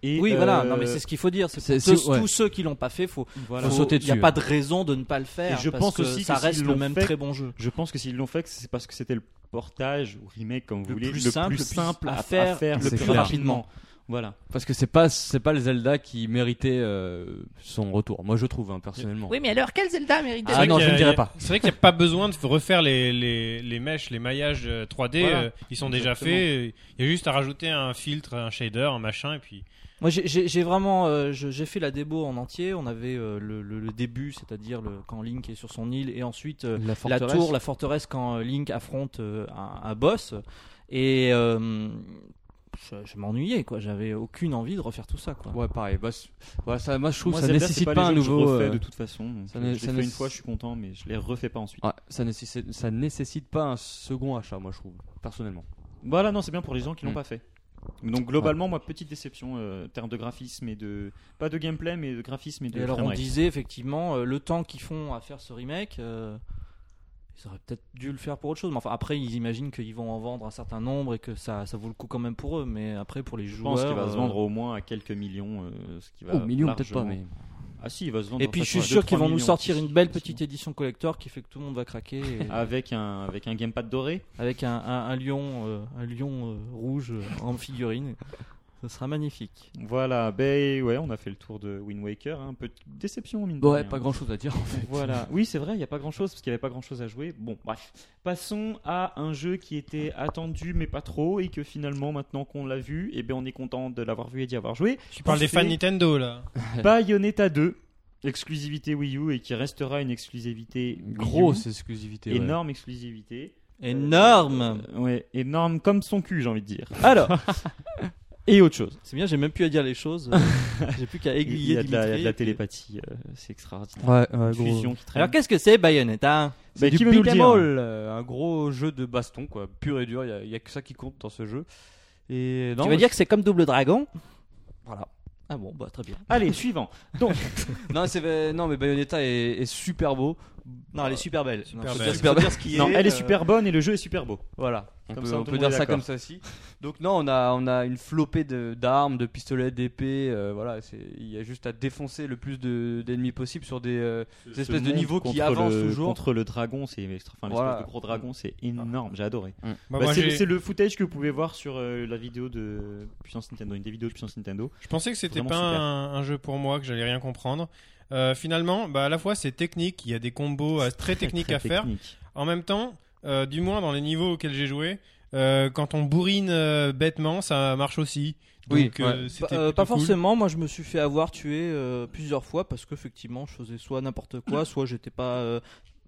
[SPEAKER 3] et
[SPEAKER 4] oui,
[SPEAKER 3] euh,
[SPEAKER 4] voilà, non, mais c'est ce qu'il faut dire. C'est
[SPEAKER 5] c'est-
[SPEAKER 4] pour tous,
[SPEAKER 5] c'est- ouais.
[SPEAKER 4] tous ceux qui l'ont pas fait, faut,
[SPEAKER 3] voilà.
[SPEAKER 5] Faut sauter
[SPEAKER 4] Il n'y
[SPEAKER 5] dessus.
[SPEAKER 4] a pas de raison de ne pas le faire.
[SPEAKER 3] Et je
[SPEAKER 4] parce
[SPEAKER 3] pense
[SPEAKER 4] que
[SPEAKER 3] aussi que
[SPEAKER 4] ça
[SPEAKER 3] s'ils
[SPEAKER 4] reste le
[SPEAKER 3] l'ont
[SPEAKER 4] même
[SPEAKER 3] fait-
[SPEAKER 4] très bon jeu.
[SPEAKER 3] je pense que s'ils l'ont fait c'est parce que c'était le portage ou remake comme vous
[SPEAKER 4] Le
[SPEAKER 3] voulez
[SPEAKER 4] plus simple, le plus à faire,
[SPEAKER 3] le
[SPEAKER 5] c'est
[SPEAKER 3] plus
[SPEAKER 5] clair.
[SPEAKER 3] rapidement voilà
[SPEAKER 5] Parce que c'est pas c'est pas le Zelda qui méritait euh, son retour. Moi je trouve hein, personnellement.
[SPEAKER 8] Oui, mais alors, quel Zelda mérite
[SPEAKER 5] Ah
[SPEAKER 6] C'est vrai
[SPEAKER 5] non,
[SPEAKER 6] qu'il y
[SPEAKER 5] je
[SPEAKER 6] a-
[SPEAKER 5] ne dirais pas.
[SPEAKER 6] C'est vrai qu'il n'y a pas besoin de refaire les, les, les mèches, les maillages euh, 3D.
[SPEAKER 4] Voilà.
[SPEAKER 6] euh, ils sont déjà
[SPEAKER 4] Exactement.
[SPEAKER 6] faits. euh, Il y a juste à rajouter un filtre, un shader, un machin, et puis.
[SPEAKER 4] Moi, j'ai- j'ai j'ai vraiment, euh, je- j'ai fait la débo en entier. On avait euh, le, le- le début, c'est-à-dire le- quand Link est sur son île, et ensuite euh,
[SPEAKER 5] La,
[SPEAKER 4] la
[SPEAKER 5] forteresse.
[SPEAKER 4] tour, la forteresse quand euh, Link affronte euh, un, un boss. Et euh, je, je m'ennuyais, quoi. J'avais aucune envie de refaire tout ça, quoi.
[SPEAKER 5] Ouais pareil. Bah, c'est- voilà, ça, moi je trouve
[SPEAKER 3] Moi,
[SPEAKER 5] que ça
[SPEAKER 3] Zelda, c'est
[SPEAKER 5] nécessite pas,
[SPEAKER 3] les
[SPEAKER 5] un
[SPEAKER 3] jeux que je
[SPEAKER 5] nouveau.
[SPEAKER 3] refais
[SPEAKER 5] euh,
[SPEAKER 3] de toute façon donc,
[SPEAKER 5] ça
[SPEAKER 3] euh,
[SPEAKER 5] ne-
[SPEAKER 3] je
[SPEAKER 5] ça
[SPEAKER 3] l'ai
[SPEAKER 5] ne-
[SPEAKER 3] fait une fois je suis content mais je les refais pas ensuite
[SPEAKER 5] ouais, ça nécessite ça nécessite pas un second achat. Moi je trouve personnellement.
[SPEAKER 3] Voilà, non, c'est bien pour les gens qui l'ont
[SPEAKER 5] Mm.
[SPEAKER 3] pas fait. Donc globalement, moi, petite déception euh, en termes de graphisme et de pas de gameplay, mais de graphisme et de.
[SPEAKER 4] Et alors, on
[SPEAKER 3] framerate.
[SPEAKER 4] disait effectivement euh, le temps qu'ils font à faire ce remake. euh, ils auraient peut-être dû le faire pour autre chose, mais enfin après ils imaginent qu'ils vont en vendre un certain nombre et que ça, ça vaut le coup quand même pour eux, mais après pour les
[SPEAKER 3] Je
[SPEAKER 4] joueurs.
[SPEAKER 3] pense qu'il va
[SPEAKER 4] euh,
[SPEAKER 3] se vendre au moins à quelques millions, euh, ce qui va.
[SPEAKER 5] Oh million peut-être
[SPEAKER 3] largement-
[SPEAKER 5] pas mais.
[SPEAKER 3] Ah si, il va se vendre.
[SPEAKER 4] Et
[SPEAKER 3] en
[SPEAKER 4] puis je
[SPEAKER 3] fait,
[SPEAKER 4] suis
[SPEAKER 3] ouais,
[SPEAKER 4] sûr
[SPEAKER 3] 2-3
[SPEAKER 4] qu'ils vont nous
[SPEAKER 3] millions, Ah
[SPEAKER 4] sortir
[SPEAKER 3] si-
[SPEAKER 4] une belle
[SPEAKER 3] si-
[SPEAKER 4] petite édition collector qui fait que tout le monde va craquer et-
[SPEAKER 3] Avec un avec un gamepad doré.
[SPEAKER 4] avec un, un- un lion, euh, un lion euh, rouge euh, en figurine. Ce sera magnifique.
[SPEAKER 3] Voilà, ben ouais, on a fait le tour de Wind Waker, hein, un peu de déception mine de
[SPEAKER 5] Ouais,
[SPEAKER 3] rien.
[SPEAKER 5] pas grand chose à dire en fait.
[SPEAKER 3] Voilà. Oui, c'est vrai, il n'y a pas grand chose parce qu'il n'y avait pas grand chose à jouer. Bon, bref. Passons à un jeu qui était attendu mais pas trop et que finalement, maintenant qu'on l'a vu, eh ben, on est content de l'avoir vu et d'y avoir joué.
[SPEAKER 6] Tu parles des fans
[SPEAKER 3] C'est
[SPEAKER 6] Nintendo, là.
[SPEAKER 3] Bayonetta 2, exclusivité Wii U et qui restera une exclusivité Wii U.
[SPEAKER 5] Grosse exclusivité. ouais.
[SPEAKER 3] énorme exclusivité.
[SPEAKER 4] Énorme
[SPEAKER 3] Euh, ouais, énorme comme son cul, j'ai envie de dire. Alors, et autre chose.
[SPEAKER 4] C'est bien, j'ai même plus à dire les choses. J'ai plus qu'à
[SPEAKER 3] Il y
[SPEAKER 4] aiguiller
[SPEAKER 3] a de la, il y a de
[SPEAKER 4] Dimitri.
[SPEAKER 3] la télépathie, euh, c'est extraordinaire.
[SPEAKER 5] Ouais, ouais,
[SPEAKER 3] Une
[SPEAKER 5] gros.
[SPEAKER 3] fusion qui traîne.
[SPEAKER 4] Alors qu'est-ce que c'est Bayonetta
[SPEAKER 5] C'est
[SPEAKER 3] Bah,
[SPEAKER 5] du
[SPEAKER 3] qui veut nous le
[SPEAKER 5] beat 'em
[SPEAKER 3] dire
[SPEAKER 5] all, euh, un gros jeu de baston, quoi, pur et dur. Il y, a que ça qui compte dans ce jeu. Et non,
[SPEAKER 4] Tu veux
[SPEAKER 5] je-
[SPEAKER 4] dire que c'est comme Double Dragon
[SPEAKER 5] voilà.
[SPEAKER 4] Ah bon, bah très bien.
[SPEAKER 3] Allez, suivant.
[SPEAKER 5] non, c'est- non, mais Bayonetta est, est super beau.
[SPEAKER 4] Non, elle est super belle.
[SPEAKER 6] Super
[SPEAKER 4] faut
[SPEAKER 6] belle.
[SPEAKER 4] dire-
[SPEAKER 5] Super
[SPEAKER 4] faut dire ce qui
[SPEAKER 3] Non,
[SPEAKER 4] est,
[SPEAKER 3] elle est
[SPEAKER 4] euh,
[SPEAKER 3] super bonne et le jeu est super beau.
[SPEAKER 5] Voilà, on
[SPEAKER 3] Comme
[SPEAKER 5] peut,
[SPEAKER 3] ça,
[SPEAKER 5] on
[SPEAKER 3] tout
[SPEAKER 5] peut
[SPEAKER 3] le
[SPEAKER 5] dire
[SPEAKER 3] monde est
[SPEAKER 5] ça
[SPEAKER 3] d'accord.
[SPEAKER 5] comme ça si. Donc non, on a, on a une flopée de- d'armes, de, pistolets, d'épées. euh, voilà, c'est- il y a juste à défoncer le plus de- d'ennemis possible sur des, euh, des espèces de
[SPEAKER 3] monde
[SPEAKER 5] niveaux qui
[SPEAKER 3] contre
[SPEAKER 5] avancent
[SPEAKER 3] le-
[SPEAKER 5] toujours.
[SPEAKER 3] Contre le dragon, c'est extra- enfin, l'espèce
[SPEAKER 5] Voilà.
[SPEAKER 3] de gros dragon, c'est énorme. J'ai adoré.
[SPEAKER 6] Bah,
[SPEAKER 3] Bah,
[SPEAKER 6] moi,
[SPEAKER 3] c'est
[SPEAKER 6] j'ai-
[SPEAKER 3] c'est le footage que vous pouvez voir sur euh, la vidéo de Puissance Nintendo, une des vidéos de Puissance Nintendo.
[SPEAKER 6] Je pensais que c'était
[SPEAKER 3] Vraiment
[SPEAKER 6] pas
[SPEAKER 3] super.
[SPEAKER 6] un, un jeu pour moi, que j'allais rien comprendre. Euh, finalement, bah, à la fois c'est technique, il y a des combos euh, très techniques
[SPEAKER 3] Très
[SPEAKER 6] à faire.
[SPEAKER 3] technique.
[SPEAKER 6] En même temps, euh, du moins dans les niveaux auxquels j'ai joué, euh, quand on bourrine euh, bêtement, ça marche aussi. Donc,
[SPEAKER 5] Oui,
[SPEAKER 6] euh,
[SPEAKER 4] Pas,
[SPEAKER 6] c'était
[SPEAKER 4] euh,
[SPEAKER 6] plutôt
[SPEAKER 4] pas
[SPEAKER 6] cool.
[SPEAKER 4] forcément, moi je me suis fait avoir tué euh, plusieurs fois parce que effectivement je faisais soit n'importe quoi, soit j'étais pas euh,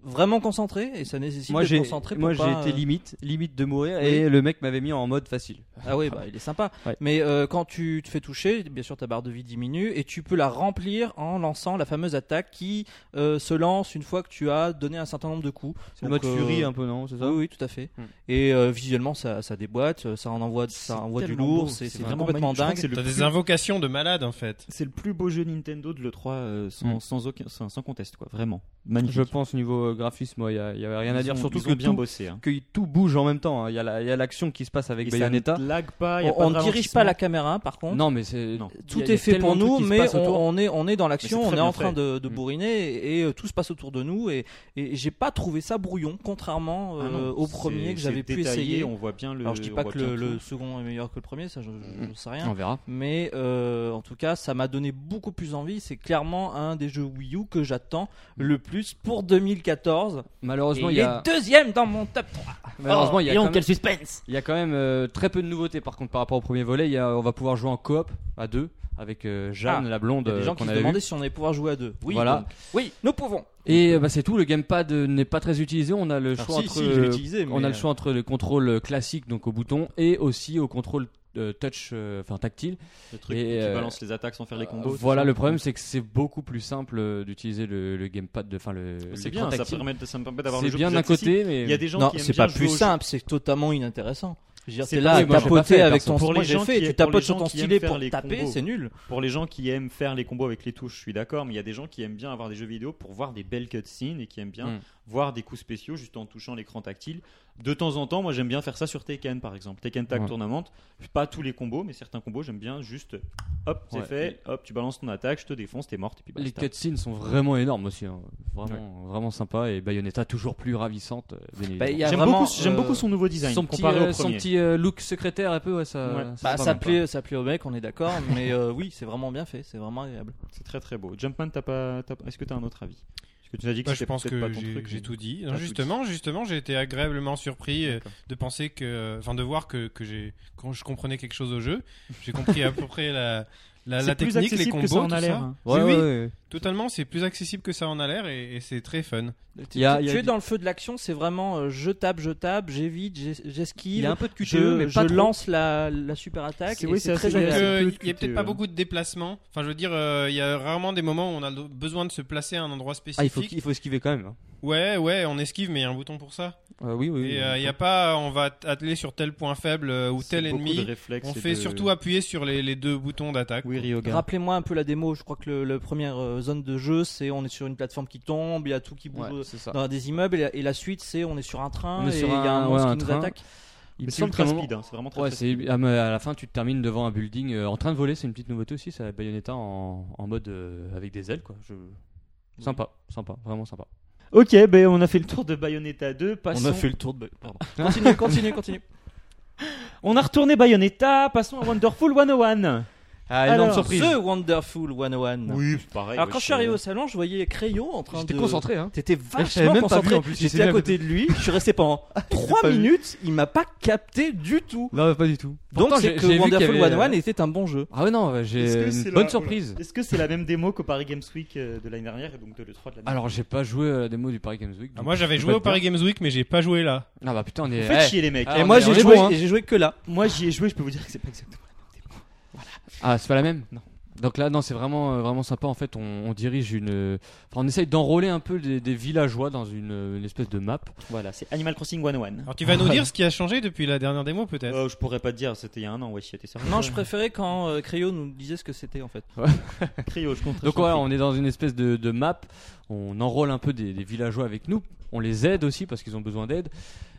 [SPEAKER 4] vraiment concentré et ça nécessite
[SPEAKER 5] Moi
[SPEAKER 4] d'être
[SPEAKER 5] j'ai
[SPEAKER 4] concentré pour
[SPEAKER 5] moi, j'ai
[SPEAKER 4] pas,
[SPEAKER 5] été
[SPEAKER 4] euh,
[SPEAKER 5] limite, limite de mourir et le mec m'avait mis en mode facile.
[SPEAKER 4] Ah oui, bah, il est sympa.
[SPEAKER 5] Ouais.
[SPEAKER 4] Mais euh, quand tu te fais toucher, bien sûr ta barre de vie diminue et tu peux la remplir en lançant la fameuse attaque qui euh, se lance une fois que tu as donné un certain nombre de coups.
[SPEAKER 5] C'est le
[SPEAKER 4] Donc,
[SPEAKER 5] mode furie
[SPEAKER 4] euh,
[SPEAKER 5] un peu, non C'est ça
[SPEAKER 4] Oui, oui, tout à fait.
[SPEAKER 5] Hmm.
[SPEAKER 4] Et euh, visuellement, ça, ça déboîte, euh, ça en envoie, ça envoie du
[SPEAKER 3] tellement beau,
[SPEAKER 4] lourd, c'est
[SPEAKER 3] c'est
[SPEAKER 4] c'est
[SPEAKER 3] vraiment
[SPEAKER 4] complètement
[SPEAKER 3] magnifique. Je crois
[SPEAKER 4] dingue.
[SPEAKER 3] que c'est le
[SPEAKER 6] T'as des
[SPEAKER 3] plus-
[SPEAKER 6] invocations de malade en fait.
[SPEAKER 3] C'est le plus beau jeu Nintendo de l'E3 euh, sans,
[SPEAKER 5] Mm.
[SPEAKER 3] sans, aucun, sans, sans conteste, quoi. Vraiment. Magnifique.
[SPEAKER 5] Je pense au niveau euh, graphisme, il n'y avait rien à
[SPEAKER 3] Ils
[SPEAKER 5] dire.
[SPEAKER 3] ont-
[SPEAKER 5] Surtout
[SPEAKER 3] ils
[SPEAKER 5] que
[SPEAKER 3] ont bien
[SPEAKER 5] tout,
[SPEAKER 3] bossé. hein.
[SPEAKER 5] que tout bouge en même temps. hein. Il y a la- il y a l'action qui se passe avec
[SPEAKER 3] Et
[SPEAKER 5] Bayonetta.
[SPEAKER 3] Ça ne lag pas. y a
[SPEAKER 4] On
[SPEAKER 3] pas
[SPEAKER 4] on
[SPEAKER 3] de
[SPEAKER 4] ne dirige pas la
[SPEAKER 3] ralentissement.
[SPEAKER 4] caméra, par contre.
[SPEAKER 5] Non, mais c'est
[SPEAKER 3] Non.
[SPEAKER 5] il y a-
[SPEAKER 4] Tout
[SPEAKER 5] il y a
[SPEAKER 4] est fait
[SPEAKER 5] tellement
[SPEAKER 4] pour
[SPEAKER 5] de trucs
[SPEAKER 4] nous,
[SPEAKER 5] qui se
[SPEAKER 4] mais
[SPEAKER 5] passent
[SPEAKER 4] on,
[SPEAKER 5] autour.
[SPEAKER 4] on est on est dans l'action,
[SPEAKER 3] Mais c'est
[SPEAKER 4] on
[SPEAKER 3] très
[SPEAKER 4] est
[SPEAKER 3] bien
[SPEAKER 4] en train
[SPEAKER 3] fait. Hmm.
[SPEAKER 4] de, de
[SPEAKER 5] Mm.
[SPEAKER 4] bourriner et, et, euh, tout se passe autour de nous et, et j'ai pas trouvé ça brouillon, contrairement
[SPEAKER 3] Ah non,
[SPEAKER 4] euh, au
[SPEAKER 3] c'est-
[SPEAKER 4] premier que
[SPEAKER 3] c'est
[SPEAKER 4] j'avais pu
[SPEAKER 3] détaillé,
[SPEAKER 4] essayer.
[SPEAKER 3] On voit bien le.
[SPEAKER 4] Alors je dis
[SPEAKER 3] on
[SPEAKER 4] pas
[SPEAKER 3] voit
[SPEAKER 4] que
[SPEAKER 3] bien
[SPEAKER 4] le, le
[SPEAKER 3] tout.
[SPEAKER 4] second est meilleur que le premier, ça je, je- je sais rien.
[SPEAKER 5] On verra.
[SPEAKER 4] Mais euh, en tout cas, ça m'a donné beaucoup plus envie. C'est clairement un des jeux Wii U que j'attends le Plus pour 2014.
[SPEAKER 5] Malheureusement,
[SPEAKER 4] Et
[SPEAKER 5] il
[SPEAKER 4] il
[SPEAKER 5] y a,
[SPEAKER 4] est deuxième dans mon top 3.
[SPEAKER 5] Ah, malheureusement, il y a quand même-
[SPEAKER 4] suspense
[SPEAKER 5] Il y a quand même euh, très peu de nouveautés par contre par rapport au premier volet. Il y a- on va pouvoir jouer en coop à deux avec euh, Jeanne,
[SPEAKER 4] Ah,
[SPEAKER 5] la blonde
[SPEAKER 4] Il y a des
[SPEAKER 5] euh,
[SPEAKER 4] gens qui
[SPEAKER 5] qu'on
[SPEAKER 4] se
[SPEAKER 5] avait
[SPEAKER 4] demandaient
[SPEAKER 5] vue.
[SPEAKER 4] si on allait pouvoir jouer à deux. Oui,
[SPEAKER 5] Voilà.
[SPEAKER 4] donc, oui nous pouvons.
[SPEAKER 5] Et euh, bah, c'est tout. Le gamepad euh, n'est pas très utilisé. On a le
[SPEAKER 4] Ah,
[SPEAKER 2] Alors,
[SPEAKER 5] choix
[SPEAKER 2] si,
[SPEAKER 5] entre
[SPEAKER 2] si, je l'ai
[SPEAKER 5] euh,
[SPEAKER 2] utilisé, mais
[SPEAKER 5] on a le choix entre le contrôle euh, classique donc au bouton et aussi au contrôle euh, touch, euh, enfin tactile.
[SPEAKER 3] Le truc
[SPEAKER 5] Et,
[SPEAKER 3] qui
[SPEAKER 5] euh,
[SPEAKER 3] balance les attaques sans faire les combos.
[SPEAKER 5] Euh, voilà, le problème c'est que c'est beaucoup plus simple euh, d'utiliser le, le gamepad, de- enfin le.
[SPEAKER 3] c'est
[SPEAKER 5] l'écran
[SPEAKER 3] bien, ça,
[SPEAKER 5] Euh, tactile.
[SPEAKER 3] permet de- ça me permet d'avoir le
[SPEAKER 5] C'est
[SPEAKER 3] jeu
[SPEAKER 5] bien
[SPEAKER 3] plus
[SPEAKER 5] d'un
[SPEAKER 3] accessible.
[SPEAKER 5] côté, mais
[SPEAKER 3] Il y a des gens
[SPEAKER 4] Non,
[SPEAKER 3] qui aiment
[SPEAKER 4] c'est
[SPEAKER 3] bien
[SPEAKER 4] pas
[SPEAKER 3] jouer
[SPEAKER 4] plus
[SPEAKER 3] au jeu.
[SPEAKER 4] simple, c'est totalement inintéressant. Je veux dire,
[SPEAKER 3] C'est
[SPEAKER 4] T'es
[SPEAKER 3] pas-
[SPEAKER 4] là
[SPEAKER 5] oui,
[SPEAKER 4] à
[SPEAKER 5] moi, j'ai pas
[SPEAKER 4] tapoter
[SPEAKER 5] fait,
[SPEAKER 4] avec
[SPEAKER 5] perso.
[SPEAKER 4] ton
[SPEAKER 3] Pour les
[SPEAKER 4] moi, j'ai fait,
[SPEAKER 3] gens qui-
[SPEAKER 4] tu
[SPEAKER 3] pour les
[SPEAKER 4] tapotes sur
[SPEAKER 3] gens
[SPEAKER 4] ton
[SPEAKER 3] qui aiment
[SPEAKER 4] stylet
[SPEAKER 3] faire
[SPEAKER 4] pour
[SPEAKER 3] les
[SPEAKER 4] taper,
[SPEAKER 3] combos.
[SPEAKER 4] c'est nul.
[SPEAKER 3] Pour les gens qui aiment faire les combos avec les touches, je suis d'accord, mais il y a des gens qui aiment bien avoir des jeux vidéo pour voir des belles cutscenes et qui aiment bien
[SPEAKER 5] Mm.
[SPEAKER 3] voir des coups spéciaux juste en touchant l'écran tactile. De temps en temps, moi j'aime bien faire ça sur Tekken par exemple. Tekken Tag
[SPEAKER 5] Ouais.
[SPEAKER 3] Tournament, pas tous les combos, mais certains combos j'aime bien juste hop, c'est
[SPEAKER 5] Ouais.
[SPEAKER 3] fait, hop, tu balances ton attaque, je te défonce, t'es morte et puis
[SPEAKER 5] Les
[SPEAKER 3] basta.
[SPEAKER 5] cutscenes sont vraiment énormes aussi, hein. vraiment, vraiment sympa et Bayonetta toujours plus ravissante. euh,
[SPEAKER 4] Bah,
[SPEAKER 5] bien
[SPEAKER 4] il
[SPEAKER 5] évidemment.
[SPEAKER 4] y a
[SPEAKER 3] J'aime
[SPEAKER 4] vraiment,
[SPEAKER 3] beaucoup, j'aime
[SPEAKER 4] euh,
[SPEAKER 3] beaucoup son nouveau design
[SPEAKER 5] son petit,
[SPEAKER 3] comparé
[SPEAKER 5] euh,
[SPEAKER 3] au
[SPEAKER 5] son
[SPEAKER 3] premier.
[SPEAKER 5] petit euh, look secrétaire un peu, ouais, ça.
[SPEAKER 3] Ouais.
[SPEAKER 5] c'est
[SPEAKER 4] Bah,
[SPEAKER 5] pas
[SPEAKER 4] ça
[SPEAKER 5] mal,
[SPEAKER 4] plaît, ça plaît au mec, on est d'accord, mais euh, oui, c'est vraiment bien fait, c'est vraiment agréable.
[SPEAKER 3] C'est très très beau. Jumpman, t'as pas, t'as pas- est-ce que t'as un autre avis Parce que tu as dit que
[SPEAKER 6] Bah, je
[SPEAKER 3] c'était
[SPEAKER 6] pense
[SPEAKER 3] peut-être pas
[SPEAKER 6] que
[SPEAKER 3] ton
[SPEAKER 6] j'ai
[SPEAKER 3] truc.
[SPEAKER 6] j'ai
[SPEAKER 3] mais-
[SPEAKER 6] tout dit. Non,
[SPEAKER 3] T'as tout
[SPEAKER 6] justement, justement, j'ai été agréablement surpris euh,
[SPEAKER 3] D'accord.
[SPEAKER 6] de penser que, euh, enfin, de voir que, que j'ai, quand je comprenais quelque chose au jeu, j'ai compris à peu près la, la,
[SPEAKER 3] C'est
[SPEAKER 6] la
[SPEAKER 3] plus
[SPEAKER 6] technique, les
[SPEAKER 3] accessible
[SPEAKER 6] combos,
[SPEAKER 3] que ça en
[SPEAKER 6] tout
[SPEAKER 3] a l'air,
[SPEAKER 6] ça.
[SPEAKER 3] hein.
[SPEAKER 5] Ouais,
[SPEAKER 6] C'est- oui,
[SPEAKER 5] ouais, ouais.
[SPEAKER 6] totalement, c'est plus accessible que ça en a l'air et, et c'est très fun.
[SPEAKER 4] Tu
[SPEAKER 5] y a-
[SPEAKER 4] tu-
[SPEAKER 5] il y a
[SPEAKER 4] tu es
[SPEAKER 5] du-
[SPEAKER 4] dans le feu de l'action, c'est vraiment euh, je tape, je tape, j'évite, j'es-
[SPEAKER 5] Il
[SPEAKER 4] j'esquive,
[SPEAKER 5] y a un peu de QTE,
[SPEAKER 4] je,
[SPEAKER 5] mais pas
[SPEAKER 4] je
[SPEAKER 5] trop.
[SPEAKER 4] lance la, la super attaque,
[SPEAKER 3] C'est-
[SPEAKER 4] et
[SPEAKER 3] oui,
[SPEAKER 4] c'est
[SPEAKER 3] c'est
[SPEAKER 4] très
[SPEAKER 3] assez
[SPEAKER 6] Donc,
[SPEAKER 3] agréable.
[SPEAKER 4] agréable.
[SPEAKER 6] euh,
[SPEAKER 3] plus
[SPEAKER 6] Il n'y a
[SPEAKER 3] que
[SPEAKER 6] peut-être
[SPEAKER 3] t'es,
[SPEAKER 6] pas
[SPEAKER 3] euh,
[SPEAKER 6] beaucoup de déplacements. Enfin, je veux dire, euh, il y a rarement des moments où on a le- besoin de se placer à un endroit
[SPEAKER 5] Ah, il faut,
[SPEAKER 6] spécifique.
[SPEAKER 5] il faut esquiver quand même. hein.
[SPEAKER 6] Ouais, ouais, on esquive, mais il y a un bouton pour ça.
[SPEAKER 5] Euh, oui, oui. oui.
[SPEAKER 6] Et il n'y a pas, euh, on va t- atteler sur tel point faible euh, ou
[SPEAKER 3] C'est
[SPEAKER 6] tel
[SPEAKER 3] beaucoup de
[SPEAKER 6] ennemi.
[SPEAKER 3] réflexes
[SPEAKER 6] On
[SPEAKER 3] et
[SPEAKER 6] fait
[SPEAKER 3] de-
[SPEAKER 6] surtout appuyer sur les, les deux boutons d'attaque.
[SPEAKER 3] Oui, Ryoga.
[SPEAKER 4] Rappelez-moi un peu la démo, je crois que le, la première euh, zone de jeu, c'est on est sur une plateforme qui tombe, il y a tout qui bouge
[SPEAKER 5] Ouais, c'est ça.
[SPEAKER 4] dans des immeubles, et la, et la suite c'est on est sur un train,
[SPEAKER 5] On est
[SPEAKER 4] et il
[SPEAKER 5] sur
[SPEAKER 4] y a un
[SPEAKER 5] un-
[SPEAKER 4] monstre
[SPEAKER 5] ouais, un
[SPEAKER 4] qui nous
[SPEAKER 5] train.
[SPEAKER 4] attaque.
[SPEAKER 5] Il
[SPEAKER 3] Mais
[SPEAKER 5] me
[SPEAKER 3] c'est
[SPEAKER 5] semble qu'à
[SPEAKER 3] ultra
[SPEAKER 5] un moment-
[SPEAKER 3] speed, hein, c'est vraiment très
[SPEAKER 5] Ouais,
[SPEAKER 3] très
[SPEAKER 5] c'est ah, mais à la fin tu te termines devant un building euh, en train de voler, c'est une petite nouveauté aussi, c'est la Bayonetta en, en mode euh, avec des ailes quoi. Je- Sympa, sympa, vraiment sympa.
[SPEAKER 3] Ok, ben on a fait le tour de Bayonetta 2. Passons...
[SPEAKER 4] le tour de. Pardon. Continue, continue, continue.
[SPEAKER 3] On a retourné Bayonetta. Passons à Wonderful 101.
[SPEAKER 4] Ah,
[SPEAKER 3] énorme
[SPEAKER 4] surprise. The Wonderful 101.
[SPEAKER 3] Oui, c'est pareil. euh,
[SPEAKER 4] Alors quand je suis arrivé au salon, je voyais Crayon en train de.
[SPEAKER 5] J'étais concentré hein.
[SPEAKER 4] T'étais
[SPEAKER 5] j'avais
[SPEAKER 4] vachement
[SPEAKER 5] même pas vu,
[SPEAKER 4] concentré.
[SPEAKER 5] en plus, il
[SPEAKER 4] J'étais
[SPEAKER 5] s'est
[SPEAKER 4] à
[SPEAKER 5] bien
[SPEAKER 4] côté de lui. Je suis resté pendant 3
[SPEAKER 5] vu.
[SPEAKER 4] minutes. Il m'a pas capté du tout.
[SPEAKER 5] Non, pas du tout.
[SPEAKER 4] Donc c'est que Wonderful 101 était un bon jeu.
[SPEAKER 5] Ah ouais non, ouais, j'ai
[SPEAKER 3] Est-ce que
[SPEAKER 5] une
[SPEAKER 3] c'est
[SPEAKER 5] bonne
[SPEAKER 3] la-
[SPEAKER 5] surprise.
[SPEAKER 3] Est-ce que c'est la même démo qu'au Paris Games Week euh, de l'année dernière et donc de l'E3 de l'année
[SPEAKER 5] Alors j'ai pas joué à la démo du Paris Games Week.
[SPEAKER 6] Ah,
[SPEAKER 5] donc
[SPEAKER 6] moi, j'avais
[SPEAKER 5] je peux
[SPEAKER 6] joué
[SPEAKER 5] pas
[SPEAKER 6] au
[SPEAKER 5] te
[SPEAKER 6] Paris Games Week, mais j'ai pas joué là.
[SPEAKER 5] dire. Ah bah putain on est.
[SPEAKER 3] Vous faites
[SPEAKER 5] eh.
[SPEAKER 3] chier les mecs.
[SPEAKER 5] Ah,
[SPEAKER 4] Et
[SPEAKER 5] on
[SPEAKER 4] moi
[SPEAKER 5] est- on
[SPEAKER 4] j'ai
[SPEAKER 5] est
[SPEAKER 4] joué,
[SPEAKER 5] bon, hein.
[SPEAKER 4] et j'ai joué que là.
[SPEAKER 3] Moi j'y ai joué, je peux vous dire que c'est pas exactement.
[SPEAKER 5] Ah c'est pas la même.
[SPEAKER 3] Non.
[SPEAKER 5] Donc là non c'est vraiment euh, vraiment sympa en fait on, on dirige une euh, enfin on essaye d'enrôler un peu des, des villageois dans une, euh, une espèce de map.
[SPEAKER 3] Voilà, c'est Animal Crossing 101.
[SPEAKER 6] Alors tu vas nous dire ce qui a changé depuis la dernière démo peut-être
[SPEAKER 3] Euh, je pourrais pas te dire, c'était il y a un an, ouais, t'es sérieux.
[SPEAKER 4] Non, je préférais quand euh, Crayon nous disait ce que c'était en fait.
[SPEAKER 3] Cryo, je compte.
[SPEAKER 5] Donc ouais, on est dans une espèce de, de map, on enrôle un peu des, des villageois avec nous, on les aide aussi parce qu'ils ont besoin d'aide.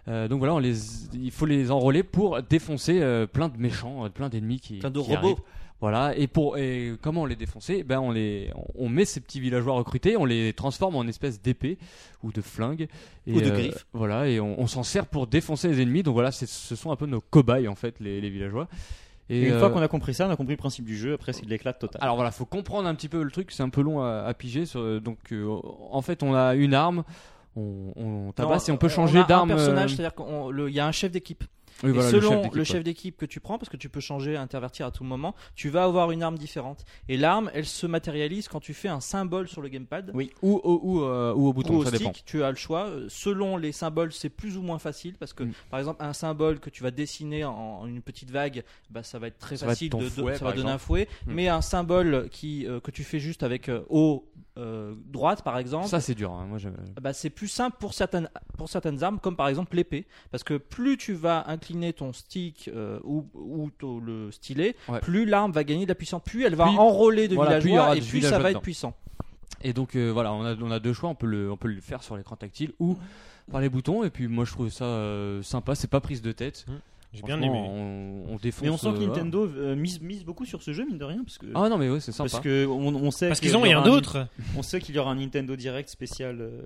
[SPEAKER 5] Euh, donc voilà, on les, il faut les enrôler pour défoncer euh, plein de méchants, euh, plein d'ennemis qui,
[SPEAKER 4] Plein de
[SPEAKER 5] qui
[SPEAKER 4] robots.
[SPEAKER 5] arrivent. Voilà, et pour et comment on les défoncer Eh Ben on les, on met ces petits villageois recrutés, on les transforme en espèce d'épée ou de flingue et,
[SPEAKER 4] Ou de
[SPEAKER 5] euh,
[SPEAKER 4] griffes.
[SPEAKER 5] voilà, et on, on s'en sert pour défoncer les ennemis. Donc voilà, c'est- ce sont un peu nos cobayes en fait, les, les villageois.
[SPEAKER 3] Et une
[SPEAKER 5] euh,
[SPEAKER 3] fois qu'on a compris ça, on a compris le principe du jeu, après c'est de l'éclat total.
[SPEAKER 5] alors voilà, faut comprendre un petit peu le truc, c'est un peu long à, à piger. sur- donc euh, en fait, on a une arme, on, on tabasse et on peut changer
[SPEAKER 4] a
[SPEAKER 5] d'arme.
[SPEAKER 4] Un personnage,
[SPEAKER 5] euh,
[SPEAKER 4] c'est-à-dire qu'il y a un chef d'équipe.
[SPEAKER 5] oui,
[SPEAKER 4] Et
[SPEAKER 5] voilà,
[SPEAKER 4] selon
[SPEAKER 5] d'équipe,
[SPEAKER 4] le
[SPEAKER 5] quoi.
[SPEAKER 4] chef d'équipe que tu prends, parce que tu peux changer, intervertir à tout moment, tu vas avoir une arme différente. Et l'arme, elle se matérialise quand tu fais un symbole sur le gamepad.
[SPEAKER 3] Oui.
[SPEAKER 5] Ou, ou, ou, euh, ou au
[SPEAKER 4] ou
[SPEAKER 5] bouton,
[SPEAKER 4] au
[SPEAKER 5] ça
[SPEAKER 4] stick,
[SPEAKER 5] dépend.
[SPEAKER 4] tu as le choix. Euh, Selon les symboles, c'est plus ou moins facile parce que,
[SPEAKER 5] Mm.
[SPEAKER 4] par exemple, un symbole que tu vas dessiner en, en une petite vague, bah, ça va être très
[SPEAKER 5] Ça va être
[SPEAKER 4] facile
[SPEAKER 5] ton
[SPEAKER 4] de, de-
[SPEAKER 5] fouet,
[SPEAKER 4] ça
[SPEAKER 5] par
[SPEAKER 4] va donner un fouet.
[SPEAKER 5] Mm.
[SPEAKER 4] Mais un symbole qui euh, que tu fais juste avec euh, haut euh, droite, par exemple,
[SPEAKER 5] Ça, c'est dur. hein, Moi, je-
[SPEAKER 4] bah, c'est plus simple pour certaines, pour certaines armes, comme par exemple l'épée. Parce que plus tu vas incliner ton stick euh, ou, ou ton- le stylet,
[SPEAKER 5] Ouais.
[SPEAKER 4] plus l'arme va gagner de la puissance. Plus elle va
[SPEAKER 5] Plus-
[SPEAKER 4] enrôler de
[SPEAKER 5] voilà, plus il y
[SPEAKER 4] villageois
[SPEAKER 5] aura
[SPEAKER 4] et
[SPEAKER 5] de
[SPEAKER 4] plus ça
[SPEAKER 5] villageois
[SPEAKER 4] va
[SPEAKER 5] dedans.
[SPEAKER 4] être puissant.
[SPEAKER 5] Et donc euh, voilà, on a, on a deux choix. On peut le, on peut le faire sur l'écran tactile ou par les boutons. Et puis moi, je trouve ça euh, sympa. C'est pas prise de tête.
[SPEAKER 6] J'ai bien
[SPEAKER 5] Franchement,
[SPEAKER 6] aimé.
[SPEAKER 5] On, on
[SPEAKER 4] Ah,
[SPEAKER 5] défonce.
[SPEAKER 3] Mais on sent que
[SPEAKER 5] euh,
[SPEAKER 3] Nintendo euh, mise, mise beaucoup sur ce jeu, mine de rien, parce que.
[SPEAKER 5] Ah non, mais ouais, c'est sympa.
[SPEAKER 3] Parce que on, on sait
[SPEAKER 6] Parce
[SPEAKER 3] qu'il
[SPEAKER 6] qu'ils ont
[SPEAKER 3] y aura
[SPEAKER 6] rien
[SPEAKER 3] un-
[SPEAKER 6] d'autre.
[SPEAKER 3] On sait qu'il y aura un Nintendo Direct spécial, euh,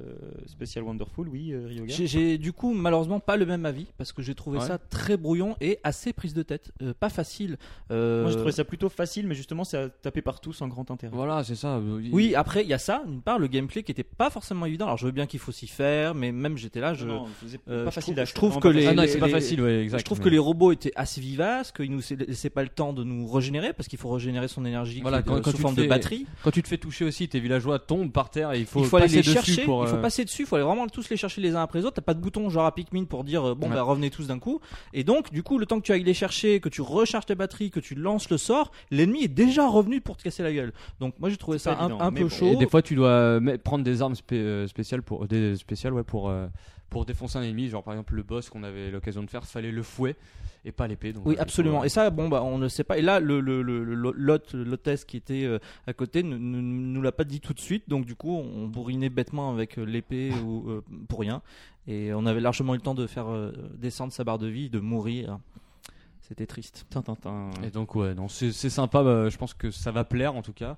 [SPEAKER 3] spécial Wonderful, oui, euh, Ryoga.
[SPEAKER 4] J'ai- J'ai du coup malheureusement pas le même avis parce que j'ai trouvé
[SPEAKER 5] Ouais.
[SPEAKER 4] ça très brouillon et assez prise de tête, Euh, pas facile. Euh,
[SPEAKER 3] Moi, j'ai trouvé ça plutôt facile, mais justement, c'est à taper partout sans grand intérêt.
[SPEAKER 5] Voilà, c'est ça. euh,
[SPEAKER 4] Oui, après il y a ça, d'une part le gameplay qui était pas forcément évident. Alors je veux bien qu'il faut s'y faire, mais même j'étais là, je,
[SPEAKER 3] Non, non, c'est pas
[SPEAKER 4] euh, je
[SPEAKER 3] facile
[SPEAKER 4] trouve-
[SPEAKER 3] d'acheter,
[SPEAKER 4] je trouve
[SPEAKER 3] vraiment
[SPEAKER 4] que
[SPEAKER 3] pas
[SPEAKER 4] les-
[SPEAKER 5] Ah
[SPEAKER 3] facile.
[SPEAKER 5] non, c'est pas
[SPEAKER 4] les-
[SPEAKER 5] facile, ouais, exact.
[SPEAKER 4] je trouve
[SPEAKER 5] mais-
[SPEAKER 4] que les robots étaient assez vivaces, qu'ils nous laissaient pas le temps de nous régénérer parce qu'il faut régénérer son énergie
[SPEAKER 5] Voilà,
[SPEAKER 4] qui est
[SPEAKER 5] quand-
[SPEAKER 4] de-
[SPEAKER 5] quand
[SPEAKER 4] sous
[SPEAKER 5] tu
[SPEAKER 4] forme
[SPEAKER 5] te
[SPEAKER 4] de
[SPEAKER 5] fais-
[SPEAKER 4] batterie.
[SPEAKER 5] Quand tu te fais toucher aussi, tes villageois tombent par terre et il faut,
[SPEAKER 4] il faut aller
[SPEAKER 5] passer
[SPEAKER 4] les
[SPEAKER 5] dessus
[SPEAKER 4] chercher,
[SPEAKER 5] pour,
[SPEAKER 4] il
[SPEAKER 5] euh,
[SPEAKER 4] faut passer dessus, il faut aller vraiment tous les chercher les uns après les autres. T'as pas de bouton genre à Pikmin pour dire euh, bon
[SPEAKER 5] Ouais.
[SPEAKER 4] bah revenez tous d'un coup. Et donc du coup le temps que tu ailles les chercher, que tu recharges tes batteries, que tu lances le sort, l'ennemi est déjà revenu pour te casser la gueule. Donc moi j'ai trouvé
[SPEAKER 3] C'est
[SPEAKER 4] ça
[SPEAKER 3] pas
[SPEAKER 4] un,
[SPEAKER 3] évident,
[SPEAKER 4] un
[SPEAKER 3] mais
[SPEAKER 4] peu
[SPEAKER 3] bon.
[SPEAKER 4] chaud.
[SPEAKER 5] Et des fois, tu dois euh, mettre- prendre des armes spé- euh, spéciales pour euh, des spéciales, ouais, pour euh, pour défoncer un ennemi. Genre par exemple le boss qu'on avait l'occasion de faire, fallait le fouet et pas l'épée. donc,
[SPEAKER 4] Oui,
[SPEAKER 5] euh,
[SPEAKER 4] absolument.
[SPEAKER 5] faut-
[SPEAKER 4] Et ça, bon, bah, on ne sait pas. Et là, le, le, le, le- l'hôte- l'hôtesse qui était euh, à côté ne ne- ne nous l'a pas dit tout de suite. Donc, du coup, on bourrinait bêtement avec euh, l'épée ou euh, pour rien. Et on avait largement eu le temps de faire euh, descendre sa barre de vie, de mourir. C'était triste.
[SPEAKER 5] Et donc ouais, non, c'est c'est sympa. bah, je pense que ça va plaire en tout cas.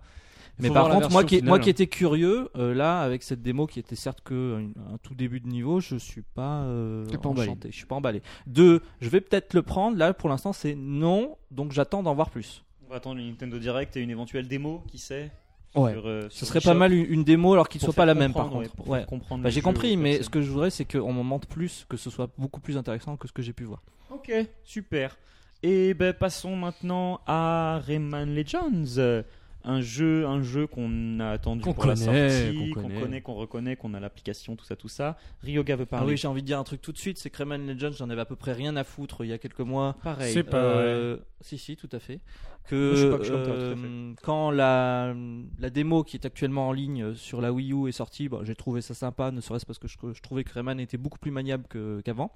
[SPEAKER 5] Il
[SPEAKER 4] Mais
[SPEAKER 5] faut
[SPEAKER 4] par
[SPEAKER 5] voir la
[SPEAKER 4] contre, moi
[SPEAKER 5] version
[SPEAKER 4] qui, moi
[SPEAKER 5] finale.
[SPEAKER 4] qui étais curieux, euh, là, avec cette démo qui était certes que une- un, tout début de niveau, je suis pas, euh,
[SPEAKER 5] T'es pas emballé.
[SPEAKER 4] enchanté. Je suis pas emballé. Deux, je vais peut-être le prendre. Là, pour l'instant, c'est non. Donc, j'attends d'en voir plus.
[SPEAKER 3] On va attendre le Nintendo Direct et une éventuelle démo, qui sait
[SPEAKER 4] Ouais.
[SPEAKER 3] sur, euh,
[SPEAKER 4] Ce
[SPEAKER 3] sur
[SPEAKER 4] serait
[SPEAKER 3] eShop,
[SPEAKER 4] pas mal une, une démo alors qu'il
[SPEAKER 3] pour
[SPEAKER 4] soit
[SPEAKER 3] faire
[SPEAKER 4] pas la même par
[SPEAKER 3] comprendre,
[SPEAKER 4] contre.
[SPEAKER 3] ouais, pour
[SPEAKER 4] Ouais.
[SPEAKER 3] faire comprendre
[SPEAKER 4] Bah,
[SPEAKER 3] le
[SPEAKER 4] j'ai
[SPEAKER 3] jeu
[SPEAKER 4] compris,
[SPEAKER 3] aux
[SPEAKER 4] mais
[SPEAKER 3] personnes.
[SPEAKER 4] ce que je voudrais, c'est qu'on m'en montre plus, que ce soit beaucoup plus intéressant que ce que j'ai pu voir.
[SPEAKER 3] Ok, super. Et ben passons maintenant à Rayman Legends, Euh, un jeu, un jeu qu'on a attendu
[SPEAKER 5] Qu'on
[SPEAKER 3] pour la
[SPEAKER 5] connaît,
[SPEAKER 3] sortie,
[SPEAKER 5] qu'on
[SPEAKER 3] qu'on
[SPEAKER 5] connaît.
[SPEAKER 3] connaît, qu'on reconnaît, qu'on a l'application, tout ça, tout ça. Ryoga veut
[SPEAKER 4] Ah
[SPEAKER 3] parler.
[SPEAKER 4] oui, j'ai envie de dire un truc tout de suite, c'est que Rayman Legends, j'en avais à peu près rien à foutre il y a quelques mois.
[SPEAKER 3] pareil.
[SPEAKER 6] C'est pas
[SPEAKER 4] Euh, si, si, tout à fait. Que,
[SPEAKER 3] Je sais pas que je suis en retard,
[SPEAKER 4] euh,
[SPEAKER 3] tout à
[SPEAKER 4] quand la, la démo qui est actuellement en ligne euh, sur la Wii U est sortie, bah, j'ai trouvé ça sympa, ne serait-ce parce que je, je trouvais que Rayman était beaucoup plus maniable que- qu'avant.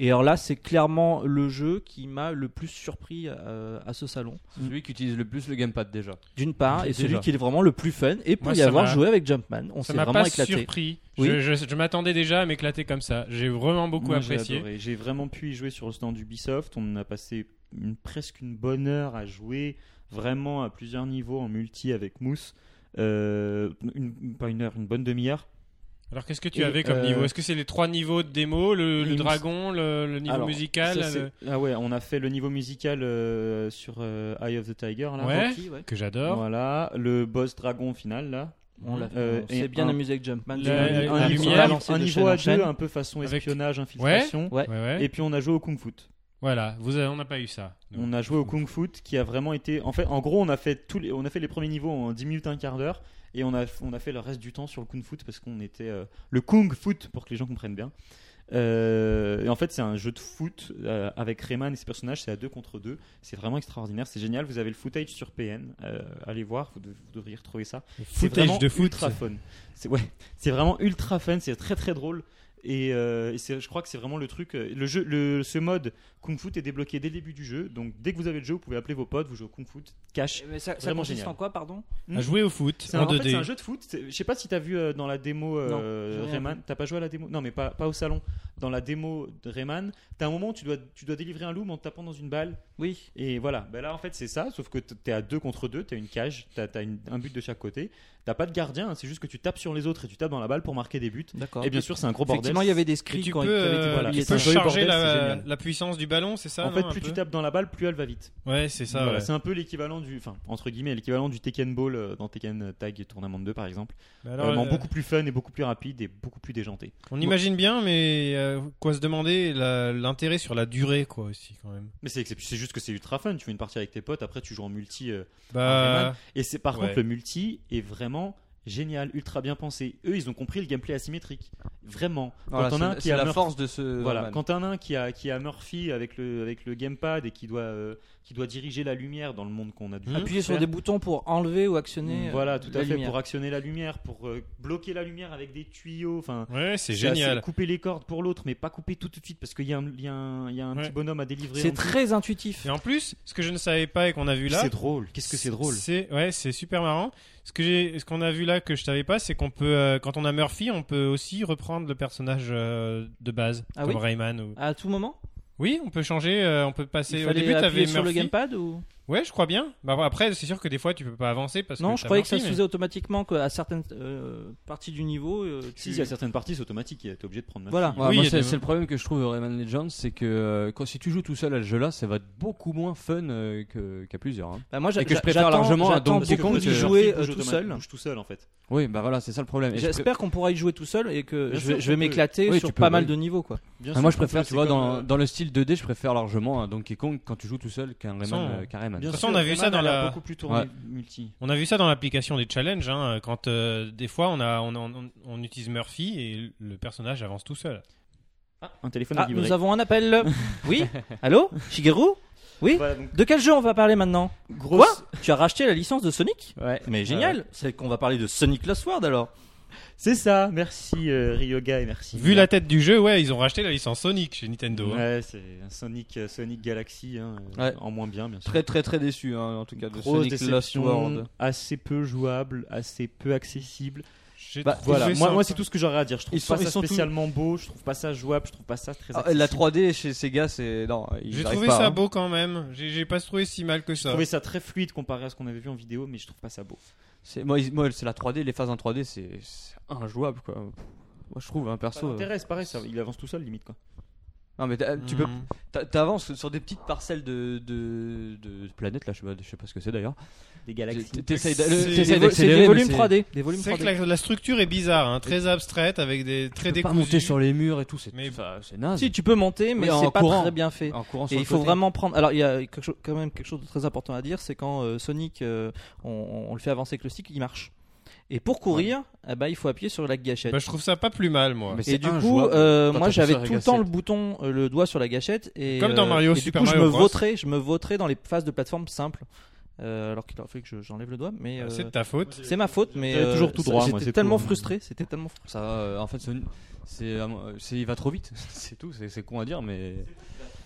[SPEAKER 4] Et alors là, c'est clairement le jeu qui m'a le plus surpris euh, à ce salon.
[SPEAKER 5] C'est hein. Celui qui utilise le plus le gamepad déjà.
[SPEAKER 4] d'une part, et
[SPEAKER 5] Déjà.
[SPEAKER 4] celui qui est vraiment le plus fun. Et pour
[SPEAKER 6] Moi,
[SPEAKER 4] y
[SPEAKER 6] ça
[SPEAKER 4] avoir
[SPEAKER 6] m'a-
[SPEAKER 4] joué avec Jumpman, on
[SPEAKER 6] Ça
[SPEAKER 4] s'est
[SPEAKER 6] m'a
[SPEAKER 4] vraiment
[SPEAKER 6] pas
[SPEAKER 4] éclaté.
[SPEAKER 6] surpris.
[SPEAKER 4] Oui.
[SPEAKER 6] Je, je- je m'attendais déjà à m'éclater comme ça. J'ai vraiment beaucoup
[SPEAKER 3] Moi, j'ai
[SPEAKER 6] apprécié.
[SPEAKER 3] adoré. J'ai vraiment pu y jouer sur le stand d'Ubisoft. On a passé une- presque une bonne heure à jouer vraiment à plusieurs niveaux en multi avec Mousse. Euh, une- pas une heure, une bonne demi-heure.
[SPEAKER 6] Alors qu'est-ce que tu
[SPEAKER 3] Et,
[SPEAKER 6] avais comme
[SPEAKER 3] euh,
[SPEAKER 6] niveau Est-ce que c'est les trois niveaux de démo, le, le
[SPEAKER 3] Il me-
[SPEAKER 6] dragon, le, le niveau
[SPEAKER 3] Alors,
[SPEAKER 6] musical
[SPEAKER 3] ça, c'est-
[SPEAKER 6] le-
[SPEAKER 3] Ah ouais, on a fait le niveau musical euh, sur euh, Eye of the Tiger là.
[SPEAKER 6] Ouais.
[SPEAKER 4] Rocky, ouais.
[SPEAKER 6] que j'adore
[SPEAKER 3] Voilà, le boss dragon final là.
[SPEAKER 4] On l'a
[SPEAKER 3] Euh,
[SPEAKER 4] on s'est
[SPEAKER 3] et
[SPEAKER 4] bien
[SPEAKER 3] un-
[SPEAKER 4] amusé avec Jumpman.
[SPEAKER 6] La-
[SPEAKER 4] Tu vois,
[SPEAKER 6] la-
[SPEAKER 4] on
[SPEAKER 3] un
[SPEAKER 4] a
[SPEAKER 6] la
[SPEAKER 3] niveau,
[SPEAKER 6] lumière,
[SPEAKER 4] lancé
[SPEAKER 3] un
[SPEAKER 4] des
[SPEAKER 3] niveau
[SPEAKER 4] chaînes
[SPEAKER 3] à
[SPEAKER 4] en chaîne.
[SPEAKER 3] deux, un peu façon
[SPEAKER 6] Avec-
[SPEAKER 3] espionnage, infiltration.
[SPEAKER 4] Ouais.
[SPEAKER 6] Ouais, ouais.
[SPEAKER 3] Et puis on a joué au kung fu.
[SPEAKER 6] Voilà, vous avez- on n'a pas eu ça. nous.
[SPEAKER 3] On a joué au kung fu qui a vraiment été. En fait, en gros, on a fait tous les, on a fait les premiers niveaux en 10 minutes, un quart d'heure, et on a, on a fait le reste du temps sur le kung fu parce qu'on était euh, le kung fu pour que les gens comprennent bien. Euh, et en fait, c'est un jeu de foot euh, avec Rayman et ses personnages. C'est à deux contre deux. C'est vraiment extraordinaire. C'est génial. Vous avez le footage sur PN. euh, allez voir, vous, dev- vous devriez retrouver ça.
[SPEAKER 6] Le
[SPEAKER 3] C'est
[SPEAKER 6] footage
[SPEAKER 3] vraiment
[SPEAKER 6] de foot.
[SPEAKER 3] ultra fun. C'est ouais, c'est vraiment ultra fun, c'est très très drôle. Et, euh, et c'est- je crois que c'est vraiment le truc. euh, Le jeu, le, ce mode Kung Fu est débloqué dès le début du jeu. Donc dès que vous avez le jeu, vous pouvez appeler vos potes, vous jouez au Kung Fu cash.
[SPEAKER 4] Mais ça, ça
[SPEAKER 3] Vraiment
[SPEAKER 4] consiste
[SPEAKER 3] génial.
[SPEAKER 4] en quoi, pardon
[SPEAKER 6] À jouer au foot
[SPEAKER 3] C'est
[SPEAKER 6] en
[SPEAKER 3] un, en fait,
[SPEAKER 6] 2D.
[SPEAKER 3] c'est un jeu de foot. C'est- Je sais pas si t'as vu euh, dans la démo euh,
[SPEAKER 4] Non, j'ai rien
[SPEAKER 3] Rayman. T'as pas joué à la démo Non, mais pas, pas au salon. Dans la démo de Rayman, t'as un moment où tu dois, tu dois délivrer un loup mais en te tapant dans une balle.
[SPEAKER 4] Oui.
[SPEAKER 3] Et voilà, ben là en fait c'est ça, sauf que t- t'es à deux contre deux, t'as une cage, t'as t'as une- un but de chaque côté, t'as pas de gardien, hein, c'est juste que tu tapes sur les autres et tu tapes dans la balle pour marquer des buts.
[SPEAKER 4] D'accord.
[SPEAKER 6] Eh
[SPEAKER 3] Et bien sûr c'est un gros bordel.
[SPEAKER 4] Effectivement, il y avait des
[SPEAKER 6] Et
[SPEAKER 4] scripts
[SPEAKER 6] tu
[SPEAKER 4] quand
[SPEAKER 6] peux,
[SPEAKER 4] il avait
[SPEAKER 6] euh,
[SPEAKER 4] été
[SPEAKER 3] voilà,
[SPEAKER 6] tu
[SPEAKER 4] publié,
[SPEAKER 6] peux
[SPEAKER 3] un jeu
[SPEAKER 4] ça.
[SPEAKER 3] au
[SPEAKER 6] charger
[SPEAKER 3] bordel, c'est
[SPEAKER 6] la, Hmm,
[SPEAKER 3] génial.
[SPEAKER 6] la puissance du ballon, c'est ça
[SPEAKER 3] en
[SPEAKER 6] non,
[SPEAKER 3] fait
[SPEAKER 6] un
[SPEAKER 3] plus
[SPEAKER 6] peu
[SPEAKER 3] tu tapes dans la balle, plus elle va vite.
[SPEAKER 6] Ouais, c'est ça.
[SPEAKER 3] Voilà,
[SPEAKER 6] ouais.
[SPEAKER 3] C'est un peu l'équivalent du, enfin entre guillemets l'équivalent du Tekken Ball euh, dans Tekken Tag Tournament 2 par exemple.
[SPEAKER 6] Mais alors,
[SPEAKER 3] Vraiment
[SPEAKER 6] euh,
[SPEAKER 3] beaucoup plus fun et beaucoup plus rapide et beaucoup plus déjanté.
[SPEAKER 6] On imagine bien, mais euh, quoi se demander la- l'intérêt sur la durée, quoi, aussi, quand même.
[SPEAKER 3] Mais c'est excep- c'est juste que c'est ultra fun, tu fais une partie avec tes potes, après tu joues en multi. euh,
[SPEAKER 6] Bah,
[SPEAKER 3] Et c'est par
[SPEAKER 6] Ouais.
[SPEAKER 3] contre le multi est vraiment génial, ultra bien pensé. Eux, ils ont compris le gameplay asymétrique. Vraiment.
[SPEAKER 5] Voilà,
[SPEAKER 3] quand on a un
[SPEAKER 5] c'est
[SPEAKER 3] qui
[SPEAKER 5] c'est
[SPEAKER 3] a
[SPEAKER 5] la
[SPEAKER 3] Murphy-
[SPEAKER 5] force de ce.
[SPEAKER 3] voilà,
[SPEAKER 5] Rayman.
[SPEAKER 3] quand on a un qui a qui a Murphy avec le avec le gamepad et qui doit euh, qui doit diriger la lumière dans le monde qu'on
[SPEAKER 5] Ah,
[SPEAKER 3] a dû
[SPEAKER 6] Mhm.
[SPEAKER 4] Appuyer sur
[SPEAKER 3] faire.
[SPEAKER 4] des boutons pour enlever ou
[SPEAKER 6] Hmm,
[SPEAKER 4] actionner. euh,
[SPEAKER 3] voilà, tout
[SPEAKER 4] la
[SPEAKER 3] à fait
[SPEAKER 4] lumière.
[SPEAKER 3] pour actionner la lumière, pour euh, bloquer la lumière avec des tuyaux, enfin
[SPEAKER 6] ouais, c'est génial.
[SPEAKER 3] assez- Couper les cordes pour l'autre, mais pas couper tout tout de suite parce qu'il y a un, il y a un, il y a un
[SPEAKER 6] Ouais.
[SPEAKER 3] petit bonhomme à délivrer.
[SPEAKER 4] C'est
[SPEAKER 3] en dessous.
[SPEAKER 4] très intuitif.
[SPEAKER 6] Et en plus, ce que je ne savais pas et qu'on a vu là,
[SPEAKER 3] C'est drôle. Qu'est-ce que c'est drôle
[SPEAKER 6] C'est ouais, c'est super marrant. Ce que j'ai, ce qu'on a vu là que je savais pas, c'est qu'on peut, euh, quand on a Murphy, on peut aussi reprendre le personnage euh, de base,
[SPEAKER 4] Ah
[SPEAKER 6] comme
[SPEAKER 4] oui
[SPEAKER 6] Rayman. Ou...
[SPEAKER 4] À tout moment
[SPEAKER 6] Oui, on peut changer, euh, on peut passer.
[SPEAKER 4] Il
[SPEAKER 6] Au
[SPEAKER 4] fallait
[SPEAKER 6] début,
[SPEAKER 4] appuyer
[SPEAKER 6] t'avais
[SPEAKER 4] sur le
[SPEAKER 6] Murphy.
[SPEAKER 4] gamepad ou
[SPEAKER 6] Ouais, je crois bien. Bah, après, c'est sûr que des fois, tu peux pas avancer parce que.
[SPEAKER 4] Non, je
[SPEAKER 6] t'as
[SPEAKER 4] croyais que ça
[SPEAKER 6] Murphy,
[SPEAKER 4] se
[SPEAKER 6] mais-
[SPEAKER 4] faisait automatiquement quoi, à certaines euh, parties du niveau. euh,
[SPEAKER 3] Si,
[SPEAKER 4] tu-
[SPEAKER 3] il y a certaines parties, c'est automatique, t'es obligé de prendre ma
[SPEAKER 4] Voilà.
[SPEAKER 3] fille.
[SPEAKER 5] Ouais,
[SPEAKER 6] Oui,
[SPEAKER 5] moi,
[SPEAKER 6] il y a
[SPEAKER 5] c'est
[SPEAKER 6] des-
[SPEAKER 5] c'est le problème que je trouve à Rayman Legends, c'est que euh, quand, si tu joues tout seul à ce jeu-là, ça va être beaucoup moins fun euh, que- qu'à plusieurs. hein.
[SPEAKER 4] Bah, moi, j'a-
[SPEAKER 5] Et que je
[SPEAKER 4] j'a-
[SPEAKER 5] préfère
[SPEAKER 4] j'attends-
[SPEAKER 5] largement un
[SPEAKER 4] j'attends
[SPEAKER 5] Donkey
[SPEAKER 4] beaucoup
[SPEAKER 5] Kong
[SPEAKER 4] d'y
[SPEAKER 5] que-
[SPEAKER 4] jouer euh,
[SPEAKER 3] Bouge
[SPEAKER 4] tout
[SPEAKER 3] automa-
[SPEAKER 4] seul.
[SPEAKER 3] bouge tout seul en fait.
[SPEAKER 5] Oui, bah voilà, c'est ça le problème. Et je pré-
[SPEAKER 4] J'espère qu'on pourra y jouer tout seul et que je
[SPEAKER 3] Bien sûr
[SPEAKER 4] vais, je vais
[SPEAKER 3] qu'on peut.
[SPEAKER 4] m'éclater
[SPEAKER 5] Oui,
[SPEAKER 4] sur
[SPEAKER 5] tu peux,
[SPEAKER 4] pas mal
[SPEAKER 5] oui.
[SPEAKER 4] de niveaux quoi.
[SPEAKER 3] Bien
[SPEAKER 5] Ah,
[SPEAKER 3] sûr qu'on
[SPEAKER 5] moi, je préfère,
[SPEAKER 6] peut,
[SPEAKER 5] tu
[SPEAKER 6] c'est
[SPEAKER 5] vois,
[SPEAKER 6] comme,
[SPEAKER 5] dans,
[SPEAKER 6] euh,
[SPEAKER 5] dans le style 2D, je préfère largement un Donkey Kong quand tu joues tout seul qu'un Rayman.
[SPEAKER 6] Sans-
[SPEAKER 5] euh, qu'un Rayman.
[SPEAKER 3] Bien
[SPEAKER 6] toute
[SPEAKER 3] sûr,
[SPEAKER 6] façon, on a vu
[SPEAKER 3] Rayman
[SPEAKER 6] ça dans
[SPEAKER 3] l'air
[SPEAKER 6] la-
[SPEAKER 3] beaucoup plus tourné
[SPEAKER 5] Ouais.
[SPEAKER 3] multi.
[SPEAKER 6] On a vu ça dans l'application des challenges, hein, quand euh, des fois on, a, on, a- on- on utilise Murphy et le personnage avance tout seul.
[SPEAKER 3] Un téléphone à
[SPEAKER 4] Ah,
[SPEAKER 3] vibré.
[SPEAKER 4] nous avons un appel. Oui Allô Shigeru Oui
[SPEAKER 3] Voilà, donc,
[SPEAKER 4] De quel jeu on va parler maintenant
[SPEAKER 3] grosse- Euh,
[SPEAKER 4] Tu as racheté la licence de Sonic
[SPEAKER 3] Ouais.
[SPEAKER 4] Mais génial C'est qu'on va parler de Sonic Lost World alors.
[SPEAKER 3] C'est ça, merci euh, Ryoga et merci.
[SPEAKER 6] Vu la tête du jeu, ouais, ils ont racheté la licence Sonic chez Nintendo. hein.
[SPEAKER 3] Ouais, c'est un Sonic, euh, Sonic Galaxy, hein, euh,
[SPEAKER 1] Ouais.
[SPEAKER 3] en moins bien, bien sûr.
[SPEAKER 1] Très très très déçu hein, en tout cas de
[SPEAKER 3] Grosse
[SPEAKER 1] Sonic Lost
[SPEAKER 3] déception,
[SPEAKER 1] World.
[SPEAKER 3] assez peu jouable, assez peu accessible.
[SPEAKER 6] J'ai
[SPEAKER 1] Bah,
[SPEAKER 6] trouvé
[SPEAKER 3] Voilà, moi,
[SPEAKER 6] ça-
[SPEAKER 3] moi c'est tout ce que j'aurais à dire. Je trouve
[SPEAKER 1] Ils sont-
[SPEAKER 3] pas ça
[SPEAKER 1] ils sont tous-
[SPEAKER 3] spécialement beau, je trouve pas ça jouable, je trouve pas ça très
[SPEAKER 1] Ah,
[SPEAKER 3] accessible.
[SPEAKER 1] la 3D chez Sega c'est non, ils
[SPEAKER 6] J'ai
[SPEAKER 1] arrivent
[SPEAKER 6] trouvé
[SPEAKER 1] pas,
[SPEAKER 6] ça
[SPEAKER 1] hein.
[SPEAKER 6] beau quand même. J'ai j'ai pas trouvé si mal que
[SPEAKER 3] Je
[SPEAKER 6] ça.
[SPEAKER 3] trouvais ça très fluide comparé à ce qu'on avait vu en vidéo, mais je trouve pas ça beau.
[SPEAKER 1] C'est- Moi, ils- moi, c'est la 3D, les phases en 3D c'est c'est injouable quoi. Moi je trouve un
[SPEAKER 3] Ça
[SPEAKER 1] perso. euh.
[SPEAKER 3] m'intéresse, pareil, ça- il avance tout seul limite quoi.
[SPEAKER 1] Non mais t'as-
[SPEAKER 5] Mm.
[SPEAKER 1] tu peux
[SPEAKER 6] Mhm.
[SPEAKER 1] t'a- t'avances sur des petites parcelles de de, de planètes là, je sais pas, je sais pas ce que c'est d'ailleurs.
[SPEAKER 3] Des
[SPEAKER 1] T-
[SPEAKER 3] galaxies.
[SPEAKER 1] T'essayes
[SPEAKER 6] C'est-
[SPEAKER 1] d'a- le-
[SPEAKER 6] c'est
[SPEAKER 1] t'essayes
[SPEAKER 6] des
[SPEAKER 4] vo- c'est
[SPEAKER 1] d'accélérer,
[SPEAKER 4] des
[SPEAKER 1] mais
[SPEAKER 4] volumes
[SPEAKER 1] c'est-
[SPEAKER 4] 3D. Des volumes
[SPEAKER 6] C'est
[SPEAKER 4] 3D.
[SPEAKER 6] que la, la structure est bizarre, hein, très abstraite, avec des
[SPEAKER 1] Tu
[SPEAKER 6] très
[SPEAKER 1] peux pas
[SPEAKER 6] décousus.
[SPEAKER 1] monter sur les murs et tout, c'est
[SPEAKER 6] Mais-
[SPEAKER 1] enfin, c'est naze.
[SPEAKER 4] Si tu peux monter, mais
[SPEAKER 1] Oui, en
[SPEAKER 4] c'est pas
[SPEAKER 1] courant.
[SPEAKER 4] très bien fait.
[SPEAKER 1] En courant sur
[SPEAKER 4] Et
[SPEAKER 1] le
[SPEAKER 4] il faut
[SPEAKER 1] côté.
[SPEAKER 4] vraiment prendre. Alors, il y a quelque chose- quand même quelque chose de très important à dire, c'est quand euh, Sonic, euh, on, on le fait avancer avec le stick, il marche. Et pour courir, eh ben, il faut appuyer sur la gâchette.
[SPEAKER 6] Bah, je trouve ça pas plus mal, moi.
[SPEAKER 1] Mais c'est
[SPEAKER 4] et du coup,
[SPEAKER 1] injouable.
[SPEAKER 4] euh,
[SPEAKER 1] Quand
[SPEAKER 4] moi,
[SPEAKER 1] t'appuies
[SPEAKER 4] j'avais
[SPEAKER 1] sur la
[SPEAKER 4] tout le temps le
[SPEAKER 1] gâchette.
[SPEAKER 4] bouton, euh, le doigt sur la gâchette, et
[SPEAKER 6] Comme dans
[SPEAKER 4] euh,
[SPEAKER 6] Mario,
[SPEAKER 4] et du
[SPEAKER 6] Super
[SPEAKER 4] coup,
[SPEAKER 6] Mario
[SPEAKER 4] je me
[SPEAKER 6] Bros.
[SPEAKER 4] vautrais, je me vautrais dans les phases de plateforme simples. Euh, alors qu'il aurait fallu que je- j'enlève le doigt, mais euh,
[SPEAKER 6] Ah, C'est de ta faute.
[SPEAKER 4] c'est ma faute. Mais
[SPEAKER 3] J'avais toujours tout
[SPEAKER 4] ça-
[SPEAKER 3] droit, moi,
[SPEAKER 4] J'étais
[SPEAKER 3] c'est
[SPEAKER 4] tellement
[SPEAKER 3] tout.
[SPEAKER 4] frustré, c'était tellement. frustré.
[SPEAKER 5] Ça, euh, en fait, c'est, c'est, euh, c'est- il va trop vite, c'est tout, c'est, c'est con à dire, mais.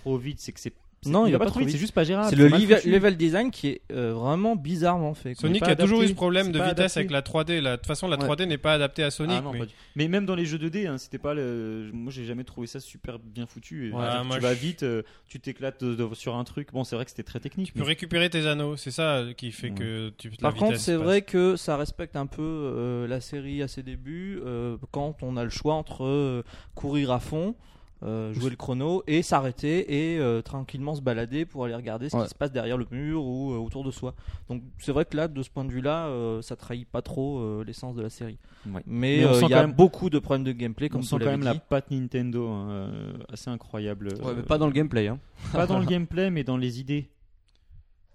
[SPEAKER 3] Trop vite, c'est que c'est.
[SPEAKER 4] Non, il va pas trop
[SPEAKER 3] trop vite,
[SPEAKER 4] vite.
[SPEAKER 3] c'est juste pas
[SPEAKER 6] Ah,
[SPEAKER 3] gérable.
[SPEAKER 4] C'est le
[SPEAKER 3] mal
[SPEAKER 4] level,
[SPEAKER 3] foutu.
[SPEAKER 4] level design qui est euh, vraiment bizarrement fait. quoi.
[SPEAKER 6] Sonic
[SPEAKER 3] pas
[SPEAKER 6] a toujours eu ce
[SPEAKER 3] adapté.
[SPEAKER 6] problème
[SPEAKER 3] C'est
[SPEAKER 6] de
[SPEAKER 3] pas
[SPEAKER 6] vitesse
[SPEAKER 3] adapté.
[SPEAKER 6] avec la 3D. La- De toute façon, la 3D n'est pas adaptée à Sonic.
[SPEAKER 3] Ah non,
[SPEAKER 6] mais-
[SPEAKER 3] pas du- mais même dans les jeux 2D, hein, c'était pas le... moi j'ai jamais trouvé ça super bien foutu. Et,
[SPEAKER 6] Ouais,
[SPEAKER 3] c'est-à-dire que
[SPEAKER 6] moi,
[SPEAKER 3] tu vas
[SPEAKER 6] je-
[SPEAKER 3] vite, euh, tu t'éclates de- de- sur un truc. Bon, c'est vrai que c'était très technique.
[SPEAKER 6] Tu peux
[SPEAKER 3] mais-
[SPEAKER 6] récupérer tes anneaux, c'est ça euh, qui fait
[SPEAKER 3] Ouais.
[SPEAKER 6] que tu la
[SPEAKER 4] Par contre,
[SPEAKER 6] vitesse
[SPEAKER 4] c'est
[SPEAKER 6] passe.
[SPEAKER 4] vrai que ça respecte un peu euh, la série à ses débuts euh, quand on a le choix entre euh, courir à fond, euh, jouer le chrono et s'arrêter et euh, tranquillement se balader pour aller regarder ce
[SPEAKER 1] Ouais.
[SPEAKER 4] qui se passe derrière le mur ou euh, autour de soi. Donc c'est vrai que là, de ce point de vue-là, euh, ça trahit pas trop euh, l'essence de la série.
[SPEAKER 3] Ouais.
[SPEAKER 4] Mais
[SPEAKER 3] Mais on
[SPEAKER 4] euh,
[SPEAKER 3] sent
[SPEAKER 4] il y a
[SPEAKER 3] quand même-
[SPEAKER 4] beaucoup de problèmes de gameplay comme
[SPEAKER 3] On sent
[SPEAKER 4] vous
[SPEAKER 3] quand
[SPEAKER 4] l'avez
[SPEAKER 3] même la
[SPEAKER 4] dit.
[SPEAKER 3] patte Nintendo, hein, euh, assez incroyable.
[SPEAKER 1] Ouais,
[SPEAKER 3] Euh,
[SPEAKER 1] mais pas dans le gameplay hein.
[SPEAKER 3] pas dans le gameplay, mais dans les idées.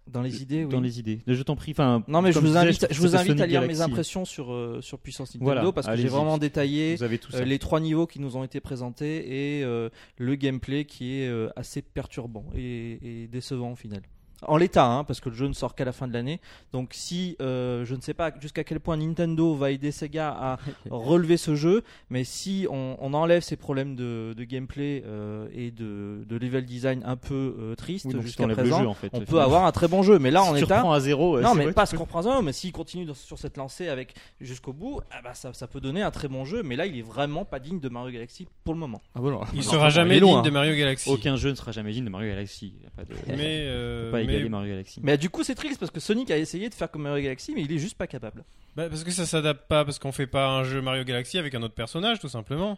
[SPEAKER 4] Dans les idées, oui.
[SPEAKER 3] euh, Dans les idées. Je t'en prie. Enfin,
[SPEAKER 4] Non mais je
[SPEAKER 3] comme
[SPEAKER 4] vous
[SPEAKER 3] disais,
[SPEAKER 4] invite, je vous
[SPEAKER 3] c'était
[SPEAKER 4] invite à
[SPEAKER 3] Sonic
[SPEAKER 4] lire mes
[SPEAKER 3] Galaxy.
[SPEAKER 4] impressions sur euh, sur Puissance Nintendo
[SPEAKER 3] Voilà,
[SPEAKER 4] parce que j'ai
[SPEAKER 3] allez-y.
[SPEAKER 4] vraiment détaillé.
[SPEAKER 3] Vous avez tout ça.
[SPEAKER 4] Euh, les trois niveaux qui nous ont été présentés et euh, le gameplay qui est euh, assez perturbant et, et décevant au final. En l'état, hein, parce que le jeu ne sort qu'à la fin de l'année. Donc si, euh, je ne sais pas jusqu'à quel point Nintendo va aider Sega à relever ce jeu, mais si on, on enlève ces problèmes de, de gameplay euh, et de, de level design un peu euh, triste
[SPEAKER 3] Oui, donc tu
[SPEAKER 4] jusqu'à
[SPEAKER 3] t'enlèves le
[SPEAKER 4] présent,
[SPEAKER 3] jeu en fait.
[SPEAKER 4] on peut avoir un très bon jeu. Mais là, en
[SPEAKER 3] si tu
[SPEAKER 4] état,
[SPEAKER 3] reprends à zéro. euh,
[SPEAKER 4] non,
[SPEAKER 3] c'est
[SPEAKER 4] mais
[SPEAKER 3] vrai,
[SPEAKER 4] pas
[SPEAKER 3] tu
[SPEAKER 4] se
[SPEAKER 3] peux-
[SPEAKER 4] comprendre. Non, mais s'il continue dans- sur cette lancée avec jusqu'au bout, ah bah, ça, ça peut donner un très bon jeu. Mais là, il est vraiment pas digne de Mario Galaxy pour le moment.
[SPEAKER 1] Ah, voilà.
[SPEAKER 6] Il
[SPEAKER 1] Non,
[SPEAKER 6] sera
[SPEAKER 1] il est
[SPEAKER 6] jamais
[SPEAKER 1] loin,
[SPEAKER 6] digne
[SPEAKER 1] hein.
[SPEAKER 6] de Mario Galaxy.
[SPEAKER 3] Aucun jeu ne sera jamais digne de Mario Galaxy. Y a pas de-
[SPEAKER 6] Mais,
[SPEAKER 3] on
[SPEAKER 6] euh,
[SPEAKER 3] peut pas égaler
[SPEAKER 6] mais-
[SPEAKER 3] Mario Galaxy.
[SPEAKER 4] Mais du coup, c'est triste parce que Sonic a essayé de faire comme Mario Galaxy, mais il est juste pas capable.
[SPEAKER 6] bah, parce que ça s'adapte pas, parce qu'on fait pas un jeu Mario Galaxy avec un autre personnage, tout simplement.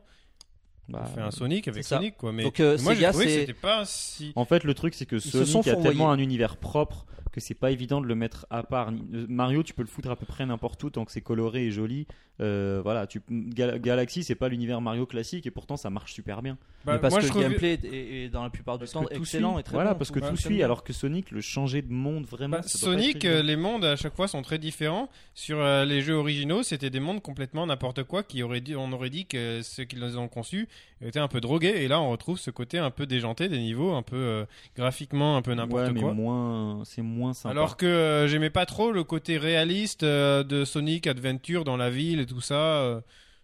[SPEAKER 3] Bah,
[SPEAKER 6] On fait un Sonic avec
[SPEAKER 4] c'est ça.
[SPEAKER 6] Sonic, quoi. Mais
[SPEAKER 4] Donc, euh,
[SPEAKER 6] moi, j'ai
[SPEAKER 4] Sega,
[SPEAKER 6] trouvé que
[SPEAKER 4] c'est-
[SPEAKER 6] c'était pas si.
[SPEAKER 3] En fait, le truc, c'est que
[SPEAKER 4] se
[SPEAKER 3] Sonic
[SPEAKER 4] sont
[SPEAKER 3] a
[SPEAKER 4] fourvoyés.
[SPEAKER 3] tellement un univers propre que c'est pas évident de le mettre à part. Ni- euh, Mario, tu peux le foutre à peu près n'importe où tant que c'est coloré et joli. Euh, voilà, tu... Gal- Galaxy, c'est pas l'univers Mario classique et pourtant ça marche super bien.
[SPEAKER 6] Bah,
[SPEAKER 4] mais parce
[SPEAKER 6] moi,
[SPEAKER 4] que le
[SPEAKER 6] je trouvais-
[SPEAKER 4] gameplay est, est- est dans la plupart du
[SPEAKER 3] Parce
[SPEAKER 4] temps
[SPEAKER 3] que tout
[SPEAKER 4] excellent
[SPEAKER 3] suit.
[SPEAKER 4] et très
[SPEAKER 3] voilà,
[SPEAKER 4] bon,
[SPEAKER 3] parce
[SPEAKER 4] tout
[SPEAKER 3] que tout
[SPEAKER 4] fonctionne
[SPEAKER 3] suit,
[SPEAKER 4] bien.
[SPEAKER 3] alors que Sonic, le changer de monde vraiment.
[SPEAKER 6] Bah,
[SPEAKER 3] ça doit pas être
[SPEAKER 6] Sonic,
[SPEAKER 3] évident.
[SPEAKER 6] euh, les mondes à chaque fois sont très différents. Sur euh, les jeux originaux, c'était des mondes complètement n'importe quoi qui auraient dit, on aurait dit que ceux qui les ont conçus étaient un peu drogués. Et là, on retrouve ce côté un peu déjanté des niveaux, un peu euh, graphiquement, un peu n'importe
[SPEAKER 3] Ouais, mais
[SPEAKER 6] quoi.
[SPEAKER 3] moins, c'est moins sympa.
[SPEAKER 6] Alors que euh, j'aimais pas trop le côté réaliste euh, de Sonic Adventure dans la ville et tout ça. euh,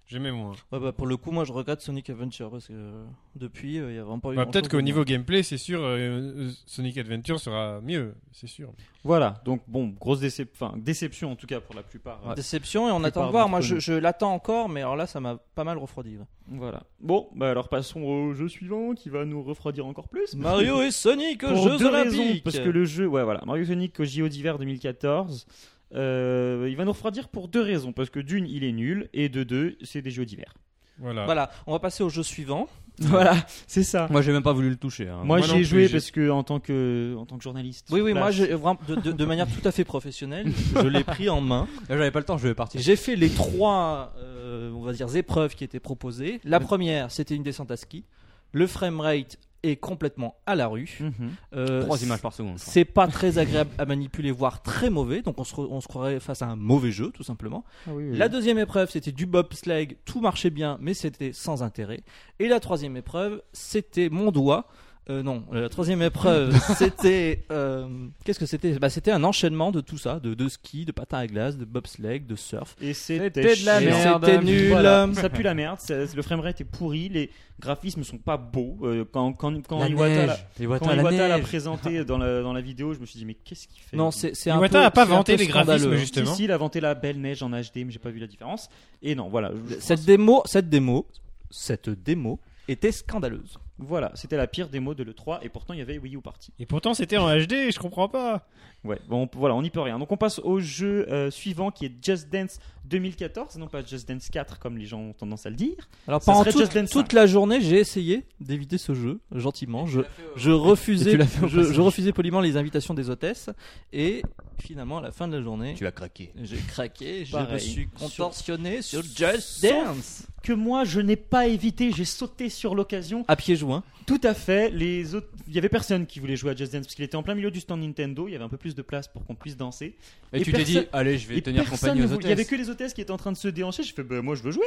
[SPEAKER 6] J'aimais moins.
[SPEAKER 4] Ouais, bah, pour le coup, moi je regrette Sonic Adventure parce que euh, depuis, euh, il y a vraiment pas eu.
[SPEAKER 6] Bah,
[SPEAKER 4] grand-chose
[SPEAKER 6] Peut-être
[SPEAKER 4] de
[SPEAKER 6] qu'au
[SPEAKER 4] bien.
[SPEAKER 6] niveau gameplay, c'est sûr, euh, euh, Sonic Adventure sera mieux, c'est sûr.
[SPEAKER 3] Voilà, donc bon, grosse décep- enfin, déception en tout cas pour la plupart. euh,
[SPEAKER 4] Déception et on
[SPEAKER 3] Plupart
[SPEAKER 4] attend de voir.
[SPEAKER 3] d'entre
[SPEAKER 4] Moi je,
[SPEAKER 3] nous.
[SPEAKER 4] je l'attends encore, mais alors là ça m'a pas mal refroidi. ouais.
[SPEAKER 3] Voilà. Bon, bah alors passons au jeu suivant qui va nous refroidir encore plus.
[SPEAKER 4] Mario et Sonic aux
[SPEAKER 3] Pour
[SPEAKER 4] Jeux
[SPEAKER 3] deux
[SPEAKER 4] Olympiques.
[SPEAKER 3] raisons, parce que le jeu, ouais voilà, Mario Sonic au JO d'hiver 2014, euh, il va nous refroidir pour deux raisons, parce que d'une, il est nul, et de deux, c'est des JO d'hiver.
[SPEAKER 6] Voilà.
[SPEAKER 4] Voilà, on va passer au jeu suivant.
[SPEAKER 3] voilà, c'est ça.
[SPEAKER 5] Moi, j'ai même pas voulu le toucher. hein.
[SPEAKER 3] Moi,
[SPEAKER 6] moi non
[SPEAKER 3] j'y ai
[SPEAKER 6] plus,
[SPEAKER 3] joué
[SPEAKER 6] j'ai-
[SPEAKER 3] parce que en tant que en tant que journaliste.
[SPEAKER 4] Oui,
[SPEAKER 3] sur
[SPEAKER 4] oui, moi
[SPEAKER 3] place,
[SPEAKER 4] j'ai vraiment de, de- de manière tout à fait professionnelle, je l'ai pris en main.
[SPEAKER 5] Là, J'avais pas le temps, je vais partir.
[SPEAKER 4] J'ai fait les trois, euh, on va dire, épreuves qui étaient proposées. La première, c'était une descente à ski. Le framerate est complètement à la rue.
[SPEAKER 3] Mhm.
[SPEAKER 4] Euh,
[SPEAKER 5] Trois images par seconde. je crois.
[SPEAKER 4] C'est pas très agréable à manipuler, voire très mauvais. Donc on se, re- on se croirait face à un mauvais jeu, tout simplement.
[SPEAKER 6] Ah
[SPEAKER 4] La deuxième épreuve, c'était du bobsleigh. Tout marchait bien, mais c'était sans intérêt. Et la troisième épreuve, c'était mon doigt. Euh, non, la troisième épreuve, c'était euh, qu'est-ce que c'était Bah, c'était un enchaînement de tout ça, de, de ski, de patin à glace, de bobsleigh, de surf.
[SPEAKER 3] Et
[SPEAKER 5] C'était de la
[SPEAKER 3] chiant.
[SPEAKER 5] merde.
[SPEAKER 4] C'était nul.
[SPEAKER 3] Voilà, ça pue la merde, ça- le framerate est pourri, les graphismes sont pas beaux. euh, quand quand, quand
[SPEAKER 5] La
[SPEAKER 3] Iwata
[SPEAKER 5] neige.
[SPEAKER 3] l'a-
[SPEAKER 5] Iwata,
[SPEAKER 3] quand
[SPEAKER 5] la
[SPEAKER 3] Iwata l'a
[SPEAKER 5] neige.
[SPEAKER 3] présenté dans la, dans la vidéo, je me suis dit, mais qu'est-ce qu'il fait
[SPEAKER 4] Non, c'est c'est un
[SPEAKER 6] Iwata
[SPEAKER 4] peu-
[SPEAKER 6] a pas
[SPEAKER 4] c'est un
[SPEAKER 6] vanté
[SPEAKER 4] peu
[SPEAKER 6] les graphismes,
[SPEAKER 4] scandaleux.
[SPEAKER 6] justement.
[SPEAKER 3] Si, si, il a vanté la belle neige en HD, mais j'ai pas vu la différence. Et non, voilà. je- je
[SPEAKER 4] Cette
[SPEAKER 3] pense-
[SPEAKER 4] démo, cette démo, cette démo était scandaleuse.
[SPEAKER 3] Voilà, c'était la pire démo de l'E3, et pourtant il y avait Wii U Party.
[SPEAKER 6] Et pourtant, c'était en HD, je comprends pas.
[SPEAKER 3] Ouais, bon, on- voilà, on n'y peut rien. Donc on passe au jeu euh, suivant qui est Just Dance 2014, non pas Just Dance 4 comme les gens ont tendance à le dire.
[SPEAKER 4] Alors
[SPEAKER 3] Ça
[SPEAKER 4] pendant
[SPEAKER 3] serait
[SPEAKER 4] toute,
[SPEAKER 3] Just Dance
[SPEAKER 4] toute la journée, j'ai essayé d'éviter ce jeu gentiment. Je, je
[SPEAKER 5] et
[SPEAKER 4] refusais,
[SPEAKER 5] tu l'as fait au
[SPEAKER 4] je,
[SPEAKER 5] passage.
[SPEAKER 4] je refusais poliment les invitations des hôtesses et finalement à la fin de la journée,
[SPEAKER 5] Tu as craqué.
[SPEAKER 4] j'ai craqué, je
[SPEAKER 3] Pareil.
[SPEAKER 4] me suis contorsionné sur Just
[SPEAKER 3] Sauf
[SPEAKER 4] Dance
[SPEAKER 3] Que moi je n'ai pas évité, j'ai sauté sur l'occasion.
[SPEAKER 4] à pieds joints.
[SPEAKER 3] Tout à fait. Les autres, il y avait personne qui voulait jouer à Just Dance parce qu'il était en plein milieu du stand Nintendo. Il y avait un peu plus de place pour qu'on puisse danser.
[SPEAKER 5] Et,
[SPEAKER 3] Et
[SPEAKER 5] tu t'es dit,
[SPEAKER 3] personne-
[SPEAKER 5] allez, je vais
[SPEAKER 3] Et
[SPEAKER 5] tenir
[SPEAKER 3] personne
[SPEAKER 5] compagnie
[SPEAKER 3] ne
[SPEAKER 5] aux
[SPEAKER 3] voulait-
[SPEAKER 5] hôtesses.
[SPEAKER 3] Il y avait que les hôtesses qui étaient en train de se déhancher. J'ai fait, bah, moi je veux jouer.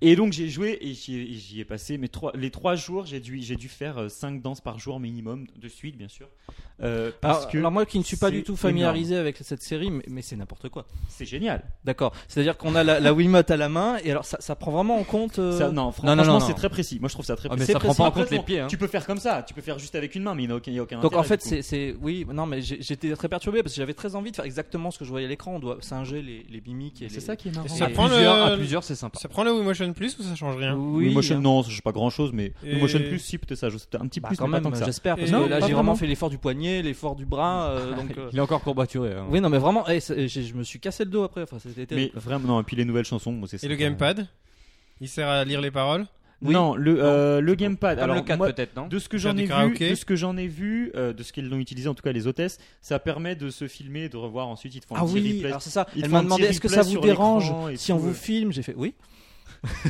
[SPEAKER 3] et donc j'ai joué et j'y ai- et j'y ai passé mes trois, les trois jours. J'ai dû, j'ai dû faire euh, cinq danses par jour minimum de suite, bien sûr. Euh,
[SPEAKER 5] Ah,
[SPEAKER 3] parce
[SPEAKER 4] Alors,
[SPEAKER 3] que
[SPEAKER 4] alors moi qui ne suis pas du
[SPEAKER 3] c'est
[SPEAKER 4] tout familiarisé avec cette série, mais, mais c'est n'importe quoi.
[SPEAKER 3] c'est génial.
[SPEAKER 4] D'accord. C'est-à-dire qu'on a la, la Wiimote à la main et alors ça, ça prend vraiment en compte. euh,
[SPEAKER 3] Ça- non, fran-
[SPEAKER 5] non, non,
[SPEAKER 3] franchement,
[SPEAKER 5] non.
[SPEAKER 3] c'est très précis. Moi je trouve ça très
[SPEAKER 5] Ah,
[SPEAKER 3] précis.
[SPEAKER 5] mais
[SPEAKER 4] c'est
[SPEAKER 5] ça prend pas en
[SPEAKER 3] Après,
[SPEAKER 5] compte les
[SPEAKER 3] bon,
[SPEAKER 5] pieds. hein.
[SPEAKER 3] Tu peux faire comme ça. Tu peux faire juste avec une main, mais il n'y a aucun, il n'y a aucun
[SPEAKER 4] Donc en
[SPEAKER 3] intérêt,
[SPEAKER 4] fait,
[SPEAKER 3] du coup.
[SPEAKER 4] c'est c'est- oui, non mais j'ai- j'étais très perturbé parce que j'avais très envie de faire exactement ce que je voyais à l'écran. On doit singer les, les mimiques et les.
[SPEAKER 3] C'est ça qui est marrant.
[SPEAKER 6] Et
[SPEAKER 5] À
[SPEAKER 6] ça prend
[SPEAKER 5] plusieurs, à
[SPEAKER 6] le-
[SPEAKER 5] plusieurs, c'est sympa.
[SPEAKER 6] Ça prend le Wii Motion Plus ou ça change rien
[SPEAKER 4] Oui.
[SPEAKER 3] Oui, Motion,
[SPEAKER 4] hein.
[SPEAKER 3] non, je sais pas grand chose, mais
[SPEAKER 6] Et-
[SPEAKER 3] Motion Plus, si, peut-être ça, je sais un petit
[SPEAKER 4] Bah,
[SPEAKER 3] plus,
[SPEAKER 4] quand
[SPEAKER 3] mais pas
[SPEAKER 4] même,
[SPEAKER 3] tant que ça.
[SPEAKER 4] j'espère parce
[SPEAKER 6] Et-
[SPEAKER 4] que
[SPEAKER 6] Non,
[SPEAKER 4] là
[SPEAKER 6] pas
[SPEAKER 4] j'ai vraiment
[SPEAKER 6] vraiment.
[SPEAKER 4] fait l'effort du poignet, l'effort du bras, euh, donc. euh,
[SPEAKER 5] Il est encore courbaturé. hein.
[SPEAKER 4] Oui non mais vraiment, eh, c'est- j'ai- je me suis cassé le dos après. Enfin c'était
[SPEAKER 3] Mais
[SPEAKER 4] terrible.
[SPEAKER 3] vraiment, non, et puis les nouvelles chansons, moi, c'est ça.
[SPEAKER 6] Et le gamepad Il sert à lire les paroles
[SPEAKER 4] Oui.
[SPEAKER 3] Non, le, euh, le gamepad.
[SPEAKER 5] Comme
[SPEAKER 3] alors,
[SPEAKER 5] le 4
[SPEAKER 3] moi,
[SPEAKER 5] peut-être, non
[SPEAKER 3] de ce que
[SPEAKER 6] Faire
[SPEAKER 3] j'en
[SPEAKER 6] du
[SPEAKER 3] ai vu,
[SPEAKER 6] karaoké.
[SPEAKER 3] de ce que j'en ai vu, euh, de ce qu'ils l'ont utilisé, en tout cas les hôtesses, ça permet de se filmer, de revoir ensuite, ils te font
[SPEAKER 4] Ah
[SPEAKER 3] un petit
[SPEAKER 4] oui,
[SPEAKER 3] replay.
[SPEAKER 4] alors c'est ça. Elle
[SPEAKER 3] Ils font
[SPEAKER 4] m'a
[SPEAKER 3] un petit
[SPEAKER 4] demandé est-ce que
[SPEAKER 3] replay
[SPEAKER 4] ça vous
[SPEAKER 3] sur
[SPEAKER 4] dérange
[SPEAKER 3] l'écran et
[SPEAKER 4] si on
[SPEAKER 3] tout,
[SPEAKER 4] vous
[SPEAKER 3] euh.
[SPEAKER 4] filme J'ai fait oui.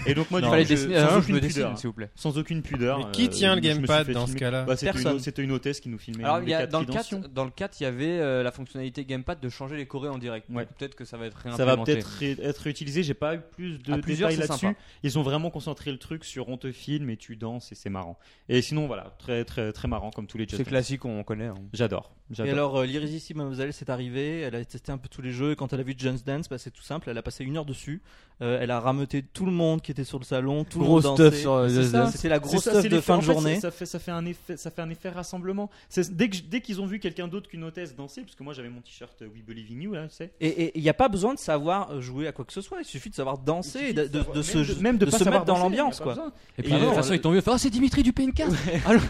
[SPEAKER 3] Et donc moi,
[SPEAKER 5] Il
[SPEAKER 3] du
[SPEAKER 5] fallait
[SPEAKER 3] coup, je-
[SPEAKER 5] dessiner.
[SPEAKER 3] sans
[SPEAKER 5] hein, je
[SPEAKER 3] aucune
[SPEAKER 5] me dessine,
[SPEAKER 3] pudeur.
[SPEAKER 5] s'il vous plaît.
[SPEAKER 3] Sans aucune pudeur.
[SPEAKER 6] Mais qui
[SPEAKER 3] euh,
[SPEAKER 6] tient le
[SPEAKER 3] je me suis
[SPEAKER 6] gamepad
[SPEAKER 3] fait
[SPEAKER 6] dans ce
[SPEAKER 3] filmer.
[SPEAKER 6] cas-là
[SPEAKER 3] Bah, c'était une-
[SPEAKER 4] Personne.
[SPEAKER 3] C'était une hôtesse qui nous filmait.
[SPEAKER 5] Alors,
[SPEAKER 3] les
[SPEAKER 5] il y a,
[SPEAKER 3] quatre
[SPEAKER 5] dans, le
[SPEAKER 3] qui
[SPEAKER 5] 4,
[SPEAKER 3] dansaient.
[SPEAKER 5] dans le 4, il y avait euh, la fonctionnalité gamepad de changer les chorés en direct.
[SPEAKER 3] Ouais.
[SPEAKER 5] Donc, Peut-être que ça va être
[SPEAKER 3] Ça va
[SPEAKER 5] réimplémenté.
[SPEAKER 3] peut-être ré- être réutilisé, j'ai pas eu plus de
[SPEAKER 5] À plusieurs,
[SPEAKER 3] détails
[SPEAKER 5] c'est
[SPEAKER 3] là-dessus.
[SPEAKER 5] sympa.
[SPEAKER 3] Ils ont vraiment concentré le truc sur on te filme et tu danses et c'est marrant. Et sinon, voilà, très très très marrant comme tous les Just
[SPEAKER 5] C'est
[SPEAKER 3] Dance.
[SPEAKER 5] classique, on connaît. hein.
[SPEAKER 3] J'adore.
[SPEAKER 4] Et
[SPEAKER 3] J'adore.
[SPEAKER 4] alors euh, l'irrésistible mademoiselle c'est arrivée. Elle a testé un peu tous les jeux. Et quand elle a vu Just Dance, bah, c'est tout simple. Elle a passé une heure dessus. Euh, elle a rameuté tout le monde qui était sur le salon. Tout le
[SPEAKER 5] Gros
[SPEAKER 4] monde
[SPEAKER 5] stuff
[SPEAKER 4] dansait.
[SPEAKER 5] sur, euh,
[SPEAKER 4] C'est
[SPEAKER 5] Just
[SPEAKER 4] ça,
[SPEAKER 5] Dance.
[SPEAKER 4] C'était la
[SPEAKER 3] C'est
[SPEAKER 4] grosse
[SPEAKER 3] ça,
[SPEAKER 4] stuff
[SPEAKER 3] c'est
[SPEAKER 4] de
[SPEAKER 3] l'effet-
[SPEAKER 4] fin
[SPEAKER 3] en
[SPEAKER 4] de
[SPEAKER 3] fait,
[SPEAKER 4] journée.
[SPEAKER 3] ça, ça fait, ça, fait un effet, ça fait un effet rassemblement. C'est- Dès que je- dès qu'ils ont vu quelqu'un d'autre qu'une hôtesse danser, parce que moi j'avais mon t-shirt euh, We Believe in You, là, tu sais.
[SPEAKER 4] Et il n'y a pas besoin de savoir euh, jouer à quoi que ce soit, il suffit de savoir danser et de, de- de se,
[SPEAKER 3] même de, même de
[SPEAKER 4] de
[SPEAKER 3] pas
[SPEAKER 4] se
[SPEAKER 3] savoir
[SPEAKER 4] mettre dans
[SPEAKER 3] danser,
[SPEAKER 4] l'ambiance.
[SPEAKER 3] y a
[SPEAKER 4] quoi.
[SPEAKER 3] pas besoin.
[SPEAKER 5] Et puis,
[SPEAKER 3] Et
[SPEAKER 5] de toute
[SPEAKER 3] alors,
[SPEAKER 5] façon,
[SPEAKER 3] le-
[SPEAKER 5] ils t'ont mieux fait. Ah, c'est Dimitri du PNK Allons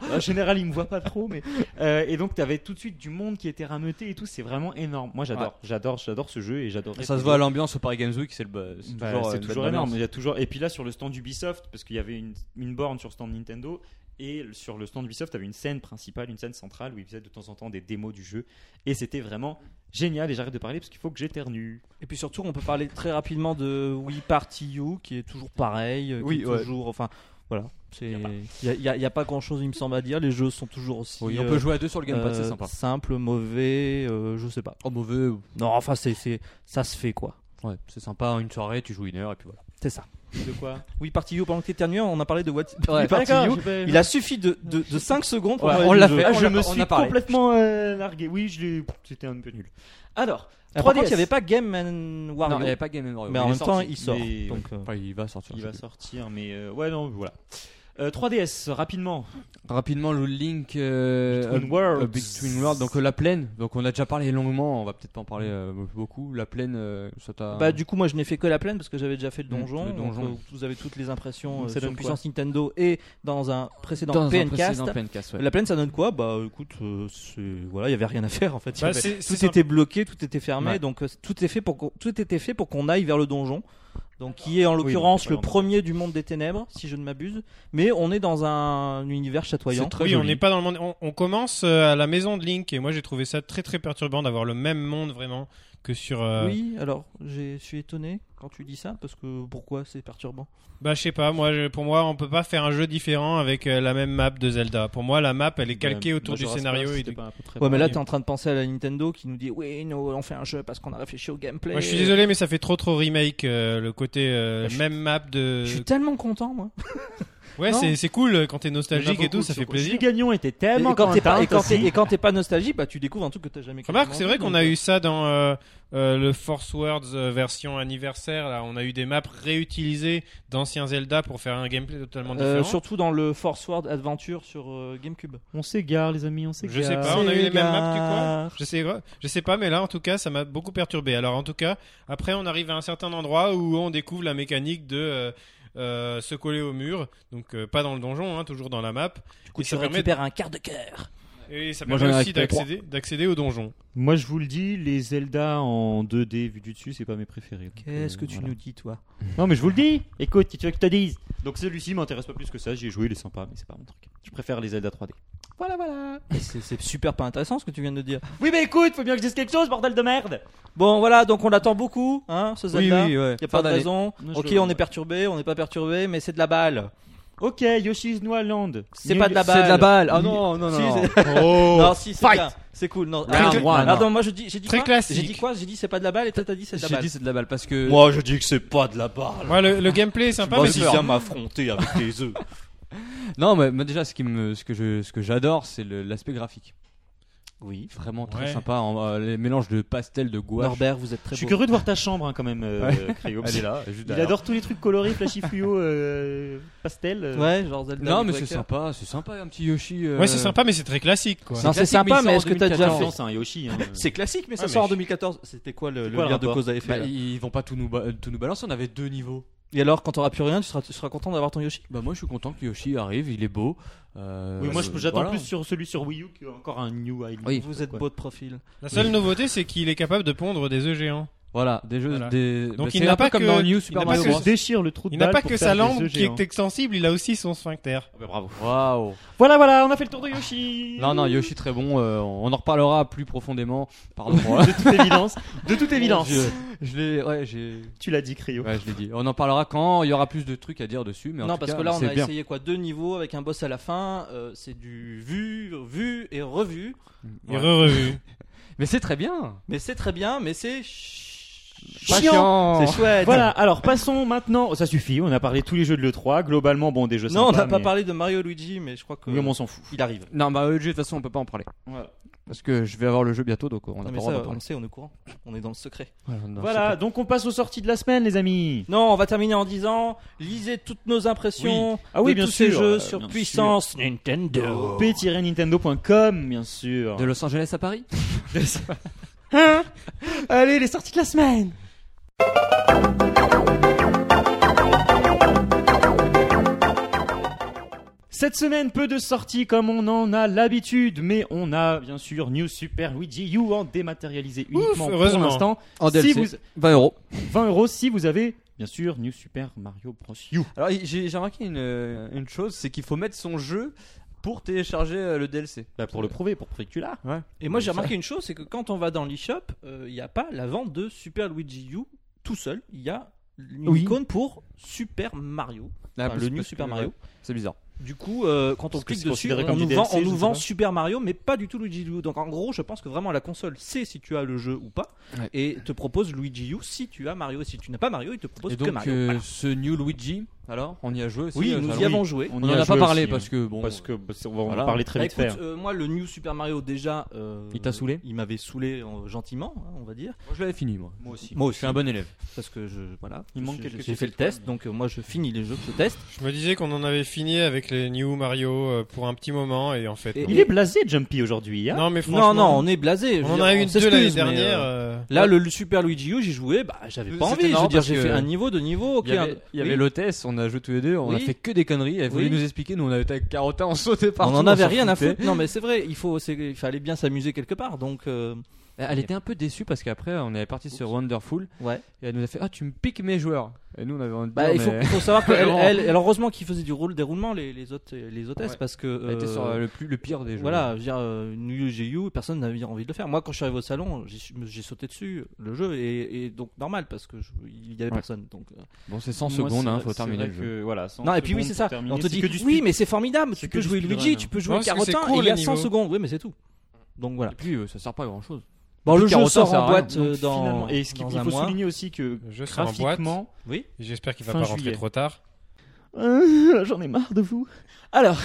[SPEAKER 3] Hein En général, il me voit pas trop, mais euh, et donc t'avais tout de suite du monde qui était rameuté et tout. C'est vraiment énorme. Moi, j'adore, j'adore, j'adore ce jeu et j'adore.
[SPEAKER 5] Ça se voit à l'ambiance au Paris Games Week, c'est le buzz. C'est
[SPEAKER 3] Bah,
[SPEAKER 5] toujours, euh,
[SPEAKER 3] c'est
[SPEAKER 5] une bonne
[SPEAKER 3] toujours
[SPEAKER 5] ambiance.
[SPEAKER 3] énorme. Il y a toujours... Et puis là, sur le stand Ubisoft, parce qu'il y avait une, une borne sur le stand Nintendo, et le- sur le stand Ubisoft, tu une scène principale, une scène centrale où ils faisaient de temps en temps des démos du jeu. Et c'était vraiment génial. Et j'arrête de parler parce qu'il faut que j'éternue.
[SPEAKER 4] Et puis surtout, on peut parler très rapidement de Wii Party You, qui est toujours pareil, euh, qui
[SPEAKER 5] Oui,
[SPEAKER 4] est
[SPEAKER 5] ouais.
[SPEAKER 4] toujours, enfin, voilà, c'est,
[SPEAKER 3] Y a pas-
[SPEAKER 4] il y, a- y a pas grand chose, il me semble à dire. Les jeux sont toujours aussi.
[SPEAKER 5] Oui, on
[SPEAKER 4] euh,
[SPEAKER 5] peut jouer à deux sur le gamepad, c'est
[SPEAKER 4] euh,
[SPEAKER 5] sympa.
[SPEAKER 4] Simple, mauvais, euh, je sais pas.
[SPEAKER 5] Oh, mauvais.
[SPEAKER 4] Non, enfin, c'est, c'est, ça se fait quoi.
[SPEAKER 5] Ouais, c'est sympa. Une soirée, tu joues une heure et puis voilà.
[SPEAKER 4] C'est ça.
[SPEAKER 3] De quoi
[SPEAKER 4] Oui, Party You, pendant que t'éternuais, on a parlé de What
[SPEAKER 9] Ouais.
[SPEAKER 4] Wii Party You.
[SPEAKER 3] j'ai pas-
[SPEAKER 4] Il a suffi de, de, 5 secondes pour
[SPEAKER 9] Ouais,
[SPEAKER 4] parler
[SPEAKER 9] on
[SPEAKER 4] du
[SPEAKER 9] l'a
[SPEAKER 4] jeu.
[SPEAKER 9] fait.
[SPEAKER 3] Ah, je
[SPEAKER 9] on a-
[SPEAKER 3] me
[SPEAKER 9] on
[SPEAKER 3] suis
[SPEAKER 9] a parlé.
[SPEAKER 3] complètement euh, largué. Oui, je l'ai- c'était un peu nul. Alors,
[SPEAKER 4] Ah, Par
[SPEAKER 3] 3DS.
[SPEAKER 4] contre, il n'y avait pas Game and
[SPEAKER 5] Non, il n'y
[SPEAKER 4] Wario.
[SPEAKER 5] avait pas Game Over.
[SPEAKER 4] mais en même temps, il sort.
[SPEAKER 3] mais-
[SPEAKER 4] donc, euh,
[SPEAKER 5] Enfin, il va sortir.
[SPEAKER 3] Il
[SPEAKER 5] je
[SPEAKER 3] va
[SPEAKER 5] sais
[SPEAKER 3] sortir, mais euh, ouais, non, voilà. Euh, 3DS, rapidement.
[SPEAKER 5] plus. Rapidement, le Link. euh,
[SPEAKER 3] Between
[SPEAKER 5] euh,
[SPEAKER 3] Worlds.
[SPEAKER 5] euh, Between Worlds, donc euh, la plaine. Donc on a déjà parlé longuement, on va peut-être pas en parler euh, beaucoup. La plaine, euh, ça t'a.
[SPEAKER 4] Bah, du coup, moi je n'ai fait que la plaine parce que j'avais déjà fait le
[SPEAKER 5] Mm,
[SPEAKER 4] donjon.
[SPEAKER 5] le
[SPEAKER 4] donc,
[SPEAKER 5] donjon.
[SPEAKER 4] euh, vous avez toutes les impressions
[SPEAKER 3] Donc,
[SPEAKER 4] euh,
[SPEAKER 3] ça
[SPEAKER 4] sur
[SPEAKER 3] donne
[SPEAKER 4] Puissance Nintendo et dans un précédent
[SPEAKER 5] dans un
[SPEAKER 4] PNcast.
[SPEAKER 5] précédent PNcast, ouais.
[SPEAKER 4] La plaine, ça donne quoi Bah écoute, euh, c'est- voilà, il y avait rien à faire en fait. Il y
[SPEAKER 6] Bah,
[SPEAKER 4] avait-
[SPEAKER 6] c'est-
[SPEAKER 4] Tout
[SPEAKER 6] c'est
[SPEAKER 4] était bloqué, tout était fermé,
[SPEAKER 5] Ouais.
[SPEAKER 4] donc euh, tout était fait pour qu'on- tout était fait pour qu'on aille vers le donjon. Donc qui est en l'occurrence
[SPEAKER 3] donc,
[SPEAKER 4] le
[SPEAKER 3] c'est pas
[SPEAKER 4] premier du monde des ténèbres, si je ne m'abuse. Mais on est dans un univers chatoyant.
[SPEAKER 5] très
[SPEAKER 6] Oui, on
[SPEAKER 5] joli.
[SPEAKER 6] n'est pas dans le monde. On, on commence euh, à la maison de Link et moi j'ai trouvé ça très très perturbant d'avoir le même monde vraiment que sur. euh,
[SPEAKER 4] Oui, alors j'ai- je suis étonné quand tu dis ça parce que pourquoi c'est perturbant
[SPEAKER 6] Bah je sais pas. Moi, je- pour moi, on peut pas faire un jeu différent avec euh, la même map de Zelda. Pour moi, la map elle est calquée
[SPEAKER 3] Bah,
[SPEAKER 6] autour du
[SPEAKER 3] Majora's Mask,
[SPEAKER 6] scénario. et
[SPEAKER 3] c'était
[SPEAKER 6] du-
[SPEAKER 3] pas à peu près
[SPEAKER 4] Ouais, mais là
[SPEAKER 6] oui.
[SPEAKER 4] t'es en train de penser à la Nintendo qui nous dit oui, nous on fait un jeu parce qu'on a réfléchi au gameplay. Euh,
[SPEAKER 6] Moi, je suis désolé, mais ça fait trop trop remake euh, le côté euh,
[SPEAKER 4] Bah, je-
[SPEAKER 6] même map de.
[SPEAKER 4] Je suis tellement content moi.
[SPEAKER 6] Ouais,
[SPEAKER 4] non.
[SPEAKER 6] c'est c'est cool quand t'es
[SPEAKER 3] pareil.
[SPEAKER 6] nostalgique et tout, ça fait plaisir.
[SPEAKER 3] Les gagnants étaient
[SPEAKER 4] Et
[SPEAKER 3] tellement
[SPEAKER 4] quand t'es pas,
[SPEAKER 3] contents
[SPEAKER 4] et quand t'es-
[SPEAKER 3] aussi.
[SPEAKER 4] et quand t'es pas nostalgique, bah tu découvres un truc que t'as jamais.
[SPEAKER 6] Remarque,
[SPEAKER 4] quasiment
[SPEAKER 6] c'est vrai
[SPEAKER 4] vu,
[SPEAKER 6] qu'on
[SPEAKER 4] donc,
[SPEAKER 6] a
[SPEAKER 4] euh,
[SPEAKER 6] eu ça dans euh, euh, le Force Words euh, version anniversaire. Là, on a eu des maps réutilisées d'anciens Zelda pour faire un gameplay totalement
[SPEAKER 4] Euh,
[SPEAKER 6] différent.
[SPEAKER 4] surtout dans le Force Word Adventure sur euh, GameCube.
[SPEAKER 3] On s'égare, les amis, on s'égare.
[SPEAKER 6] Je sais pas, on a eu les mêmes maps,
[SPEAKER 4] Ségare.
[SPEAKER 6] tu crois Je sais pas, je sais pas, mais là en tout cas, ça m'a beaucoup perturbé. Alors en tout cas, après, on arrive à un certain endroit où on découvre la mécanique de euh, euh, se coller au mur, donc euh, pas dans le donjon, hein, toujours dans la map.
[SPEAKER 4] Du coup,
[SPEAKER 6] Et
[SPEAKER 4] tu
[SPEAKER 6] ça permet-
[SPEAKER 4] récupères un quart de cœur.
[SPEAKER 6] Et ça
[SPEAKER 5] Moi,
[SPEAKER 6] permet
[SPEAKER 5] j'en ai
[SPEAKER 6] aussi
[SPEAKER 5] récupéré trois.
[SPEAKER 6] d'accéder, d'accéder au donjon.
[SPEAKER 3] Moi, je vous le dis, les Zelda en 2D vu du dessus, c'est pas mes préférés. Donc,
[SPEAKER 4] Qu'est-ce
[SPEAKER 3] euh,
[SPEAKER 4] que tu
[SPEAKER 3] voilà.
[SPEAKER 4] nous dis, toi
[SPEAKER 3] Non, mais je vous le dis. Écoute, si tu veux que je te dise. Donc celui-ci m'intéresse pas plus que ça. J'y ai joué, il est sympa, mais c'est pas mon truc. Je préfère les Zelda 3D. Voilà, voilà.
[SPEAKER 4] C'est c'est super pas intéressant ce que tu viens de dire.
[SPEAKER 3] Oui, mais écoute, faut bien que je dise quelque chose, bordel de merde.
[SPEAKER 4] Bon, voilà, donc on l'attend beaucoup, hein, ce Zelda.
[SPEAKER 5] oui, ouais.
[SPEAKER 4] Y a
[SPEAKER 5] Fin
[SPEAKER 4] pas de
[SPEAKER 5] d'année.
[SPEAKER 4] raison.
[SPEAKER 3] Non, je
[SPEAKER 4] Ok,
[SPEAKER 3] le-
[SPEAKER 4] on est perturbé, on n'est pas perturbé, mais c'est de la balle.
[SPEAKER 3] Ok, Yoshi's Noaland.
[SPEAKER 4] C'est pas de la balle.
[SPEAKER 5] C'est de la balle. Ah non, non,
[SPEAKER 4] Si,
[SPEAKER 5] non.
[SPEAKER 4] c'est-
[SPEAKER 6] Oh.
[SPEAKER 4] non, si, c'est bien. C'est cool. Non,
[SPEAKER 5] Round
[SPEAKER 4] Ah,
[SPEAKER 5] one.
[SPEAKER 4] pardon, moi je dis, j'ai dit
[SPEAKER 6] Très
[SPEAKER 4] quoi
[SPEAKER 6] classique.
[SPEAKER 4] J'ai dit quoi J'ai dit c'est pas de la balle et toi t'as dit c'est de la
[SPEAKER 5] J'ai
[SPEAKER 4] balle.
[SPEAKER 5] dit c'est de la balle parce que.
[SPEAKER 9] Moi, je dis que c'est pas de la balle.
[SPEAKER 6] Ouais, le, le gameplay est sympa, mais
[SPEAKER 9] Vas-y,
[SPEAKER 6] c'est
[SPEAKER 9] viens m'affronter avec tes œufs.
[SPEAKER 5] Non, mais mais déjà, ce, qui me, ce que je- ce que j'adore, c'est le- l'aspect graphique.
[SPEAKER 4] Oui.
[SPEAKER 5] Vraiment très
[SPEAKER 6] Ouais.
[SPEAKER 5] sympa. en- euh, les mélanges de pastel, de gouache.
[SPEAKER 4] Norbert, vous êtes très
[SPEAKER 3] Je suis
[SPEAKER 4] beau.
[SPEAKER 3] curieux de voir ta chambre hein, quand même, euh, Cryo.
[SPEAKER 5] Elle est là, juste
[SPEAKER 3] Il
[SPEAKER 5] derrière.
[SPEAKER 3] adore tous les trucs colorés, flashy fluo, euh, pastel. euh.
[SPEAKER 4] Ouais, genre Zelda.
[SPEAKER 5] Non,
[SPEAKER 4] avec
[SPEAKER 5] mais c'est
[SPEAKER 4] Waker.
[SPEAKER 5] sympa, c'est sympa, un petit Yoshi. euh,
[SPEAKER 6] Ouais, c'est sympa, mais c'est très classique, quoi.
[SPEAKER 4] Non, c'est
[SPEAKER 5] classique,
[SPEAKER 4] sympa,
[SPEAKER 5] il
[SPEAKER 4] mais
[SPEAKER 5] sort en
[SPEAKER 4] est-ce que t'as déjà
[SPEAKER 5] 2014.
[SPEAKER 4] fait
[SPEAKER 3] Attention, c'est un Yoshi. hein.
[SPEAKER 4] C'est classique, mais ça
[SPEAKER 6] Ouais,
[SPEAKER 4] sort
[SPEAKER 6] mais
[SPEAKER 4] en 2014. C'était quoi le,
[SPEAKER 3] C'est
[SPEAKER 4] le
[SPEAKER 3] quoi le
[SPEAKER 4] lien de
[SPEAKER 3] rapport
[SPEAKER 4] cause à effet
[SPEAKER 5] Bah,
[SPEAKER 4] là
[SPEAKER 5] ils vont pas tout nous, ba- tout nous balancer, on avait deux niveaux.
[SPEAKER 4] Et alors, quand t'auras plus rien, tu seras, tu seras content d'avoir ton Yoshi
[SPEAKER 5] Bah moi je suis content que Yoshi arrive, il est beau. Euh,
[SPEAKER 3] Oui, moi je-
[SPEAKER 5] euh,
[SPEAKER 3] j'attends
[SPEAKER 5] voilà.
[SPEAKER 3] plus sur celui sur Wii U qu'encore un New Island.
[SPEAKER 4] Vous êtes
[SPEAKER 3] quoi.
[SPEAKER 4] beau de profil.
[SPEAKER 6] La seule nouveauté, c'est qu'il est capable de pondre des œufs géants.
[SPEAKER 5] Voilà, des jeux,
[SPEAKER 6] Voilà.
[SPEAKER 5] des. bah,
[SPEAKER 6] Donc, il
[SPEAKER 5] c'est
[SPEAKER 6] n'a
[SPEAKER 5] un peu
[SPEAKER 6] pas
[SPEAKER 5] comme
[SPEAKER 6] que-
[SPEAKER 5] dans New
[SPEAKER 6] il n'a
[SPEAKER 5] Super
[SPEAKER 6] pas
[SPEAKER 5] Mario
[SPEAKER 6] que
[SPEAKER 5] Bros.
[SPEAKER 3] se déchire le trou de
[SPEAKER 6] Il n'a
[SPEAKER 3] balle
[SPEAKER 6] pas
[SPEAKER 3] pour
[SPEAKER 6] que
[SPEAKER 3] faire
[SPEAKER 6] sa
[SPEAKER 3] des
[SPEAKER 6] lampe
[SPEAKER 3] œufs
[SPEAKER 6] qui
[SPEAKER 3] géants.
[SPEAKER 6] est extensible, il a aussi son sphincter.
[SPEAKER 3] Ah bah, bravo.
[SPEAKER 5] Waouh.
[SPEAKER 3] Voilà, voilà, on a fait le tour de Yoshi.
[SPEAKER 5] Non non Yoshi très bon, euh, on en reparlera plus profondément. Pardon moi.
[SPEAKER 3] De toute évidence, de toute évidence.
[SPEAKER 5] Je, je l'ai, ouais j'ai,
[SPEAKER 3] Tu l'as dit, Cryo.
[SPEAKER 5] ouais je l'ai dit. On en parlera quand il y aura plus de trucs à dire dessus, mais en
[SPEAKER 4] non,
[SPEAKER 5] tout
[SPEAKER 4] parce
[SPEAKER 5] cas,
[SPEAKER 4] que là, on
[SPEAKER 5] c'est
[SPEAKER 4] a
[SPEAKER 5] bien.
[SPEAKER 4] essayé quoi Deux niveaux avec un boss à la fin. euh, c'est du vu, vu et revu.
[SPEAKER 6] Et
[SPEAKER 5] Ouais.
[SPEAKER 6] re-revu.
[SPEAKER 5] Mais c'est très bien.
[SPEAKER 4] Mais c'est très bien, mais c'est.
[SPEAKER 5] Pas
[SPEAKER 3] Chiant.
[SPEAKER 5] chiant.
[SPEAKER 4] C'est chouette.
[SPEAKER 3] Voilà, alors passons maintenant. Oh, Ça suffit, on a parlé de tous les jeux de l'E3. Globalement, bon, des jeux
[SPEAKER 4] Non, on
[SPEAKER 3] sympas,
[SPEAKER 4] n'a pas
[SPEAKER 3] mais-
[SPEAKER 4] parlé de Mario et Luigi, mais je crois que.
[SPEAKER 3] Oui, mais on s'en fout.
[SPEAKER 4] Il arrive.
[SPEAKER 5] Non bah Luigi de toute façon on peut pas en parler. Parce que je vais avoir le jeu bientôt donc euh, on a
[SPEAKER 4] Non,
[SPEAKER 5] pas
[SPEAKER 4] mais
[SPEAKER 5] le droit
[SPEAKER 4] ça,
[SPEAKER 5] d'en
[SPEAKER 4] on
[SPEAKER 5] parler.
[SPEAKER 4] le sait, on est au courant. On est dans le secret.
[SPEAKER 5] non,
[SPEAKER 3] Voilà, donc on passe aux sorties de la semaine, les amis.
[SPEAKER 4] Non, on va terminer en disant lisez toutes nos impressions
[SPEAKER 3] Ah oui,
[SPEAKER 4] de
[SPEAKER 3] bien
[SPEAKER 4] tous
[SPEAKER 3] sûr,
[SPEAKER 4] ces jeux
[SPEAKER 3] euh,
[SPEAKER 4] sur
[SPEAKER 3] bien
[SPEAKER 4] puissance Nintendo.
[SPEAKER 3] p-nintendo.com, bien sûr.
[SPEAKER 5] De Los Angeles à Paris.
[SPEAKER 3] Hein Allez, les sorties de la semaine. Cette semaine, peu de sorties comme on en a l'habitude, mais on a bien sûr New Super Luigi U en dématérialisé uniquement pour
[SPEAKER 6] heureusement.
[SPEAKER 3] l'instant.
[SPEAKER 5] En
[SPEAKER 3] Si
[SPEAKER 5] DLC.
[SPEAKER 3] vous-
[SPEAKER 5] 20 euros.
[SPEAKER 3] 20 euros si vous avez, bien sûr, New Super Mario Bros. U.
[SPEAKER 5] Alors il- j'ai j'ai remarqué une, euh, une chose, c'est qu'il faut mettre son jeu pour télécharger euh, le DLC.
[SPEAKER 3] Bah, pour le prouver, pour prouver que tu l'as.
[SPEAKER 4] Et moi j'ai remarqué une chose, c'est que quand on va dans l'eShop, euh, il n'y a pas la vente de Super Luigi U tout seul. Il y a une
[SPEAKER 5] Oui.
[SPEAKER 4] icône pour Super Mario.
[SPEAKER 5] Ah,
[SPEAKER 4] Enfin,
[SPEAKER 5] parce-
[SPEAKER 4] le New
[SPEAKER 5] Ah, parce
[SPEAKER 3] Ah,
[SPEAKER 4] Super
[SPEAKER 5] que,
[SPEAKER 4] Mario.
[SPEAKER 5] ouais, C'est bizarre.
[SPEAKER 4] Du coup, euh, quand on
[SPEAKER 3] Parce que
[SPEAKER 4] clique
[SPEAKER 3] c'est
[SPEAKER 4] dessus,
[SPEAKER 3] considéré
[SPEAKER 4] on
[SPEAKER 3] comme
[SPEAKER 4] nous
[SPEAKER 3] du
[SPEAKER 4] vend,
[SPEAKER 3] DLC,
[SPEAKER 4] on
[SPEAKER 3] je
[SPEAKER 4] nous
[SPEAKER 3] sais
[SPEAKER 4] vend
[SPEAKER 3] pas.
[SPEAKER 4] Super Mario, mais pas du tout Luigi U. Donc en gros, je pense que vraiment la console sait si tu as le jeu ou pas
[SPEAKER 5] Ouais.
[SPEAKER 4] et te propose Luigi U si tu as Mario. Et si tu n'as pas Mario, il te propose
[SPEAKER 5] Et
[SPEAKER 4] que
[SPEAKER 5] donc,
[SPEAKER 4] Mario.
[SPEAKER 5] euh,
[SPEAKER 4] Voilà.
[SPEAKER 5] ce New Luigi, alors On y a joué aussi
[SPEAKER 4] Oui,
[SPEAKER 5] euh,
[SPEAKER 4] nous
[SPEAKER 5] ça
[SPEAKER 4] y
[SPEAKER 5] va
[SPEAKER 4] avons joué.
[SPEAKER 5] On n'en a, pas parlé parce
[SPEAKER 3] que
[SPEAKER 5] que bon.
[SPEAKER 3] hein. parce que bah, c'est- on va
[SPEAKER 5] Voilà.
[SPEAKER 3] en parler très
[SPEAKER 4] Bah,
[SPEAKER 3] vite fait.
[SPEAKER 4] écoute, euh, moi le New Super Mario déjà, euh,
[SPEAKER 5] Il t'a saoulé
[SPEAKER 4] Il m'avait saoulé euh, gentiment, hein, on va dire.
[SPEAKER 5] Moi, je l'avais fini, moi.
[SPEAKER 3] Moi aussi.
[SPEAKER 4] Moi aussi,
[SPEAKER 5] Je suis un bon élève.
[SPEAKER 4] parce que je voilà,
[SPEAKER 3] Il manque
[SPEAKER 4] je-
[SPEAKER 3] quelques
[SPEAKER 4] j'ai fait le test, donc euh, moi je finis les jeux que je teste.
[SPEAKER 6] Je me disais qu'on en avait fini avec les New Mario euh, pour un petit moment et en fait.
[SPEAKER 4] Et-
[SPEAKER 6] non.
[SPEAKER 3] Il est blasé, Jumpy, aujourd'hui. hein
[SPEAKER 6] Non, mais
[SPEAKER 4] Non
[SPEAKER 6] franchement.
[SPEAKER 4] non, on est blasé. je
[SPEAKER 6] on
[SPEAKER 4] veux
[SPEAKER 6] en
[SPEAKER 4] dire,
[SPEAKER 6] a eu deux
[SPEAKER 4] s'excuse, mais,
[SPEAKER 6] l'année
[SPEAKER 4] euh,
[SPEAKER 6] dernière. euh,
[SPEAKER 4] Là, le, le Super Luigi U, j'y jouais, bah j'avais pas
[SPEAKER 5] C'était
[SPEAKER 4] envie. Je
[SPEAKER 5] marrant
[SPEAKER 4] veux dire,
[SPEAKER 5] parce
[SPEAKER 4] j'ai
[SPEAKER 5] que
[SPEAKER 4] fait un niveau, deux niveaux. ok,
[SPEAKER 5] Il y avait,
[SPEAKER 4] un-
[SPEAKER 5] il y avait
[SPEAKER 4] oui.
[SPEAKER 5] l'hôtesse, on a joué tous les deux, on a
[SPEAKER 4] Oui.
[SPEAKER 5] fait que des conneries. Elle voulait
[SPEAKER 4] Oui.
[SPEAKER 5] nous expliquer, nous on avait été avec Carotin, on sautait
[SPEAKER 4] On
[SPEAKER 5] partout.
[SPEAKER 4] en avait
[SPEAKER 5] s'en
[SPEAKER 4] rien à
[SPEAKER 5] foutait.
[SPEAKER 4] foutre. Non, mais c'est vrai, il faut, c'est- il fallait bien s'amuser quelque part. Donc, euh,
[SPEAKER 5] Elle était un peu déçue parce qu'après on est parti sur Wonderful
[SPEAKER 4] ouais.
[SPEAKER 5] et elle nous a fait Ah, tu me piques mes joueurs. Et nous on avait envie de
[SPEAKER 4] Bah,
[SPEAKER 5] dire,
[SPEAKER 4] il faut,
[SPEAKER 5] mais-
[SPEAKER 4] il faut savoir que elle,
[SPEAKER 5] Vraiment.
[SPEAKER 4] elle- alors heureusement qu'ils faisaient du rôle déroulement les les hôtes, les hôtesses
[SPEAKER 5] Ouais.
[SPEAKER 4] parce que
[SPEAKER 5] Elle était sur
[SPEAKER 4] euh,
[SPEAKER 5] euh, le, plus, le pire des joueurs.
[SPEAKER 4] Voilà, je veux dire, euh, New GU, personne n'avait envie de le faire. Moi, quand je suis arrivé au salon, j'ai su- j'ai sauté dessus le jeu, et, et donc normal, parce que je- il y avait
[SPEAKER 5] Ouais.
[SPEAKER 4] personne. Donc, euh.
[SPEAKER 5] Bon, c'est 100 secondes, hein, faut terminer le jeu.
[SPEAKER 3] Voilà,
[SPEAKER 4] Non, et puis oui, c'est ça. On te dit, oui, mais c'est formidable, tu
[SPEAKER 3] C'est
[SPEAKER 4] peux
[SPEAKER 3] que du
[SPEAKER 4] jouer
[SPEAKER 3] speedrun,
[SPEAKER 4] Luigi,
[SPEAKER 3] hein.
[SPEAKER 4] tu peux
[SPEAKER 6] Non,
[SPEAKER 4] jouer
[SPEAKER 6] parce que c'est
[SPEAKER 4] Carotin, et
[SPEAKER 6] court,
[SPEAKER 4] il y a
[SPEAKER 6] les
[SPEAKER 4] 100
[SPEAKER 6] niveaux.
[SPEAKER 4] secondes. Oui, mais c'est tout. Donc voilà.
[SPEAKER 5] Et puis euh, ça sert pas à grand chose.
[SPEAKER 4] Bon,
[SPEAKER 5] puis
[SPEAKER 4] le jeu
[SPEAKER 5] Carotin,
[SPEAKER 4] sort
[SPEAKER 5] ça sert à
[SPEAKER 4] en
[SPEAKER 5] rien.
[SPEAKER 4] boîte euh, dans.
[SPEAKER 3] Et ce qu'il
[SPEAKER 4] dans un
[SPEAKER 3] faut
[SPEAKER 4] mois.
[SPEAKER 3] souligner aussi que
[SPEAKER 6] Le euh, jeu sort en boîte.
[SPEAKER 3] graphiquement,
[SPEAKER 6] J'espère qu'il va
[SPEAKER 3] Fin
[SPEAKER 6] pas rentrer
[SPEAKER 3] juillet.
[SPEAKER 6] trop tard.
[SPEAKER 3] Euh, J'en ai marre de vous. Alors,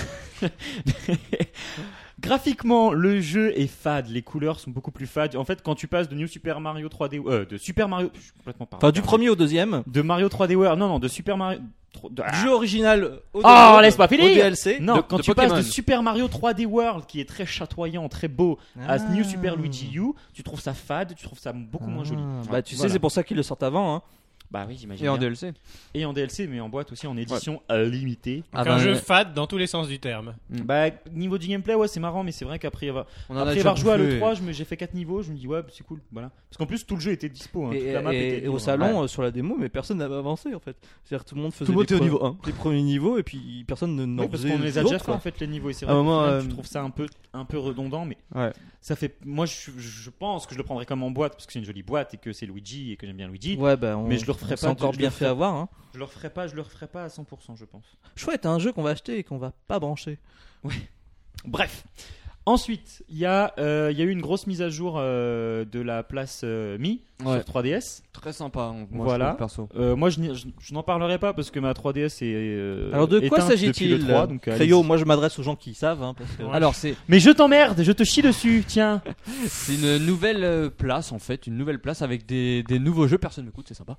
[SPEAKER 3] graphiquement, le jeu est fade. Les couleurs sont beaucoup plus fades. En fait, quand tu passes de New Super Mario 3D, euh, de Super Mario, je suis complètement par-
[SPEAKER 4] Enfin, du premier au deuxième.
[SPEAKER 3] de Mario 3D World, non, non, de Super Mario. tro- de- ah,
[SPEAKER 4] Du jeu original au,
[SPEAKER 3] Oh,
[SPEAKER 4] au-
[SPEAKER 3] laisse pas
[SPEAKER 4] au
[SPEAKER 3] finir
[SPEAKER 4] DLC.
[SPEAKER 3] non,
[SPEAKER 5] de-
[SPEAKER 3] quand
[SPEAKER 5] de
[SPEAKER 3] tu passes de
[SPEAKER 5] Pokémon.
[SPEAKER 3] Super Mario 3D World, qui est très chatoyant, très beau, à
[SPEAKER 4] Ah.
[SPEAKER 3] New Super Luigi U, tu trouves ça fade, tu trouves ça beaucoup moins joli.
[SPEAKER 4] Ah, Bah,
[SPEAKER 3] Voilà.
[SPEAKER 4] tu sais,
[SPEAKER 3] Voilà.
[SPEAKER 4] c'est pour ça qu'ils le sortent avant. hein.
[SPEAKER 3] Bah oui, j'imagine.
[SPEAKER 5] Et en
[SPEAKER 3] bien.
[SPEAKER 5] DLC.
[SPEAKER 3] Et en DLC, mais en boîte aussi, en édition euh, limitée.
[SPEAKER 5] Ah
[SPEAKER 6] Donc
[SPEAKER 5] ben,
[SPEAKER 6] un
[SPEAKER 5] euh,
[SPEAKER 6] jeu fade dans tous les sens du terme.
[SPEAKER 3] Bah, niveau du gameplay, ouais, c'est marrant, mais c'est vrai qu'après avoir,
[SPEAKER 5] On
[SPEAKER 3] après avoir joué à l'E3, je me- j'ai fait 4 niveaux, je me dis, ouais, c'est cool, voilà. Parce qu'en plus, tout le jeu était dispo, hein,
[SPEAKER 4] Et,
[SPEAKER 3] toute la map
[SPEAKER 4] et-
[SPEAKER 3] était
[SPEAKER 4] et au
[SPEAKER 3] libre.
[SPEAKER 4] salon,
[SPEAKER 3] Ouais.
[SPEAKER 4] euh, sur la démo, mais personne n'avait avancé en fait. C'est-à-dire que tout le monde faisait
[SPEAKER 5] le monde
[SPEAKER 4] des
[SPEAKER 5] était au
[SPEAKER 4] pre-
[SPEAKER 5] niveau 1.
[SPEAKER 4] des premiers niveaux et puis personne ne n'en
[SPEAKER 3] Oui, parce
[SPEAKER 4] faisait
[SPEAKER 3] qu'on les a
[SPEAKER 4] l'autre,
[SPEAKER 3] déjà fait
[SPEAKER 4] quoi.
[SPEAKER 3] en fait les niveaux et c'est
[SPEAKER 5] À
[SPEAKER 3] vrai
[SPEAKER 5] un
[SPEAKER 3] qu'au
[SPEAKER 5] moment,
[SPEAKER 3] final,
[SPEAKER 5] euh,
[SPEAKER 3] tu trouves ça un peu un peu redondant mais
[SPEAKER 5] Ouais.
[SPEAKER 3] ça fait moi je, je pense que je le prendrais comme en boîte parce que c'est une jolie boîte et que c'est Luigi et que j'aime bien Luigi
[SPEAKER 4] Ouais, bah, on,
[SPEAKER 3] Mais je le referai
[SPEAKER 4] on s'est
[SPEAKER 3] pas,
[SPEAKER 4] encore
[SPEAKER 3] je le
[SPEAKER 4] bien fait
[SPEAKER 3] ferai.
[SPEAKER 4] avoir. Hein.
[SPEAKER 3] je le referais pas je le referais pas à 100% je pense
[SPEAKER 4] Chouette, un jeu qu'on va acheter et qu'on va pas brancher.
[SPEAKER 3] Bref. Ensuite, il y, a, euh, il y a eu une grosse mise à jour euh, de la place euh, Mi
[SPEAKER 5] Ouais.
[SPEAKER 3] sur 3DS.
[SPEAKER 5] Très sympa, hein, moi,
[SPEAKER 3] Voilà.
[SPEAKER 5] je trouve, perso.
[SPEAKER 3] Euh, moi, je, n'y- je- je n'en parlerai pas parce que ma 3DS est. euh,
[SPEAKER 4] Alors de quoi
[SPEAKER 3] éteinte depuis
[SPEAKER 4] s'agit-il
[SPEAKER 3] le 3, donc, euh,
[SPEAKER 4] Créo,
[SPEAKER 3] allez-y.
[SPEAKER 4] moi je m'adresse aux gens qui savent. Hein, parce que...
[SPEAKER 5] Alors, c'est
[SPEAKER 3] Mais je t'emmerde, je te chie dessus, tiens.
[SPEAKER 5] c'est une nouvelle euh, place en fait, une nouvelle place avec des, des nouveaux jeux, personne m'écoute, c'est sympa.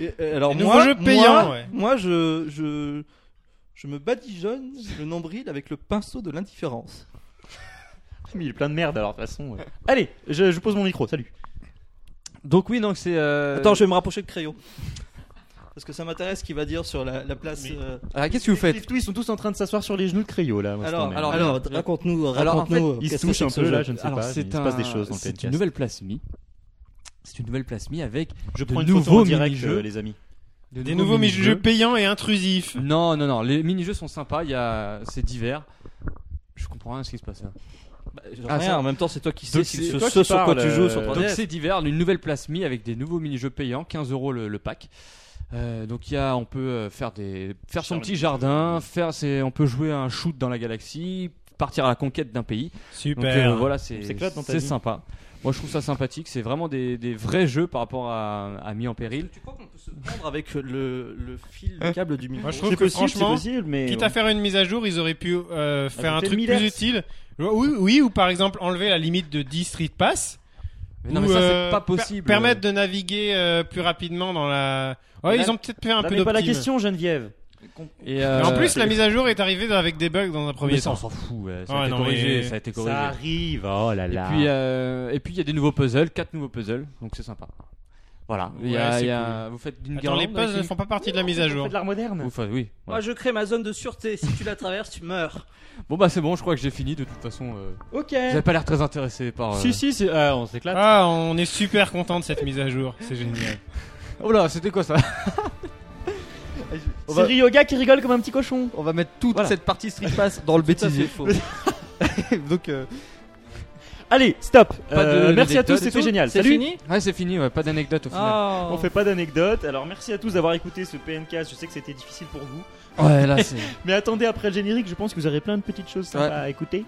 [SPEAKER 4] Et- et alors
[SPEAKER 6] Les
[SPEAKER 4] moi,
[SPEAKER 6] nouveaux jeux payants,
[SPEAKER 4] moi,
[SPEAKER 6] ouais.
[SPEAKER 4] moi, je, je, je me badigeonne le nombril avec le pinceau de l'indifférence.
[SPEAKER 3] Mais il est plein de merde alors, de toute façon. ouais. Allez, je, je pose mon micro, salut.
[SPEAKER 5] Donc, oui, donc c'est. euh,
[SPEAKER 4] Euh, Attends, je vais me rapprocher de Créo. Parce que ça m'intéresse ce qu'il va dire sur la, la place. euh,
[SPEAKER 5] Ah, qu'est-ce que vous
[SPEAKER 3] Les
[SPEAKER 5] faites
[SPEAKER 3] Twist sont tous en train de s'asseoir sur les genoux de Créo là. moi, cette emmerde.
[SPEAKER 5] alors,
[SPEAKER 4] d- raconte-nous, euh,
[SPEAKER 5] alors, en fait,
[SPEAKER 4] raconte-nous. euh,
[SPEAKER 3] ils se
[SPEAKER 4] qu'est-ce que
[SPEAKER 3] touchent
[SPEAKER 4] c'est
[SPEAKER 3] un
[SPEAKER 4] que ce
[SPEAKER 3] peu
[SPEAKER 4] jeu
[SPEAKER 3] là, je ne sais
[SPEAKER 5] Alors,
[SPEAKER 3] pas. mais
[SPEAKER 5] c'est
[SPEAKER 3] Il se passe
[SPEAKER 5] un-
[SPEAKER 3] des choses dans le
[SPEAKER 5] C'est
[SPEAKER 3] podcast.
[SPEAKER 5] une nouvelle place Mi. C'est une nouvelle place Mi avec
[SPEAKER 3] Je
[SPEAKER 5] de
[SPEAKER 3] prends une photo en
[SPEAKER 5] nouveaux
[SPEAKER 3] direct,
[SPEAKER 5] mini-jeux.
[SPEAKER 3] euh, les amis.
[SPEAKER 6] Des nouveaux
[SPEAKER 5] mini-jeux.
[SPEAKER 6] jeux payants et intrusifs.
[SPEAKER 5] Non, non, non, les mini-jeux sont sympas, il y a... c'est divers. Je comprends rien à ce qui se passe hein. là.
[SPEAKER 4] J'en sais
[SPEAKER 5] Ah,
[SPEAKER 4] rien,
[SPEAKER 5] ça-
[SPEAKER 4] en même temps, c'est toi qui sais
[SPEAKER 5] Donc,
[SPEAKER 4] si
[SPEAKER 5] c'est
[SPEAKER 4] ce,
[SPEAKER 3] toi
[SPEAKER 4] ce
[SPEAKER 3] qui
[SPEAKER 4] sur quoi
[SPEAKER 3] parles,
[SPEAKER 4] tu joues
[SPEAKER 3] euh,
[SPEAKER 4] sur 3DS.
[SPEAKER 5] Donc c'est divers, une nouvelle place Mi avec des nouveaux mini-jeux payants, 15 euros le, le pack. Euh, donc il y a, on peut euh, faire des, faire son
[SPEAKER 3] Charlie.
[SPEAKER 5] petit jardin, faire, ses- on peut jouer à un shoot dans la galaxie, partir à la conquête d'un pays. Donc
[SPEAKER 6] Super.
[SPEAKER 5] euh, voilà, c'est
[SPEAKER 3] On s'éclate dans ta
[SPEAKER 5] c'est
[SPEAKER 3] vie.
[SPEAKER 5] sympa. Moi je trouve ça sympathique. C'est vraiment des, des vrais jeux par rapport à, à Mi en péril.
[SPEAKER 4] Tu crois qu'on peut se prendre avec le, le fil, le câble du micro
[SPEAKER 6] Hein Moi, je trouve que franchement,
[SPEAKER 3] possible, mais.
[SPEAKER 6] quitte à faire une mise à jour, ils auraient pu euh, faire un
[SPEAKER 3] Ajouter
[SPEAKER 6] truc
[SPEAKER 3] le
[SPEAKER 6] plus
[SPEAKER 3] Miiverse.
[SPEAKER 6] utile. Euh, Oui, oui, ou par exemple enlever la limite de 10 Street Pass.
[SPEAKER 5] Mais non
[SPEAKER 6] ou,
[SPEAKER 5] mais ça
[SPEAKER 6] euh,
[SPEAKER 5] c'est pas
[SPEAKER 6] per-
[SPEAKER 5] possible.
[SPEAKER 6] permettre de naviguer euh, plus rapidement dans la. Ouais,
[SPEAKER 3] Là-
[SPEAKER 6] ils ont peut-être fait un
[SPEAKER 3] Là,
[SPEAKER 6] peu
[SPEAKER 3] mais pas la
[SPEAKER 6] d'optimisme.
[SPEAKER 3] question, Geneviève.
[SPEAKER 5] Et,
[SPEAKER 6] Mais
[SPEAKER 5] euh,
[SPEAKER 6] en plus, la mise à jour est arrivée avec des bugs dans un premier
[SPEAKER 5] mais ça, on
[SPEAKER 6] temps.
[SPEAKER 5] s'en fout. ouais, Ça,
[SPEAKER 6] Ouais,
[SPEAKER 5] a été
[SPEAKER 6] non,
[SPEAKER 5] corrigé,
[SPEAKER 6] mais-
[SPEAKER 5] ça a été corrigé.
[SPEAKER 3] Ça arrive, oh là
[SPEAKER 5] Et
[SPEAKER 3] là.
[SPEAKER 5] puis, euh, et puis il y a des nouveaux puzzles, quatre nouveaux puzzles, donc c'est sympa. Voilà. Il y a-
[SPEAKER 6] Ouais, c'est
[SPEAKER 5] il y a- Vous faites une
[SPEAKER 6] Attends,
[SPEAKER 5] guirlande
[SPEAKER 6] les puzzles ne
[SPEAKER 5] avec
[SPEAKER 6] font pas partie de la mise à
[SPEAKER 3] On
[SPEAKER 6] jour.
[SPEAKER 3] fait de l'art moderne.
[SPEAKER 5] une- Vous faites- oui.
[SPEAKER 4] Moi,
[SPEAKER 5] voilà.
[SPEAKER 4] je crée ma zone de sûreté. Si tu la traverses, tu meurs.
[SPEAKER 5] Bon bah c'est bon, je crois que j'ai fini. De toute façon, euh,
[SPEAKER 3] Ok.
[SPEAKER 5] vous avez pas l'air très intéressé par. euh,
[SPEAKER 3] Si, si, c'est- ah, on s'éclate.
[SPEAKER 6] Ah, on est super content de cette mise à jour. C'est génial.
[SPEAKER 5] Oh là, c'était quoi ça
[SPEAKER 3] C'est Ryoga qui rigole comme un petit cochon.
[SPEAKER 10] On va mettre toute
[SPEAKER 3] Voilà.
[SPEAKER 10] cette partie Street Pass dans le
[SPEAKER 4] Ça, c'est
[SPEAKER 10] bêtisier.
[SPEAKER 4] faux.
[SPEAKER 10] Donc, euh,
[SPEAKER 3] Allez, stop.
[SPEAKER 5] Pas de-
[SPEAKER 3] Euh, merci à
[SPEAKER 5] d'anecdote
[SPEAKER 3] tous,
[SPEAKER 5] et
[SPEAKER 3] c'était
[SPEAKER 5] tout
[SPEAKER 3] génial.
[SPEAKER 4] C'est
[SPEAKER 3] Salut.
[SPEAKER 4] fini
[SPEAKER 5] Ouais, c'est fini, ouais, pas d'anecdote au final.
[SPEAKER 4] Oh.
[SPEAKER 3] On fait pas d'anecdote. Alors merci à tous d'avoir écouté ce PNK. Je sais que c'était difficile pour vous.
[SPEAKER 6] Ah.
[SPEAKER 5] Ouais, là c'est.
[SPEAKER 3] Mais attendez, après le générique, je pense que vous aurez plein de petites choses sympas à écouter.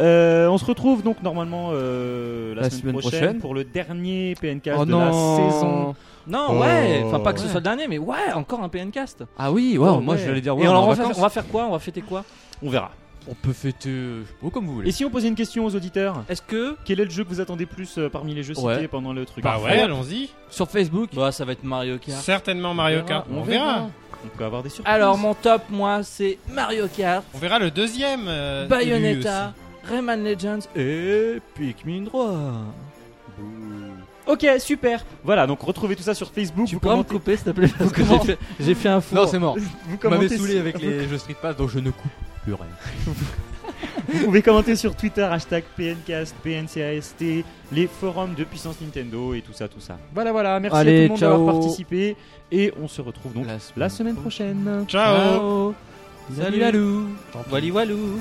[SPEAKER 3] Euh, on se retrouve donc normalement euh, la, semaine, prochaine, pour le dernier PNK
[SPEAKER 5] Oh
[SPEAKER 3] de la saison.
[SPEAKER 4] Oh Non,
[SPEAKER 2] Oh.
[SPEAKER 4] ouais, enfin pas que ce
[SPEAKER 5] Ouais.
[SPEAKER 4] soit le dernier, mais ouais, encore un PNcast.
[SPEAKER 5] Ah oui, ouais,
[SPEAKER 4] Oh,
[SPEAKER 5] moi
[SPEAKER 4] ouais.
[SPEAKER 5] j'allais dire ouais,
[SPEAKER 4] Et
[SPEAKER 5] on,
[SPEAKER 4] on,
[SPEAKER 5] est en
[SPEAKER 4] va faire,
[SPEAKER 5] vacances.
[SPEAKER 4] on va faire quoi On va fêter quoi
[SPEAKER 3] On verra.
[SPEAKER 5] On peut fêter euh, je sais pas, comme vous voulez.
[SPEAKER 3] Et si on posait une question aux auditeurs
[SPEAKER 4] Est-ce que.
[SPEAKER 3] Quel est le jeu que vous attendez plus euh, parmi les jeux
[SPEAKER 5] Ouais.
[SPEAKER 3] cités pendant le truc
[SPEAKER 6] Bah ouais, allons-y.
[SPEAKER 5] Sur Facebook,
[SPEAKER 4] Bah, ça va être Mario Kart.
[SPEAKER 6] Certainement Mario Kart. On verra.
[SPEAKER 3] On peut avoir des surprises.
[SPEAKER 4] Alors, mon top, moi, c'est Mario Kart,
[SPEAKER 6] On verra le deuxième. euh, lui
[SPEAKER 4] Bayonetta,
[SPEAKER 6] aussi.
[SPEAKER 4] Rayman Legends et Pikmin 3.
[SPEAKER 3] Ok, super. Voilà, donc retrouvez tout ça sur Facebook.
[SPEAKER 4] Tu
[SPEAKER 3] vous
[SPEAKER 4] pourras me
[SPEAKER 3] commentez,
[SPEAKER 4] couper, s'il te plaît, parce que j'ai fait, j'ai fait un fou.
[SPEAKER 5] non, c'est mort.
[SPEAKER 3] vous
[SPEAKER 5] Vous m'avez
[SPEAKER 3] commentez
[SPEAKER 5] saoulé
[SPEAKER 3] sur-
[SPEAKER 5] avec les jeux Street Pass, donc je ne coupe plus rien.
[SPEAKER 3] Vous pouvez commenter sur Twitter, hashtag PNcast, PNCAST, les forums de Puissance Nintendo et tout ça, tout ça. Voilà, voilà, merci à tout
[SPEAKER 4] Allez,
[SPEAKER 3] le monde d'avoir
[SPEAKER 4] ciao.
[SPEAKER 3] participé et on se retrouve donc
[SPEAKER 5] La
[SPEAKER 3] la semaine prochaine.
[SPEAKER 6] Ciao.
[SPEAKER 4] Salut, Lalou. Wally Walou.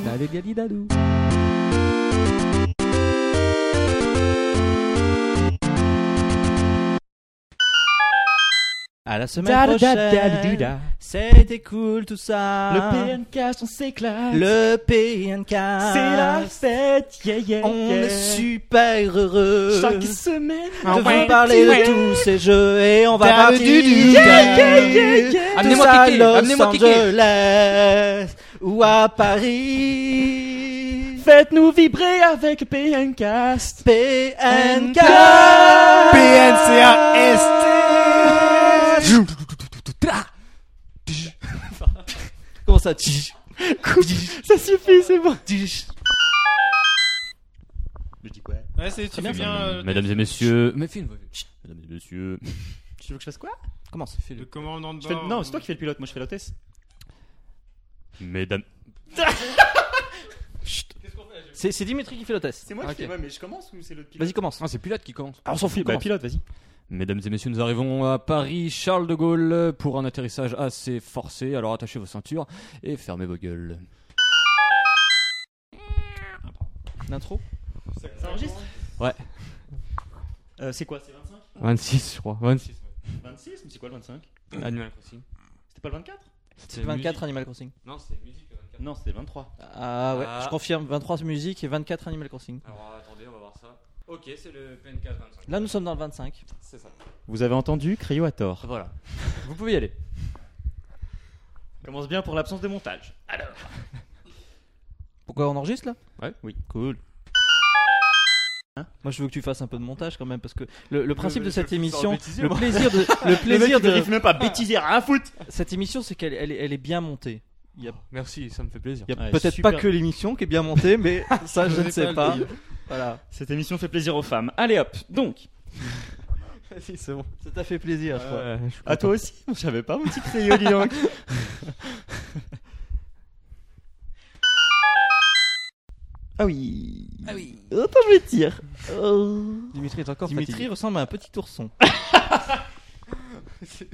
[SPEAKER 4] À la semaine prochaine. C'était cool tout ça.
[SPEAKER 3] Le PNcast, on s'éclate.
[SPEAKER 4] Ah.
[SPEAKER 3] Ah,
[SPEAKER 4] Le PNcast.
[SPEAKER 3] C'est la fête, yeah, yeah,
[SPEAKER 4] On
[SPEAKER 3] yeah.
[SPEAKER 4] est super heureux.
[SPEAKER 3] Chaque semaine.
[SPEAKER 4] de
[SPEAKER 3] Ouais.
[SPEAKER 4] vous parler
[SPEAKER 3] Ouais.
[SPEAKER 4] de tous ces jeux et on va
[SPEAKER 6] Da-
[SPEAKER 4] partir
[SPEAKER 6] du- du-
[SPEAKER 4] yeah,
[SPEAKER 6] yeah,
[SPEAKER 5] Amenez-moi
[SPEAKER 4] tous à
[SPEAKER 5] Kiki,
[SPEAKER 4] Los
[SPEAKER 5] amenez-moi Kiki.
[SPEAKER 4] Angeles ou à Paris
[SPEAKER 3] Faites-nous vibrer avec PNcast.
[SPEAKER 4] PNK
[SPEAKER 6] PNCAST.
[SPEAKER 4] Comment ça tch
[SPEAKER 3] Ça suffit, c'est bon.
[SPEAKER 6] Ouais, c'est tu fais bien. euh,
[SPEAKER 1] Mesdames et messieurs,
[SPEAKER 5] Mais fais une voix.
[SPEAKER 1] mesdames et messieurs,
[SPEAKER 3] Tu veux que je fasse quoi
[SPEAKER 4] Comment ça
[SPEAKER 6] le commandant de
[SPEAKER 3] Je fais le-
[SPEAKER 6] bord.
[SPEAKER 3] Non, c'est toi qui fais le pilote, moi je fais l'hôtesse.
[SPEAKER 1] mesdames.
[SPEAKER 4] c'est, c'est Dimitri qui fait le test.
[SPEAKER 3] C'est moi
[SPEAKER 5] qui Ok. fais- ouais,
[SPEAKER 3] mais je commence ou c'est le pilote
[SPEAKER 4] Ah, Vas-y commence.
[SPEAKER 5] Non, Ah, c'est Pilote qui commence.
[SPEAKER 4] on s'en fout,
[SPEAKER 3] Bah, pilote, vas-y.
[SPEAKER 1] Mesdames et messieurs, nous arrivons à Paris, Charles de Gaulle, pour un atterrissage assez forcé. Alors attachez vos ceintures et fermez vos gueules.
[SPEAKER 4] L'intro
[SPEAKER 3] Ça enregistre
[SPEAKER 1] Ouais.
[SPEAKER 3] Euh, c'est quoi C'est 25
[SPEAKER 5] 26, je crois. 26.
[SPEAKER 3] 26 Mais c'est quoi le 25
[SPEAKER 5] Animal Crossing.
[SPEAKER 3] C'était pas le 24
[SPEAKER 5] C'est
[SPEAKER 4] 24 Animal Crossing.
[SPEAKER 5] Non, c'est musique 24.
[SPEAKER 3] Non, c'était le 23.
[SPEAKER 4] Ah ouais,
[SPEAKER 5] Ah.
[SPEAKER 4] je confirme 23 musiques et 24 Animal Crossing.
[SPEAKER 5] Alors attendez, on va voir ça. Ok, c'est le PNK 25.
[SPEAKER 4] Là nous sommes dans le 25.
[SPEAKER 5] C'est ça.
[SPEAKER 3] Vous avez entendu Cryo à tort.
[SPEAKER 5] Voilà. Vous pouvez y aller.
[SPEAKER 3] Commence bien pour l'absence de montage.
[SPEAKER 4] Pourquoi on enregistre là
[SPEAKER 3] Oui. Cool.
[SPEAKER 4] Moi, je veux que tu fasses un peu de montage quand même, parce que le, le principe de cette émission,
[SPEAKER 5] bêtisier,
[SPEAKER 4] le plaisir de, le plaisir de
[SPEAKER 3] même pas bêtiser à un foot
[SPEAKER 4] cette émission, c'est qu'elle elle est, elle est bien montée.
[SPEAKER 5] Merci, ça me fait plaisir.
[SPEAKER 4] Il y a
[SPEAKER 3] Ouais,
[SPEAKER 4] peut-être
[SPEAKER 3] Bah, super.
[SPEAKER 4] pas que l'émission qui est bien montée, mais ça, je ne sais pas. Voilà.
[SPEAKER 3] Cette émission fait plaisir aux femmes. Allez hop, donc.
[SPEAKER 4] c'est bon. Ça t'a fait plaisir, je crois.
[SPEAKER 3] À toi aussi Je savais pas, mon petit Cryo, dis donc. Ah oui. Ah oui. Attends, je vais te dire. Oh.
[SPEAKER 5] Dimitri est encore
[SPEAKER 4] Dimitri ressemble à un petit ourson.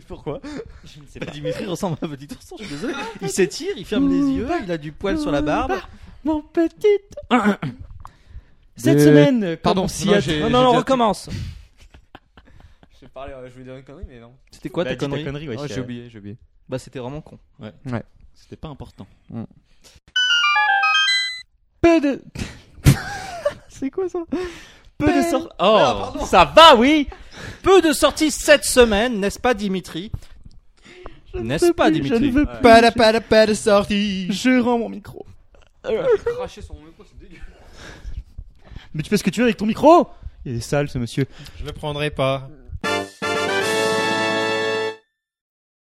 [SPEAKER 3] Pourquoi Je ne sais pas. Ah,
[SPEAKER 4] Dimitri ressemble à un petit ourson, je suis désolé. Il s'étire, il ferme les yeux, il a du poil sur la barbe.
[SPEAKER 3] Mon petit. Cette
[SPEAKER 5] Des-
[SPEAKER 3] semaine,
[SPEAKER 5] Pardon,
[SPEAKER 3] comme on s'y
[SPEAKER 5] non,
[SPEAKER 3] att-
[SPEAKER 5] j'ai-
[SPEAKER 4] Euh, Non, non, on recommence.
[SPEAKER 5] Je parlais, je voulais dire une connerie, mais non.
[SPEAKER 4] C'était quoi
[SPEAKER 3] Bah,
[SPEAKER 4] ta
[SPEAKER 3] dis ta
[SPEAKER 4] connerie
[SPEAKER 3] connerie, ouais,
[SPEAKER 5] Oh,
[SPEAKER 3] c'est-
[SPEAKER 5] j'ai oublié, j'ai oublié.
[SPEAKER 4] Bah, c'était vraiment con.
[SPEAKER 3] C'était pas important.
[SPEAKER 5] Mm.
[SPEAKER 3] Peu de. C'est quoi ça Peu de sort. Oh, ça va, oui.
[SPEAKER 4] Ah, Peu de sorties cette semaine, n'est-ce pas, Dimitri N'est-ce pas,
[SPEAKER 3] Je ne
[SPEAKER 4] Dimitri
[SPEAKER 3] veux
[SPEAKER 2] Pas la pas la pas de sortie.
[SPEAKER 3] Je rends mon micro.
[SPEAKER 5] Cracher son micro, c'est dégueu.
[SPEAKER 3] Mais tu fais ce que tu veux avec ton micro Il est sale, ce monsieur.
[SPEAKER 6] Je le prendrai pas.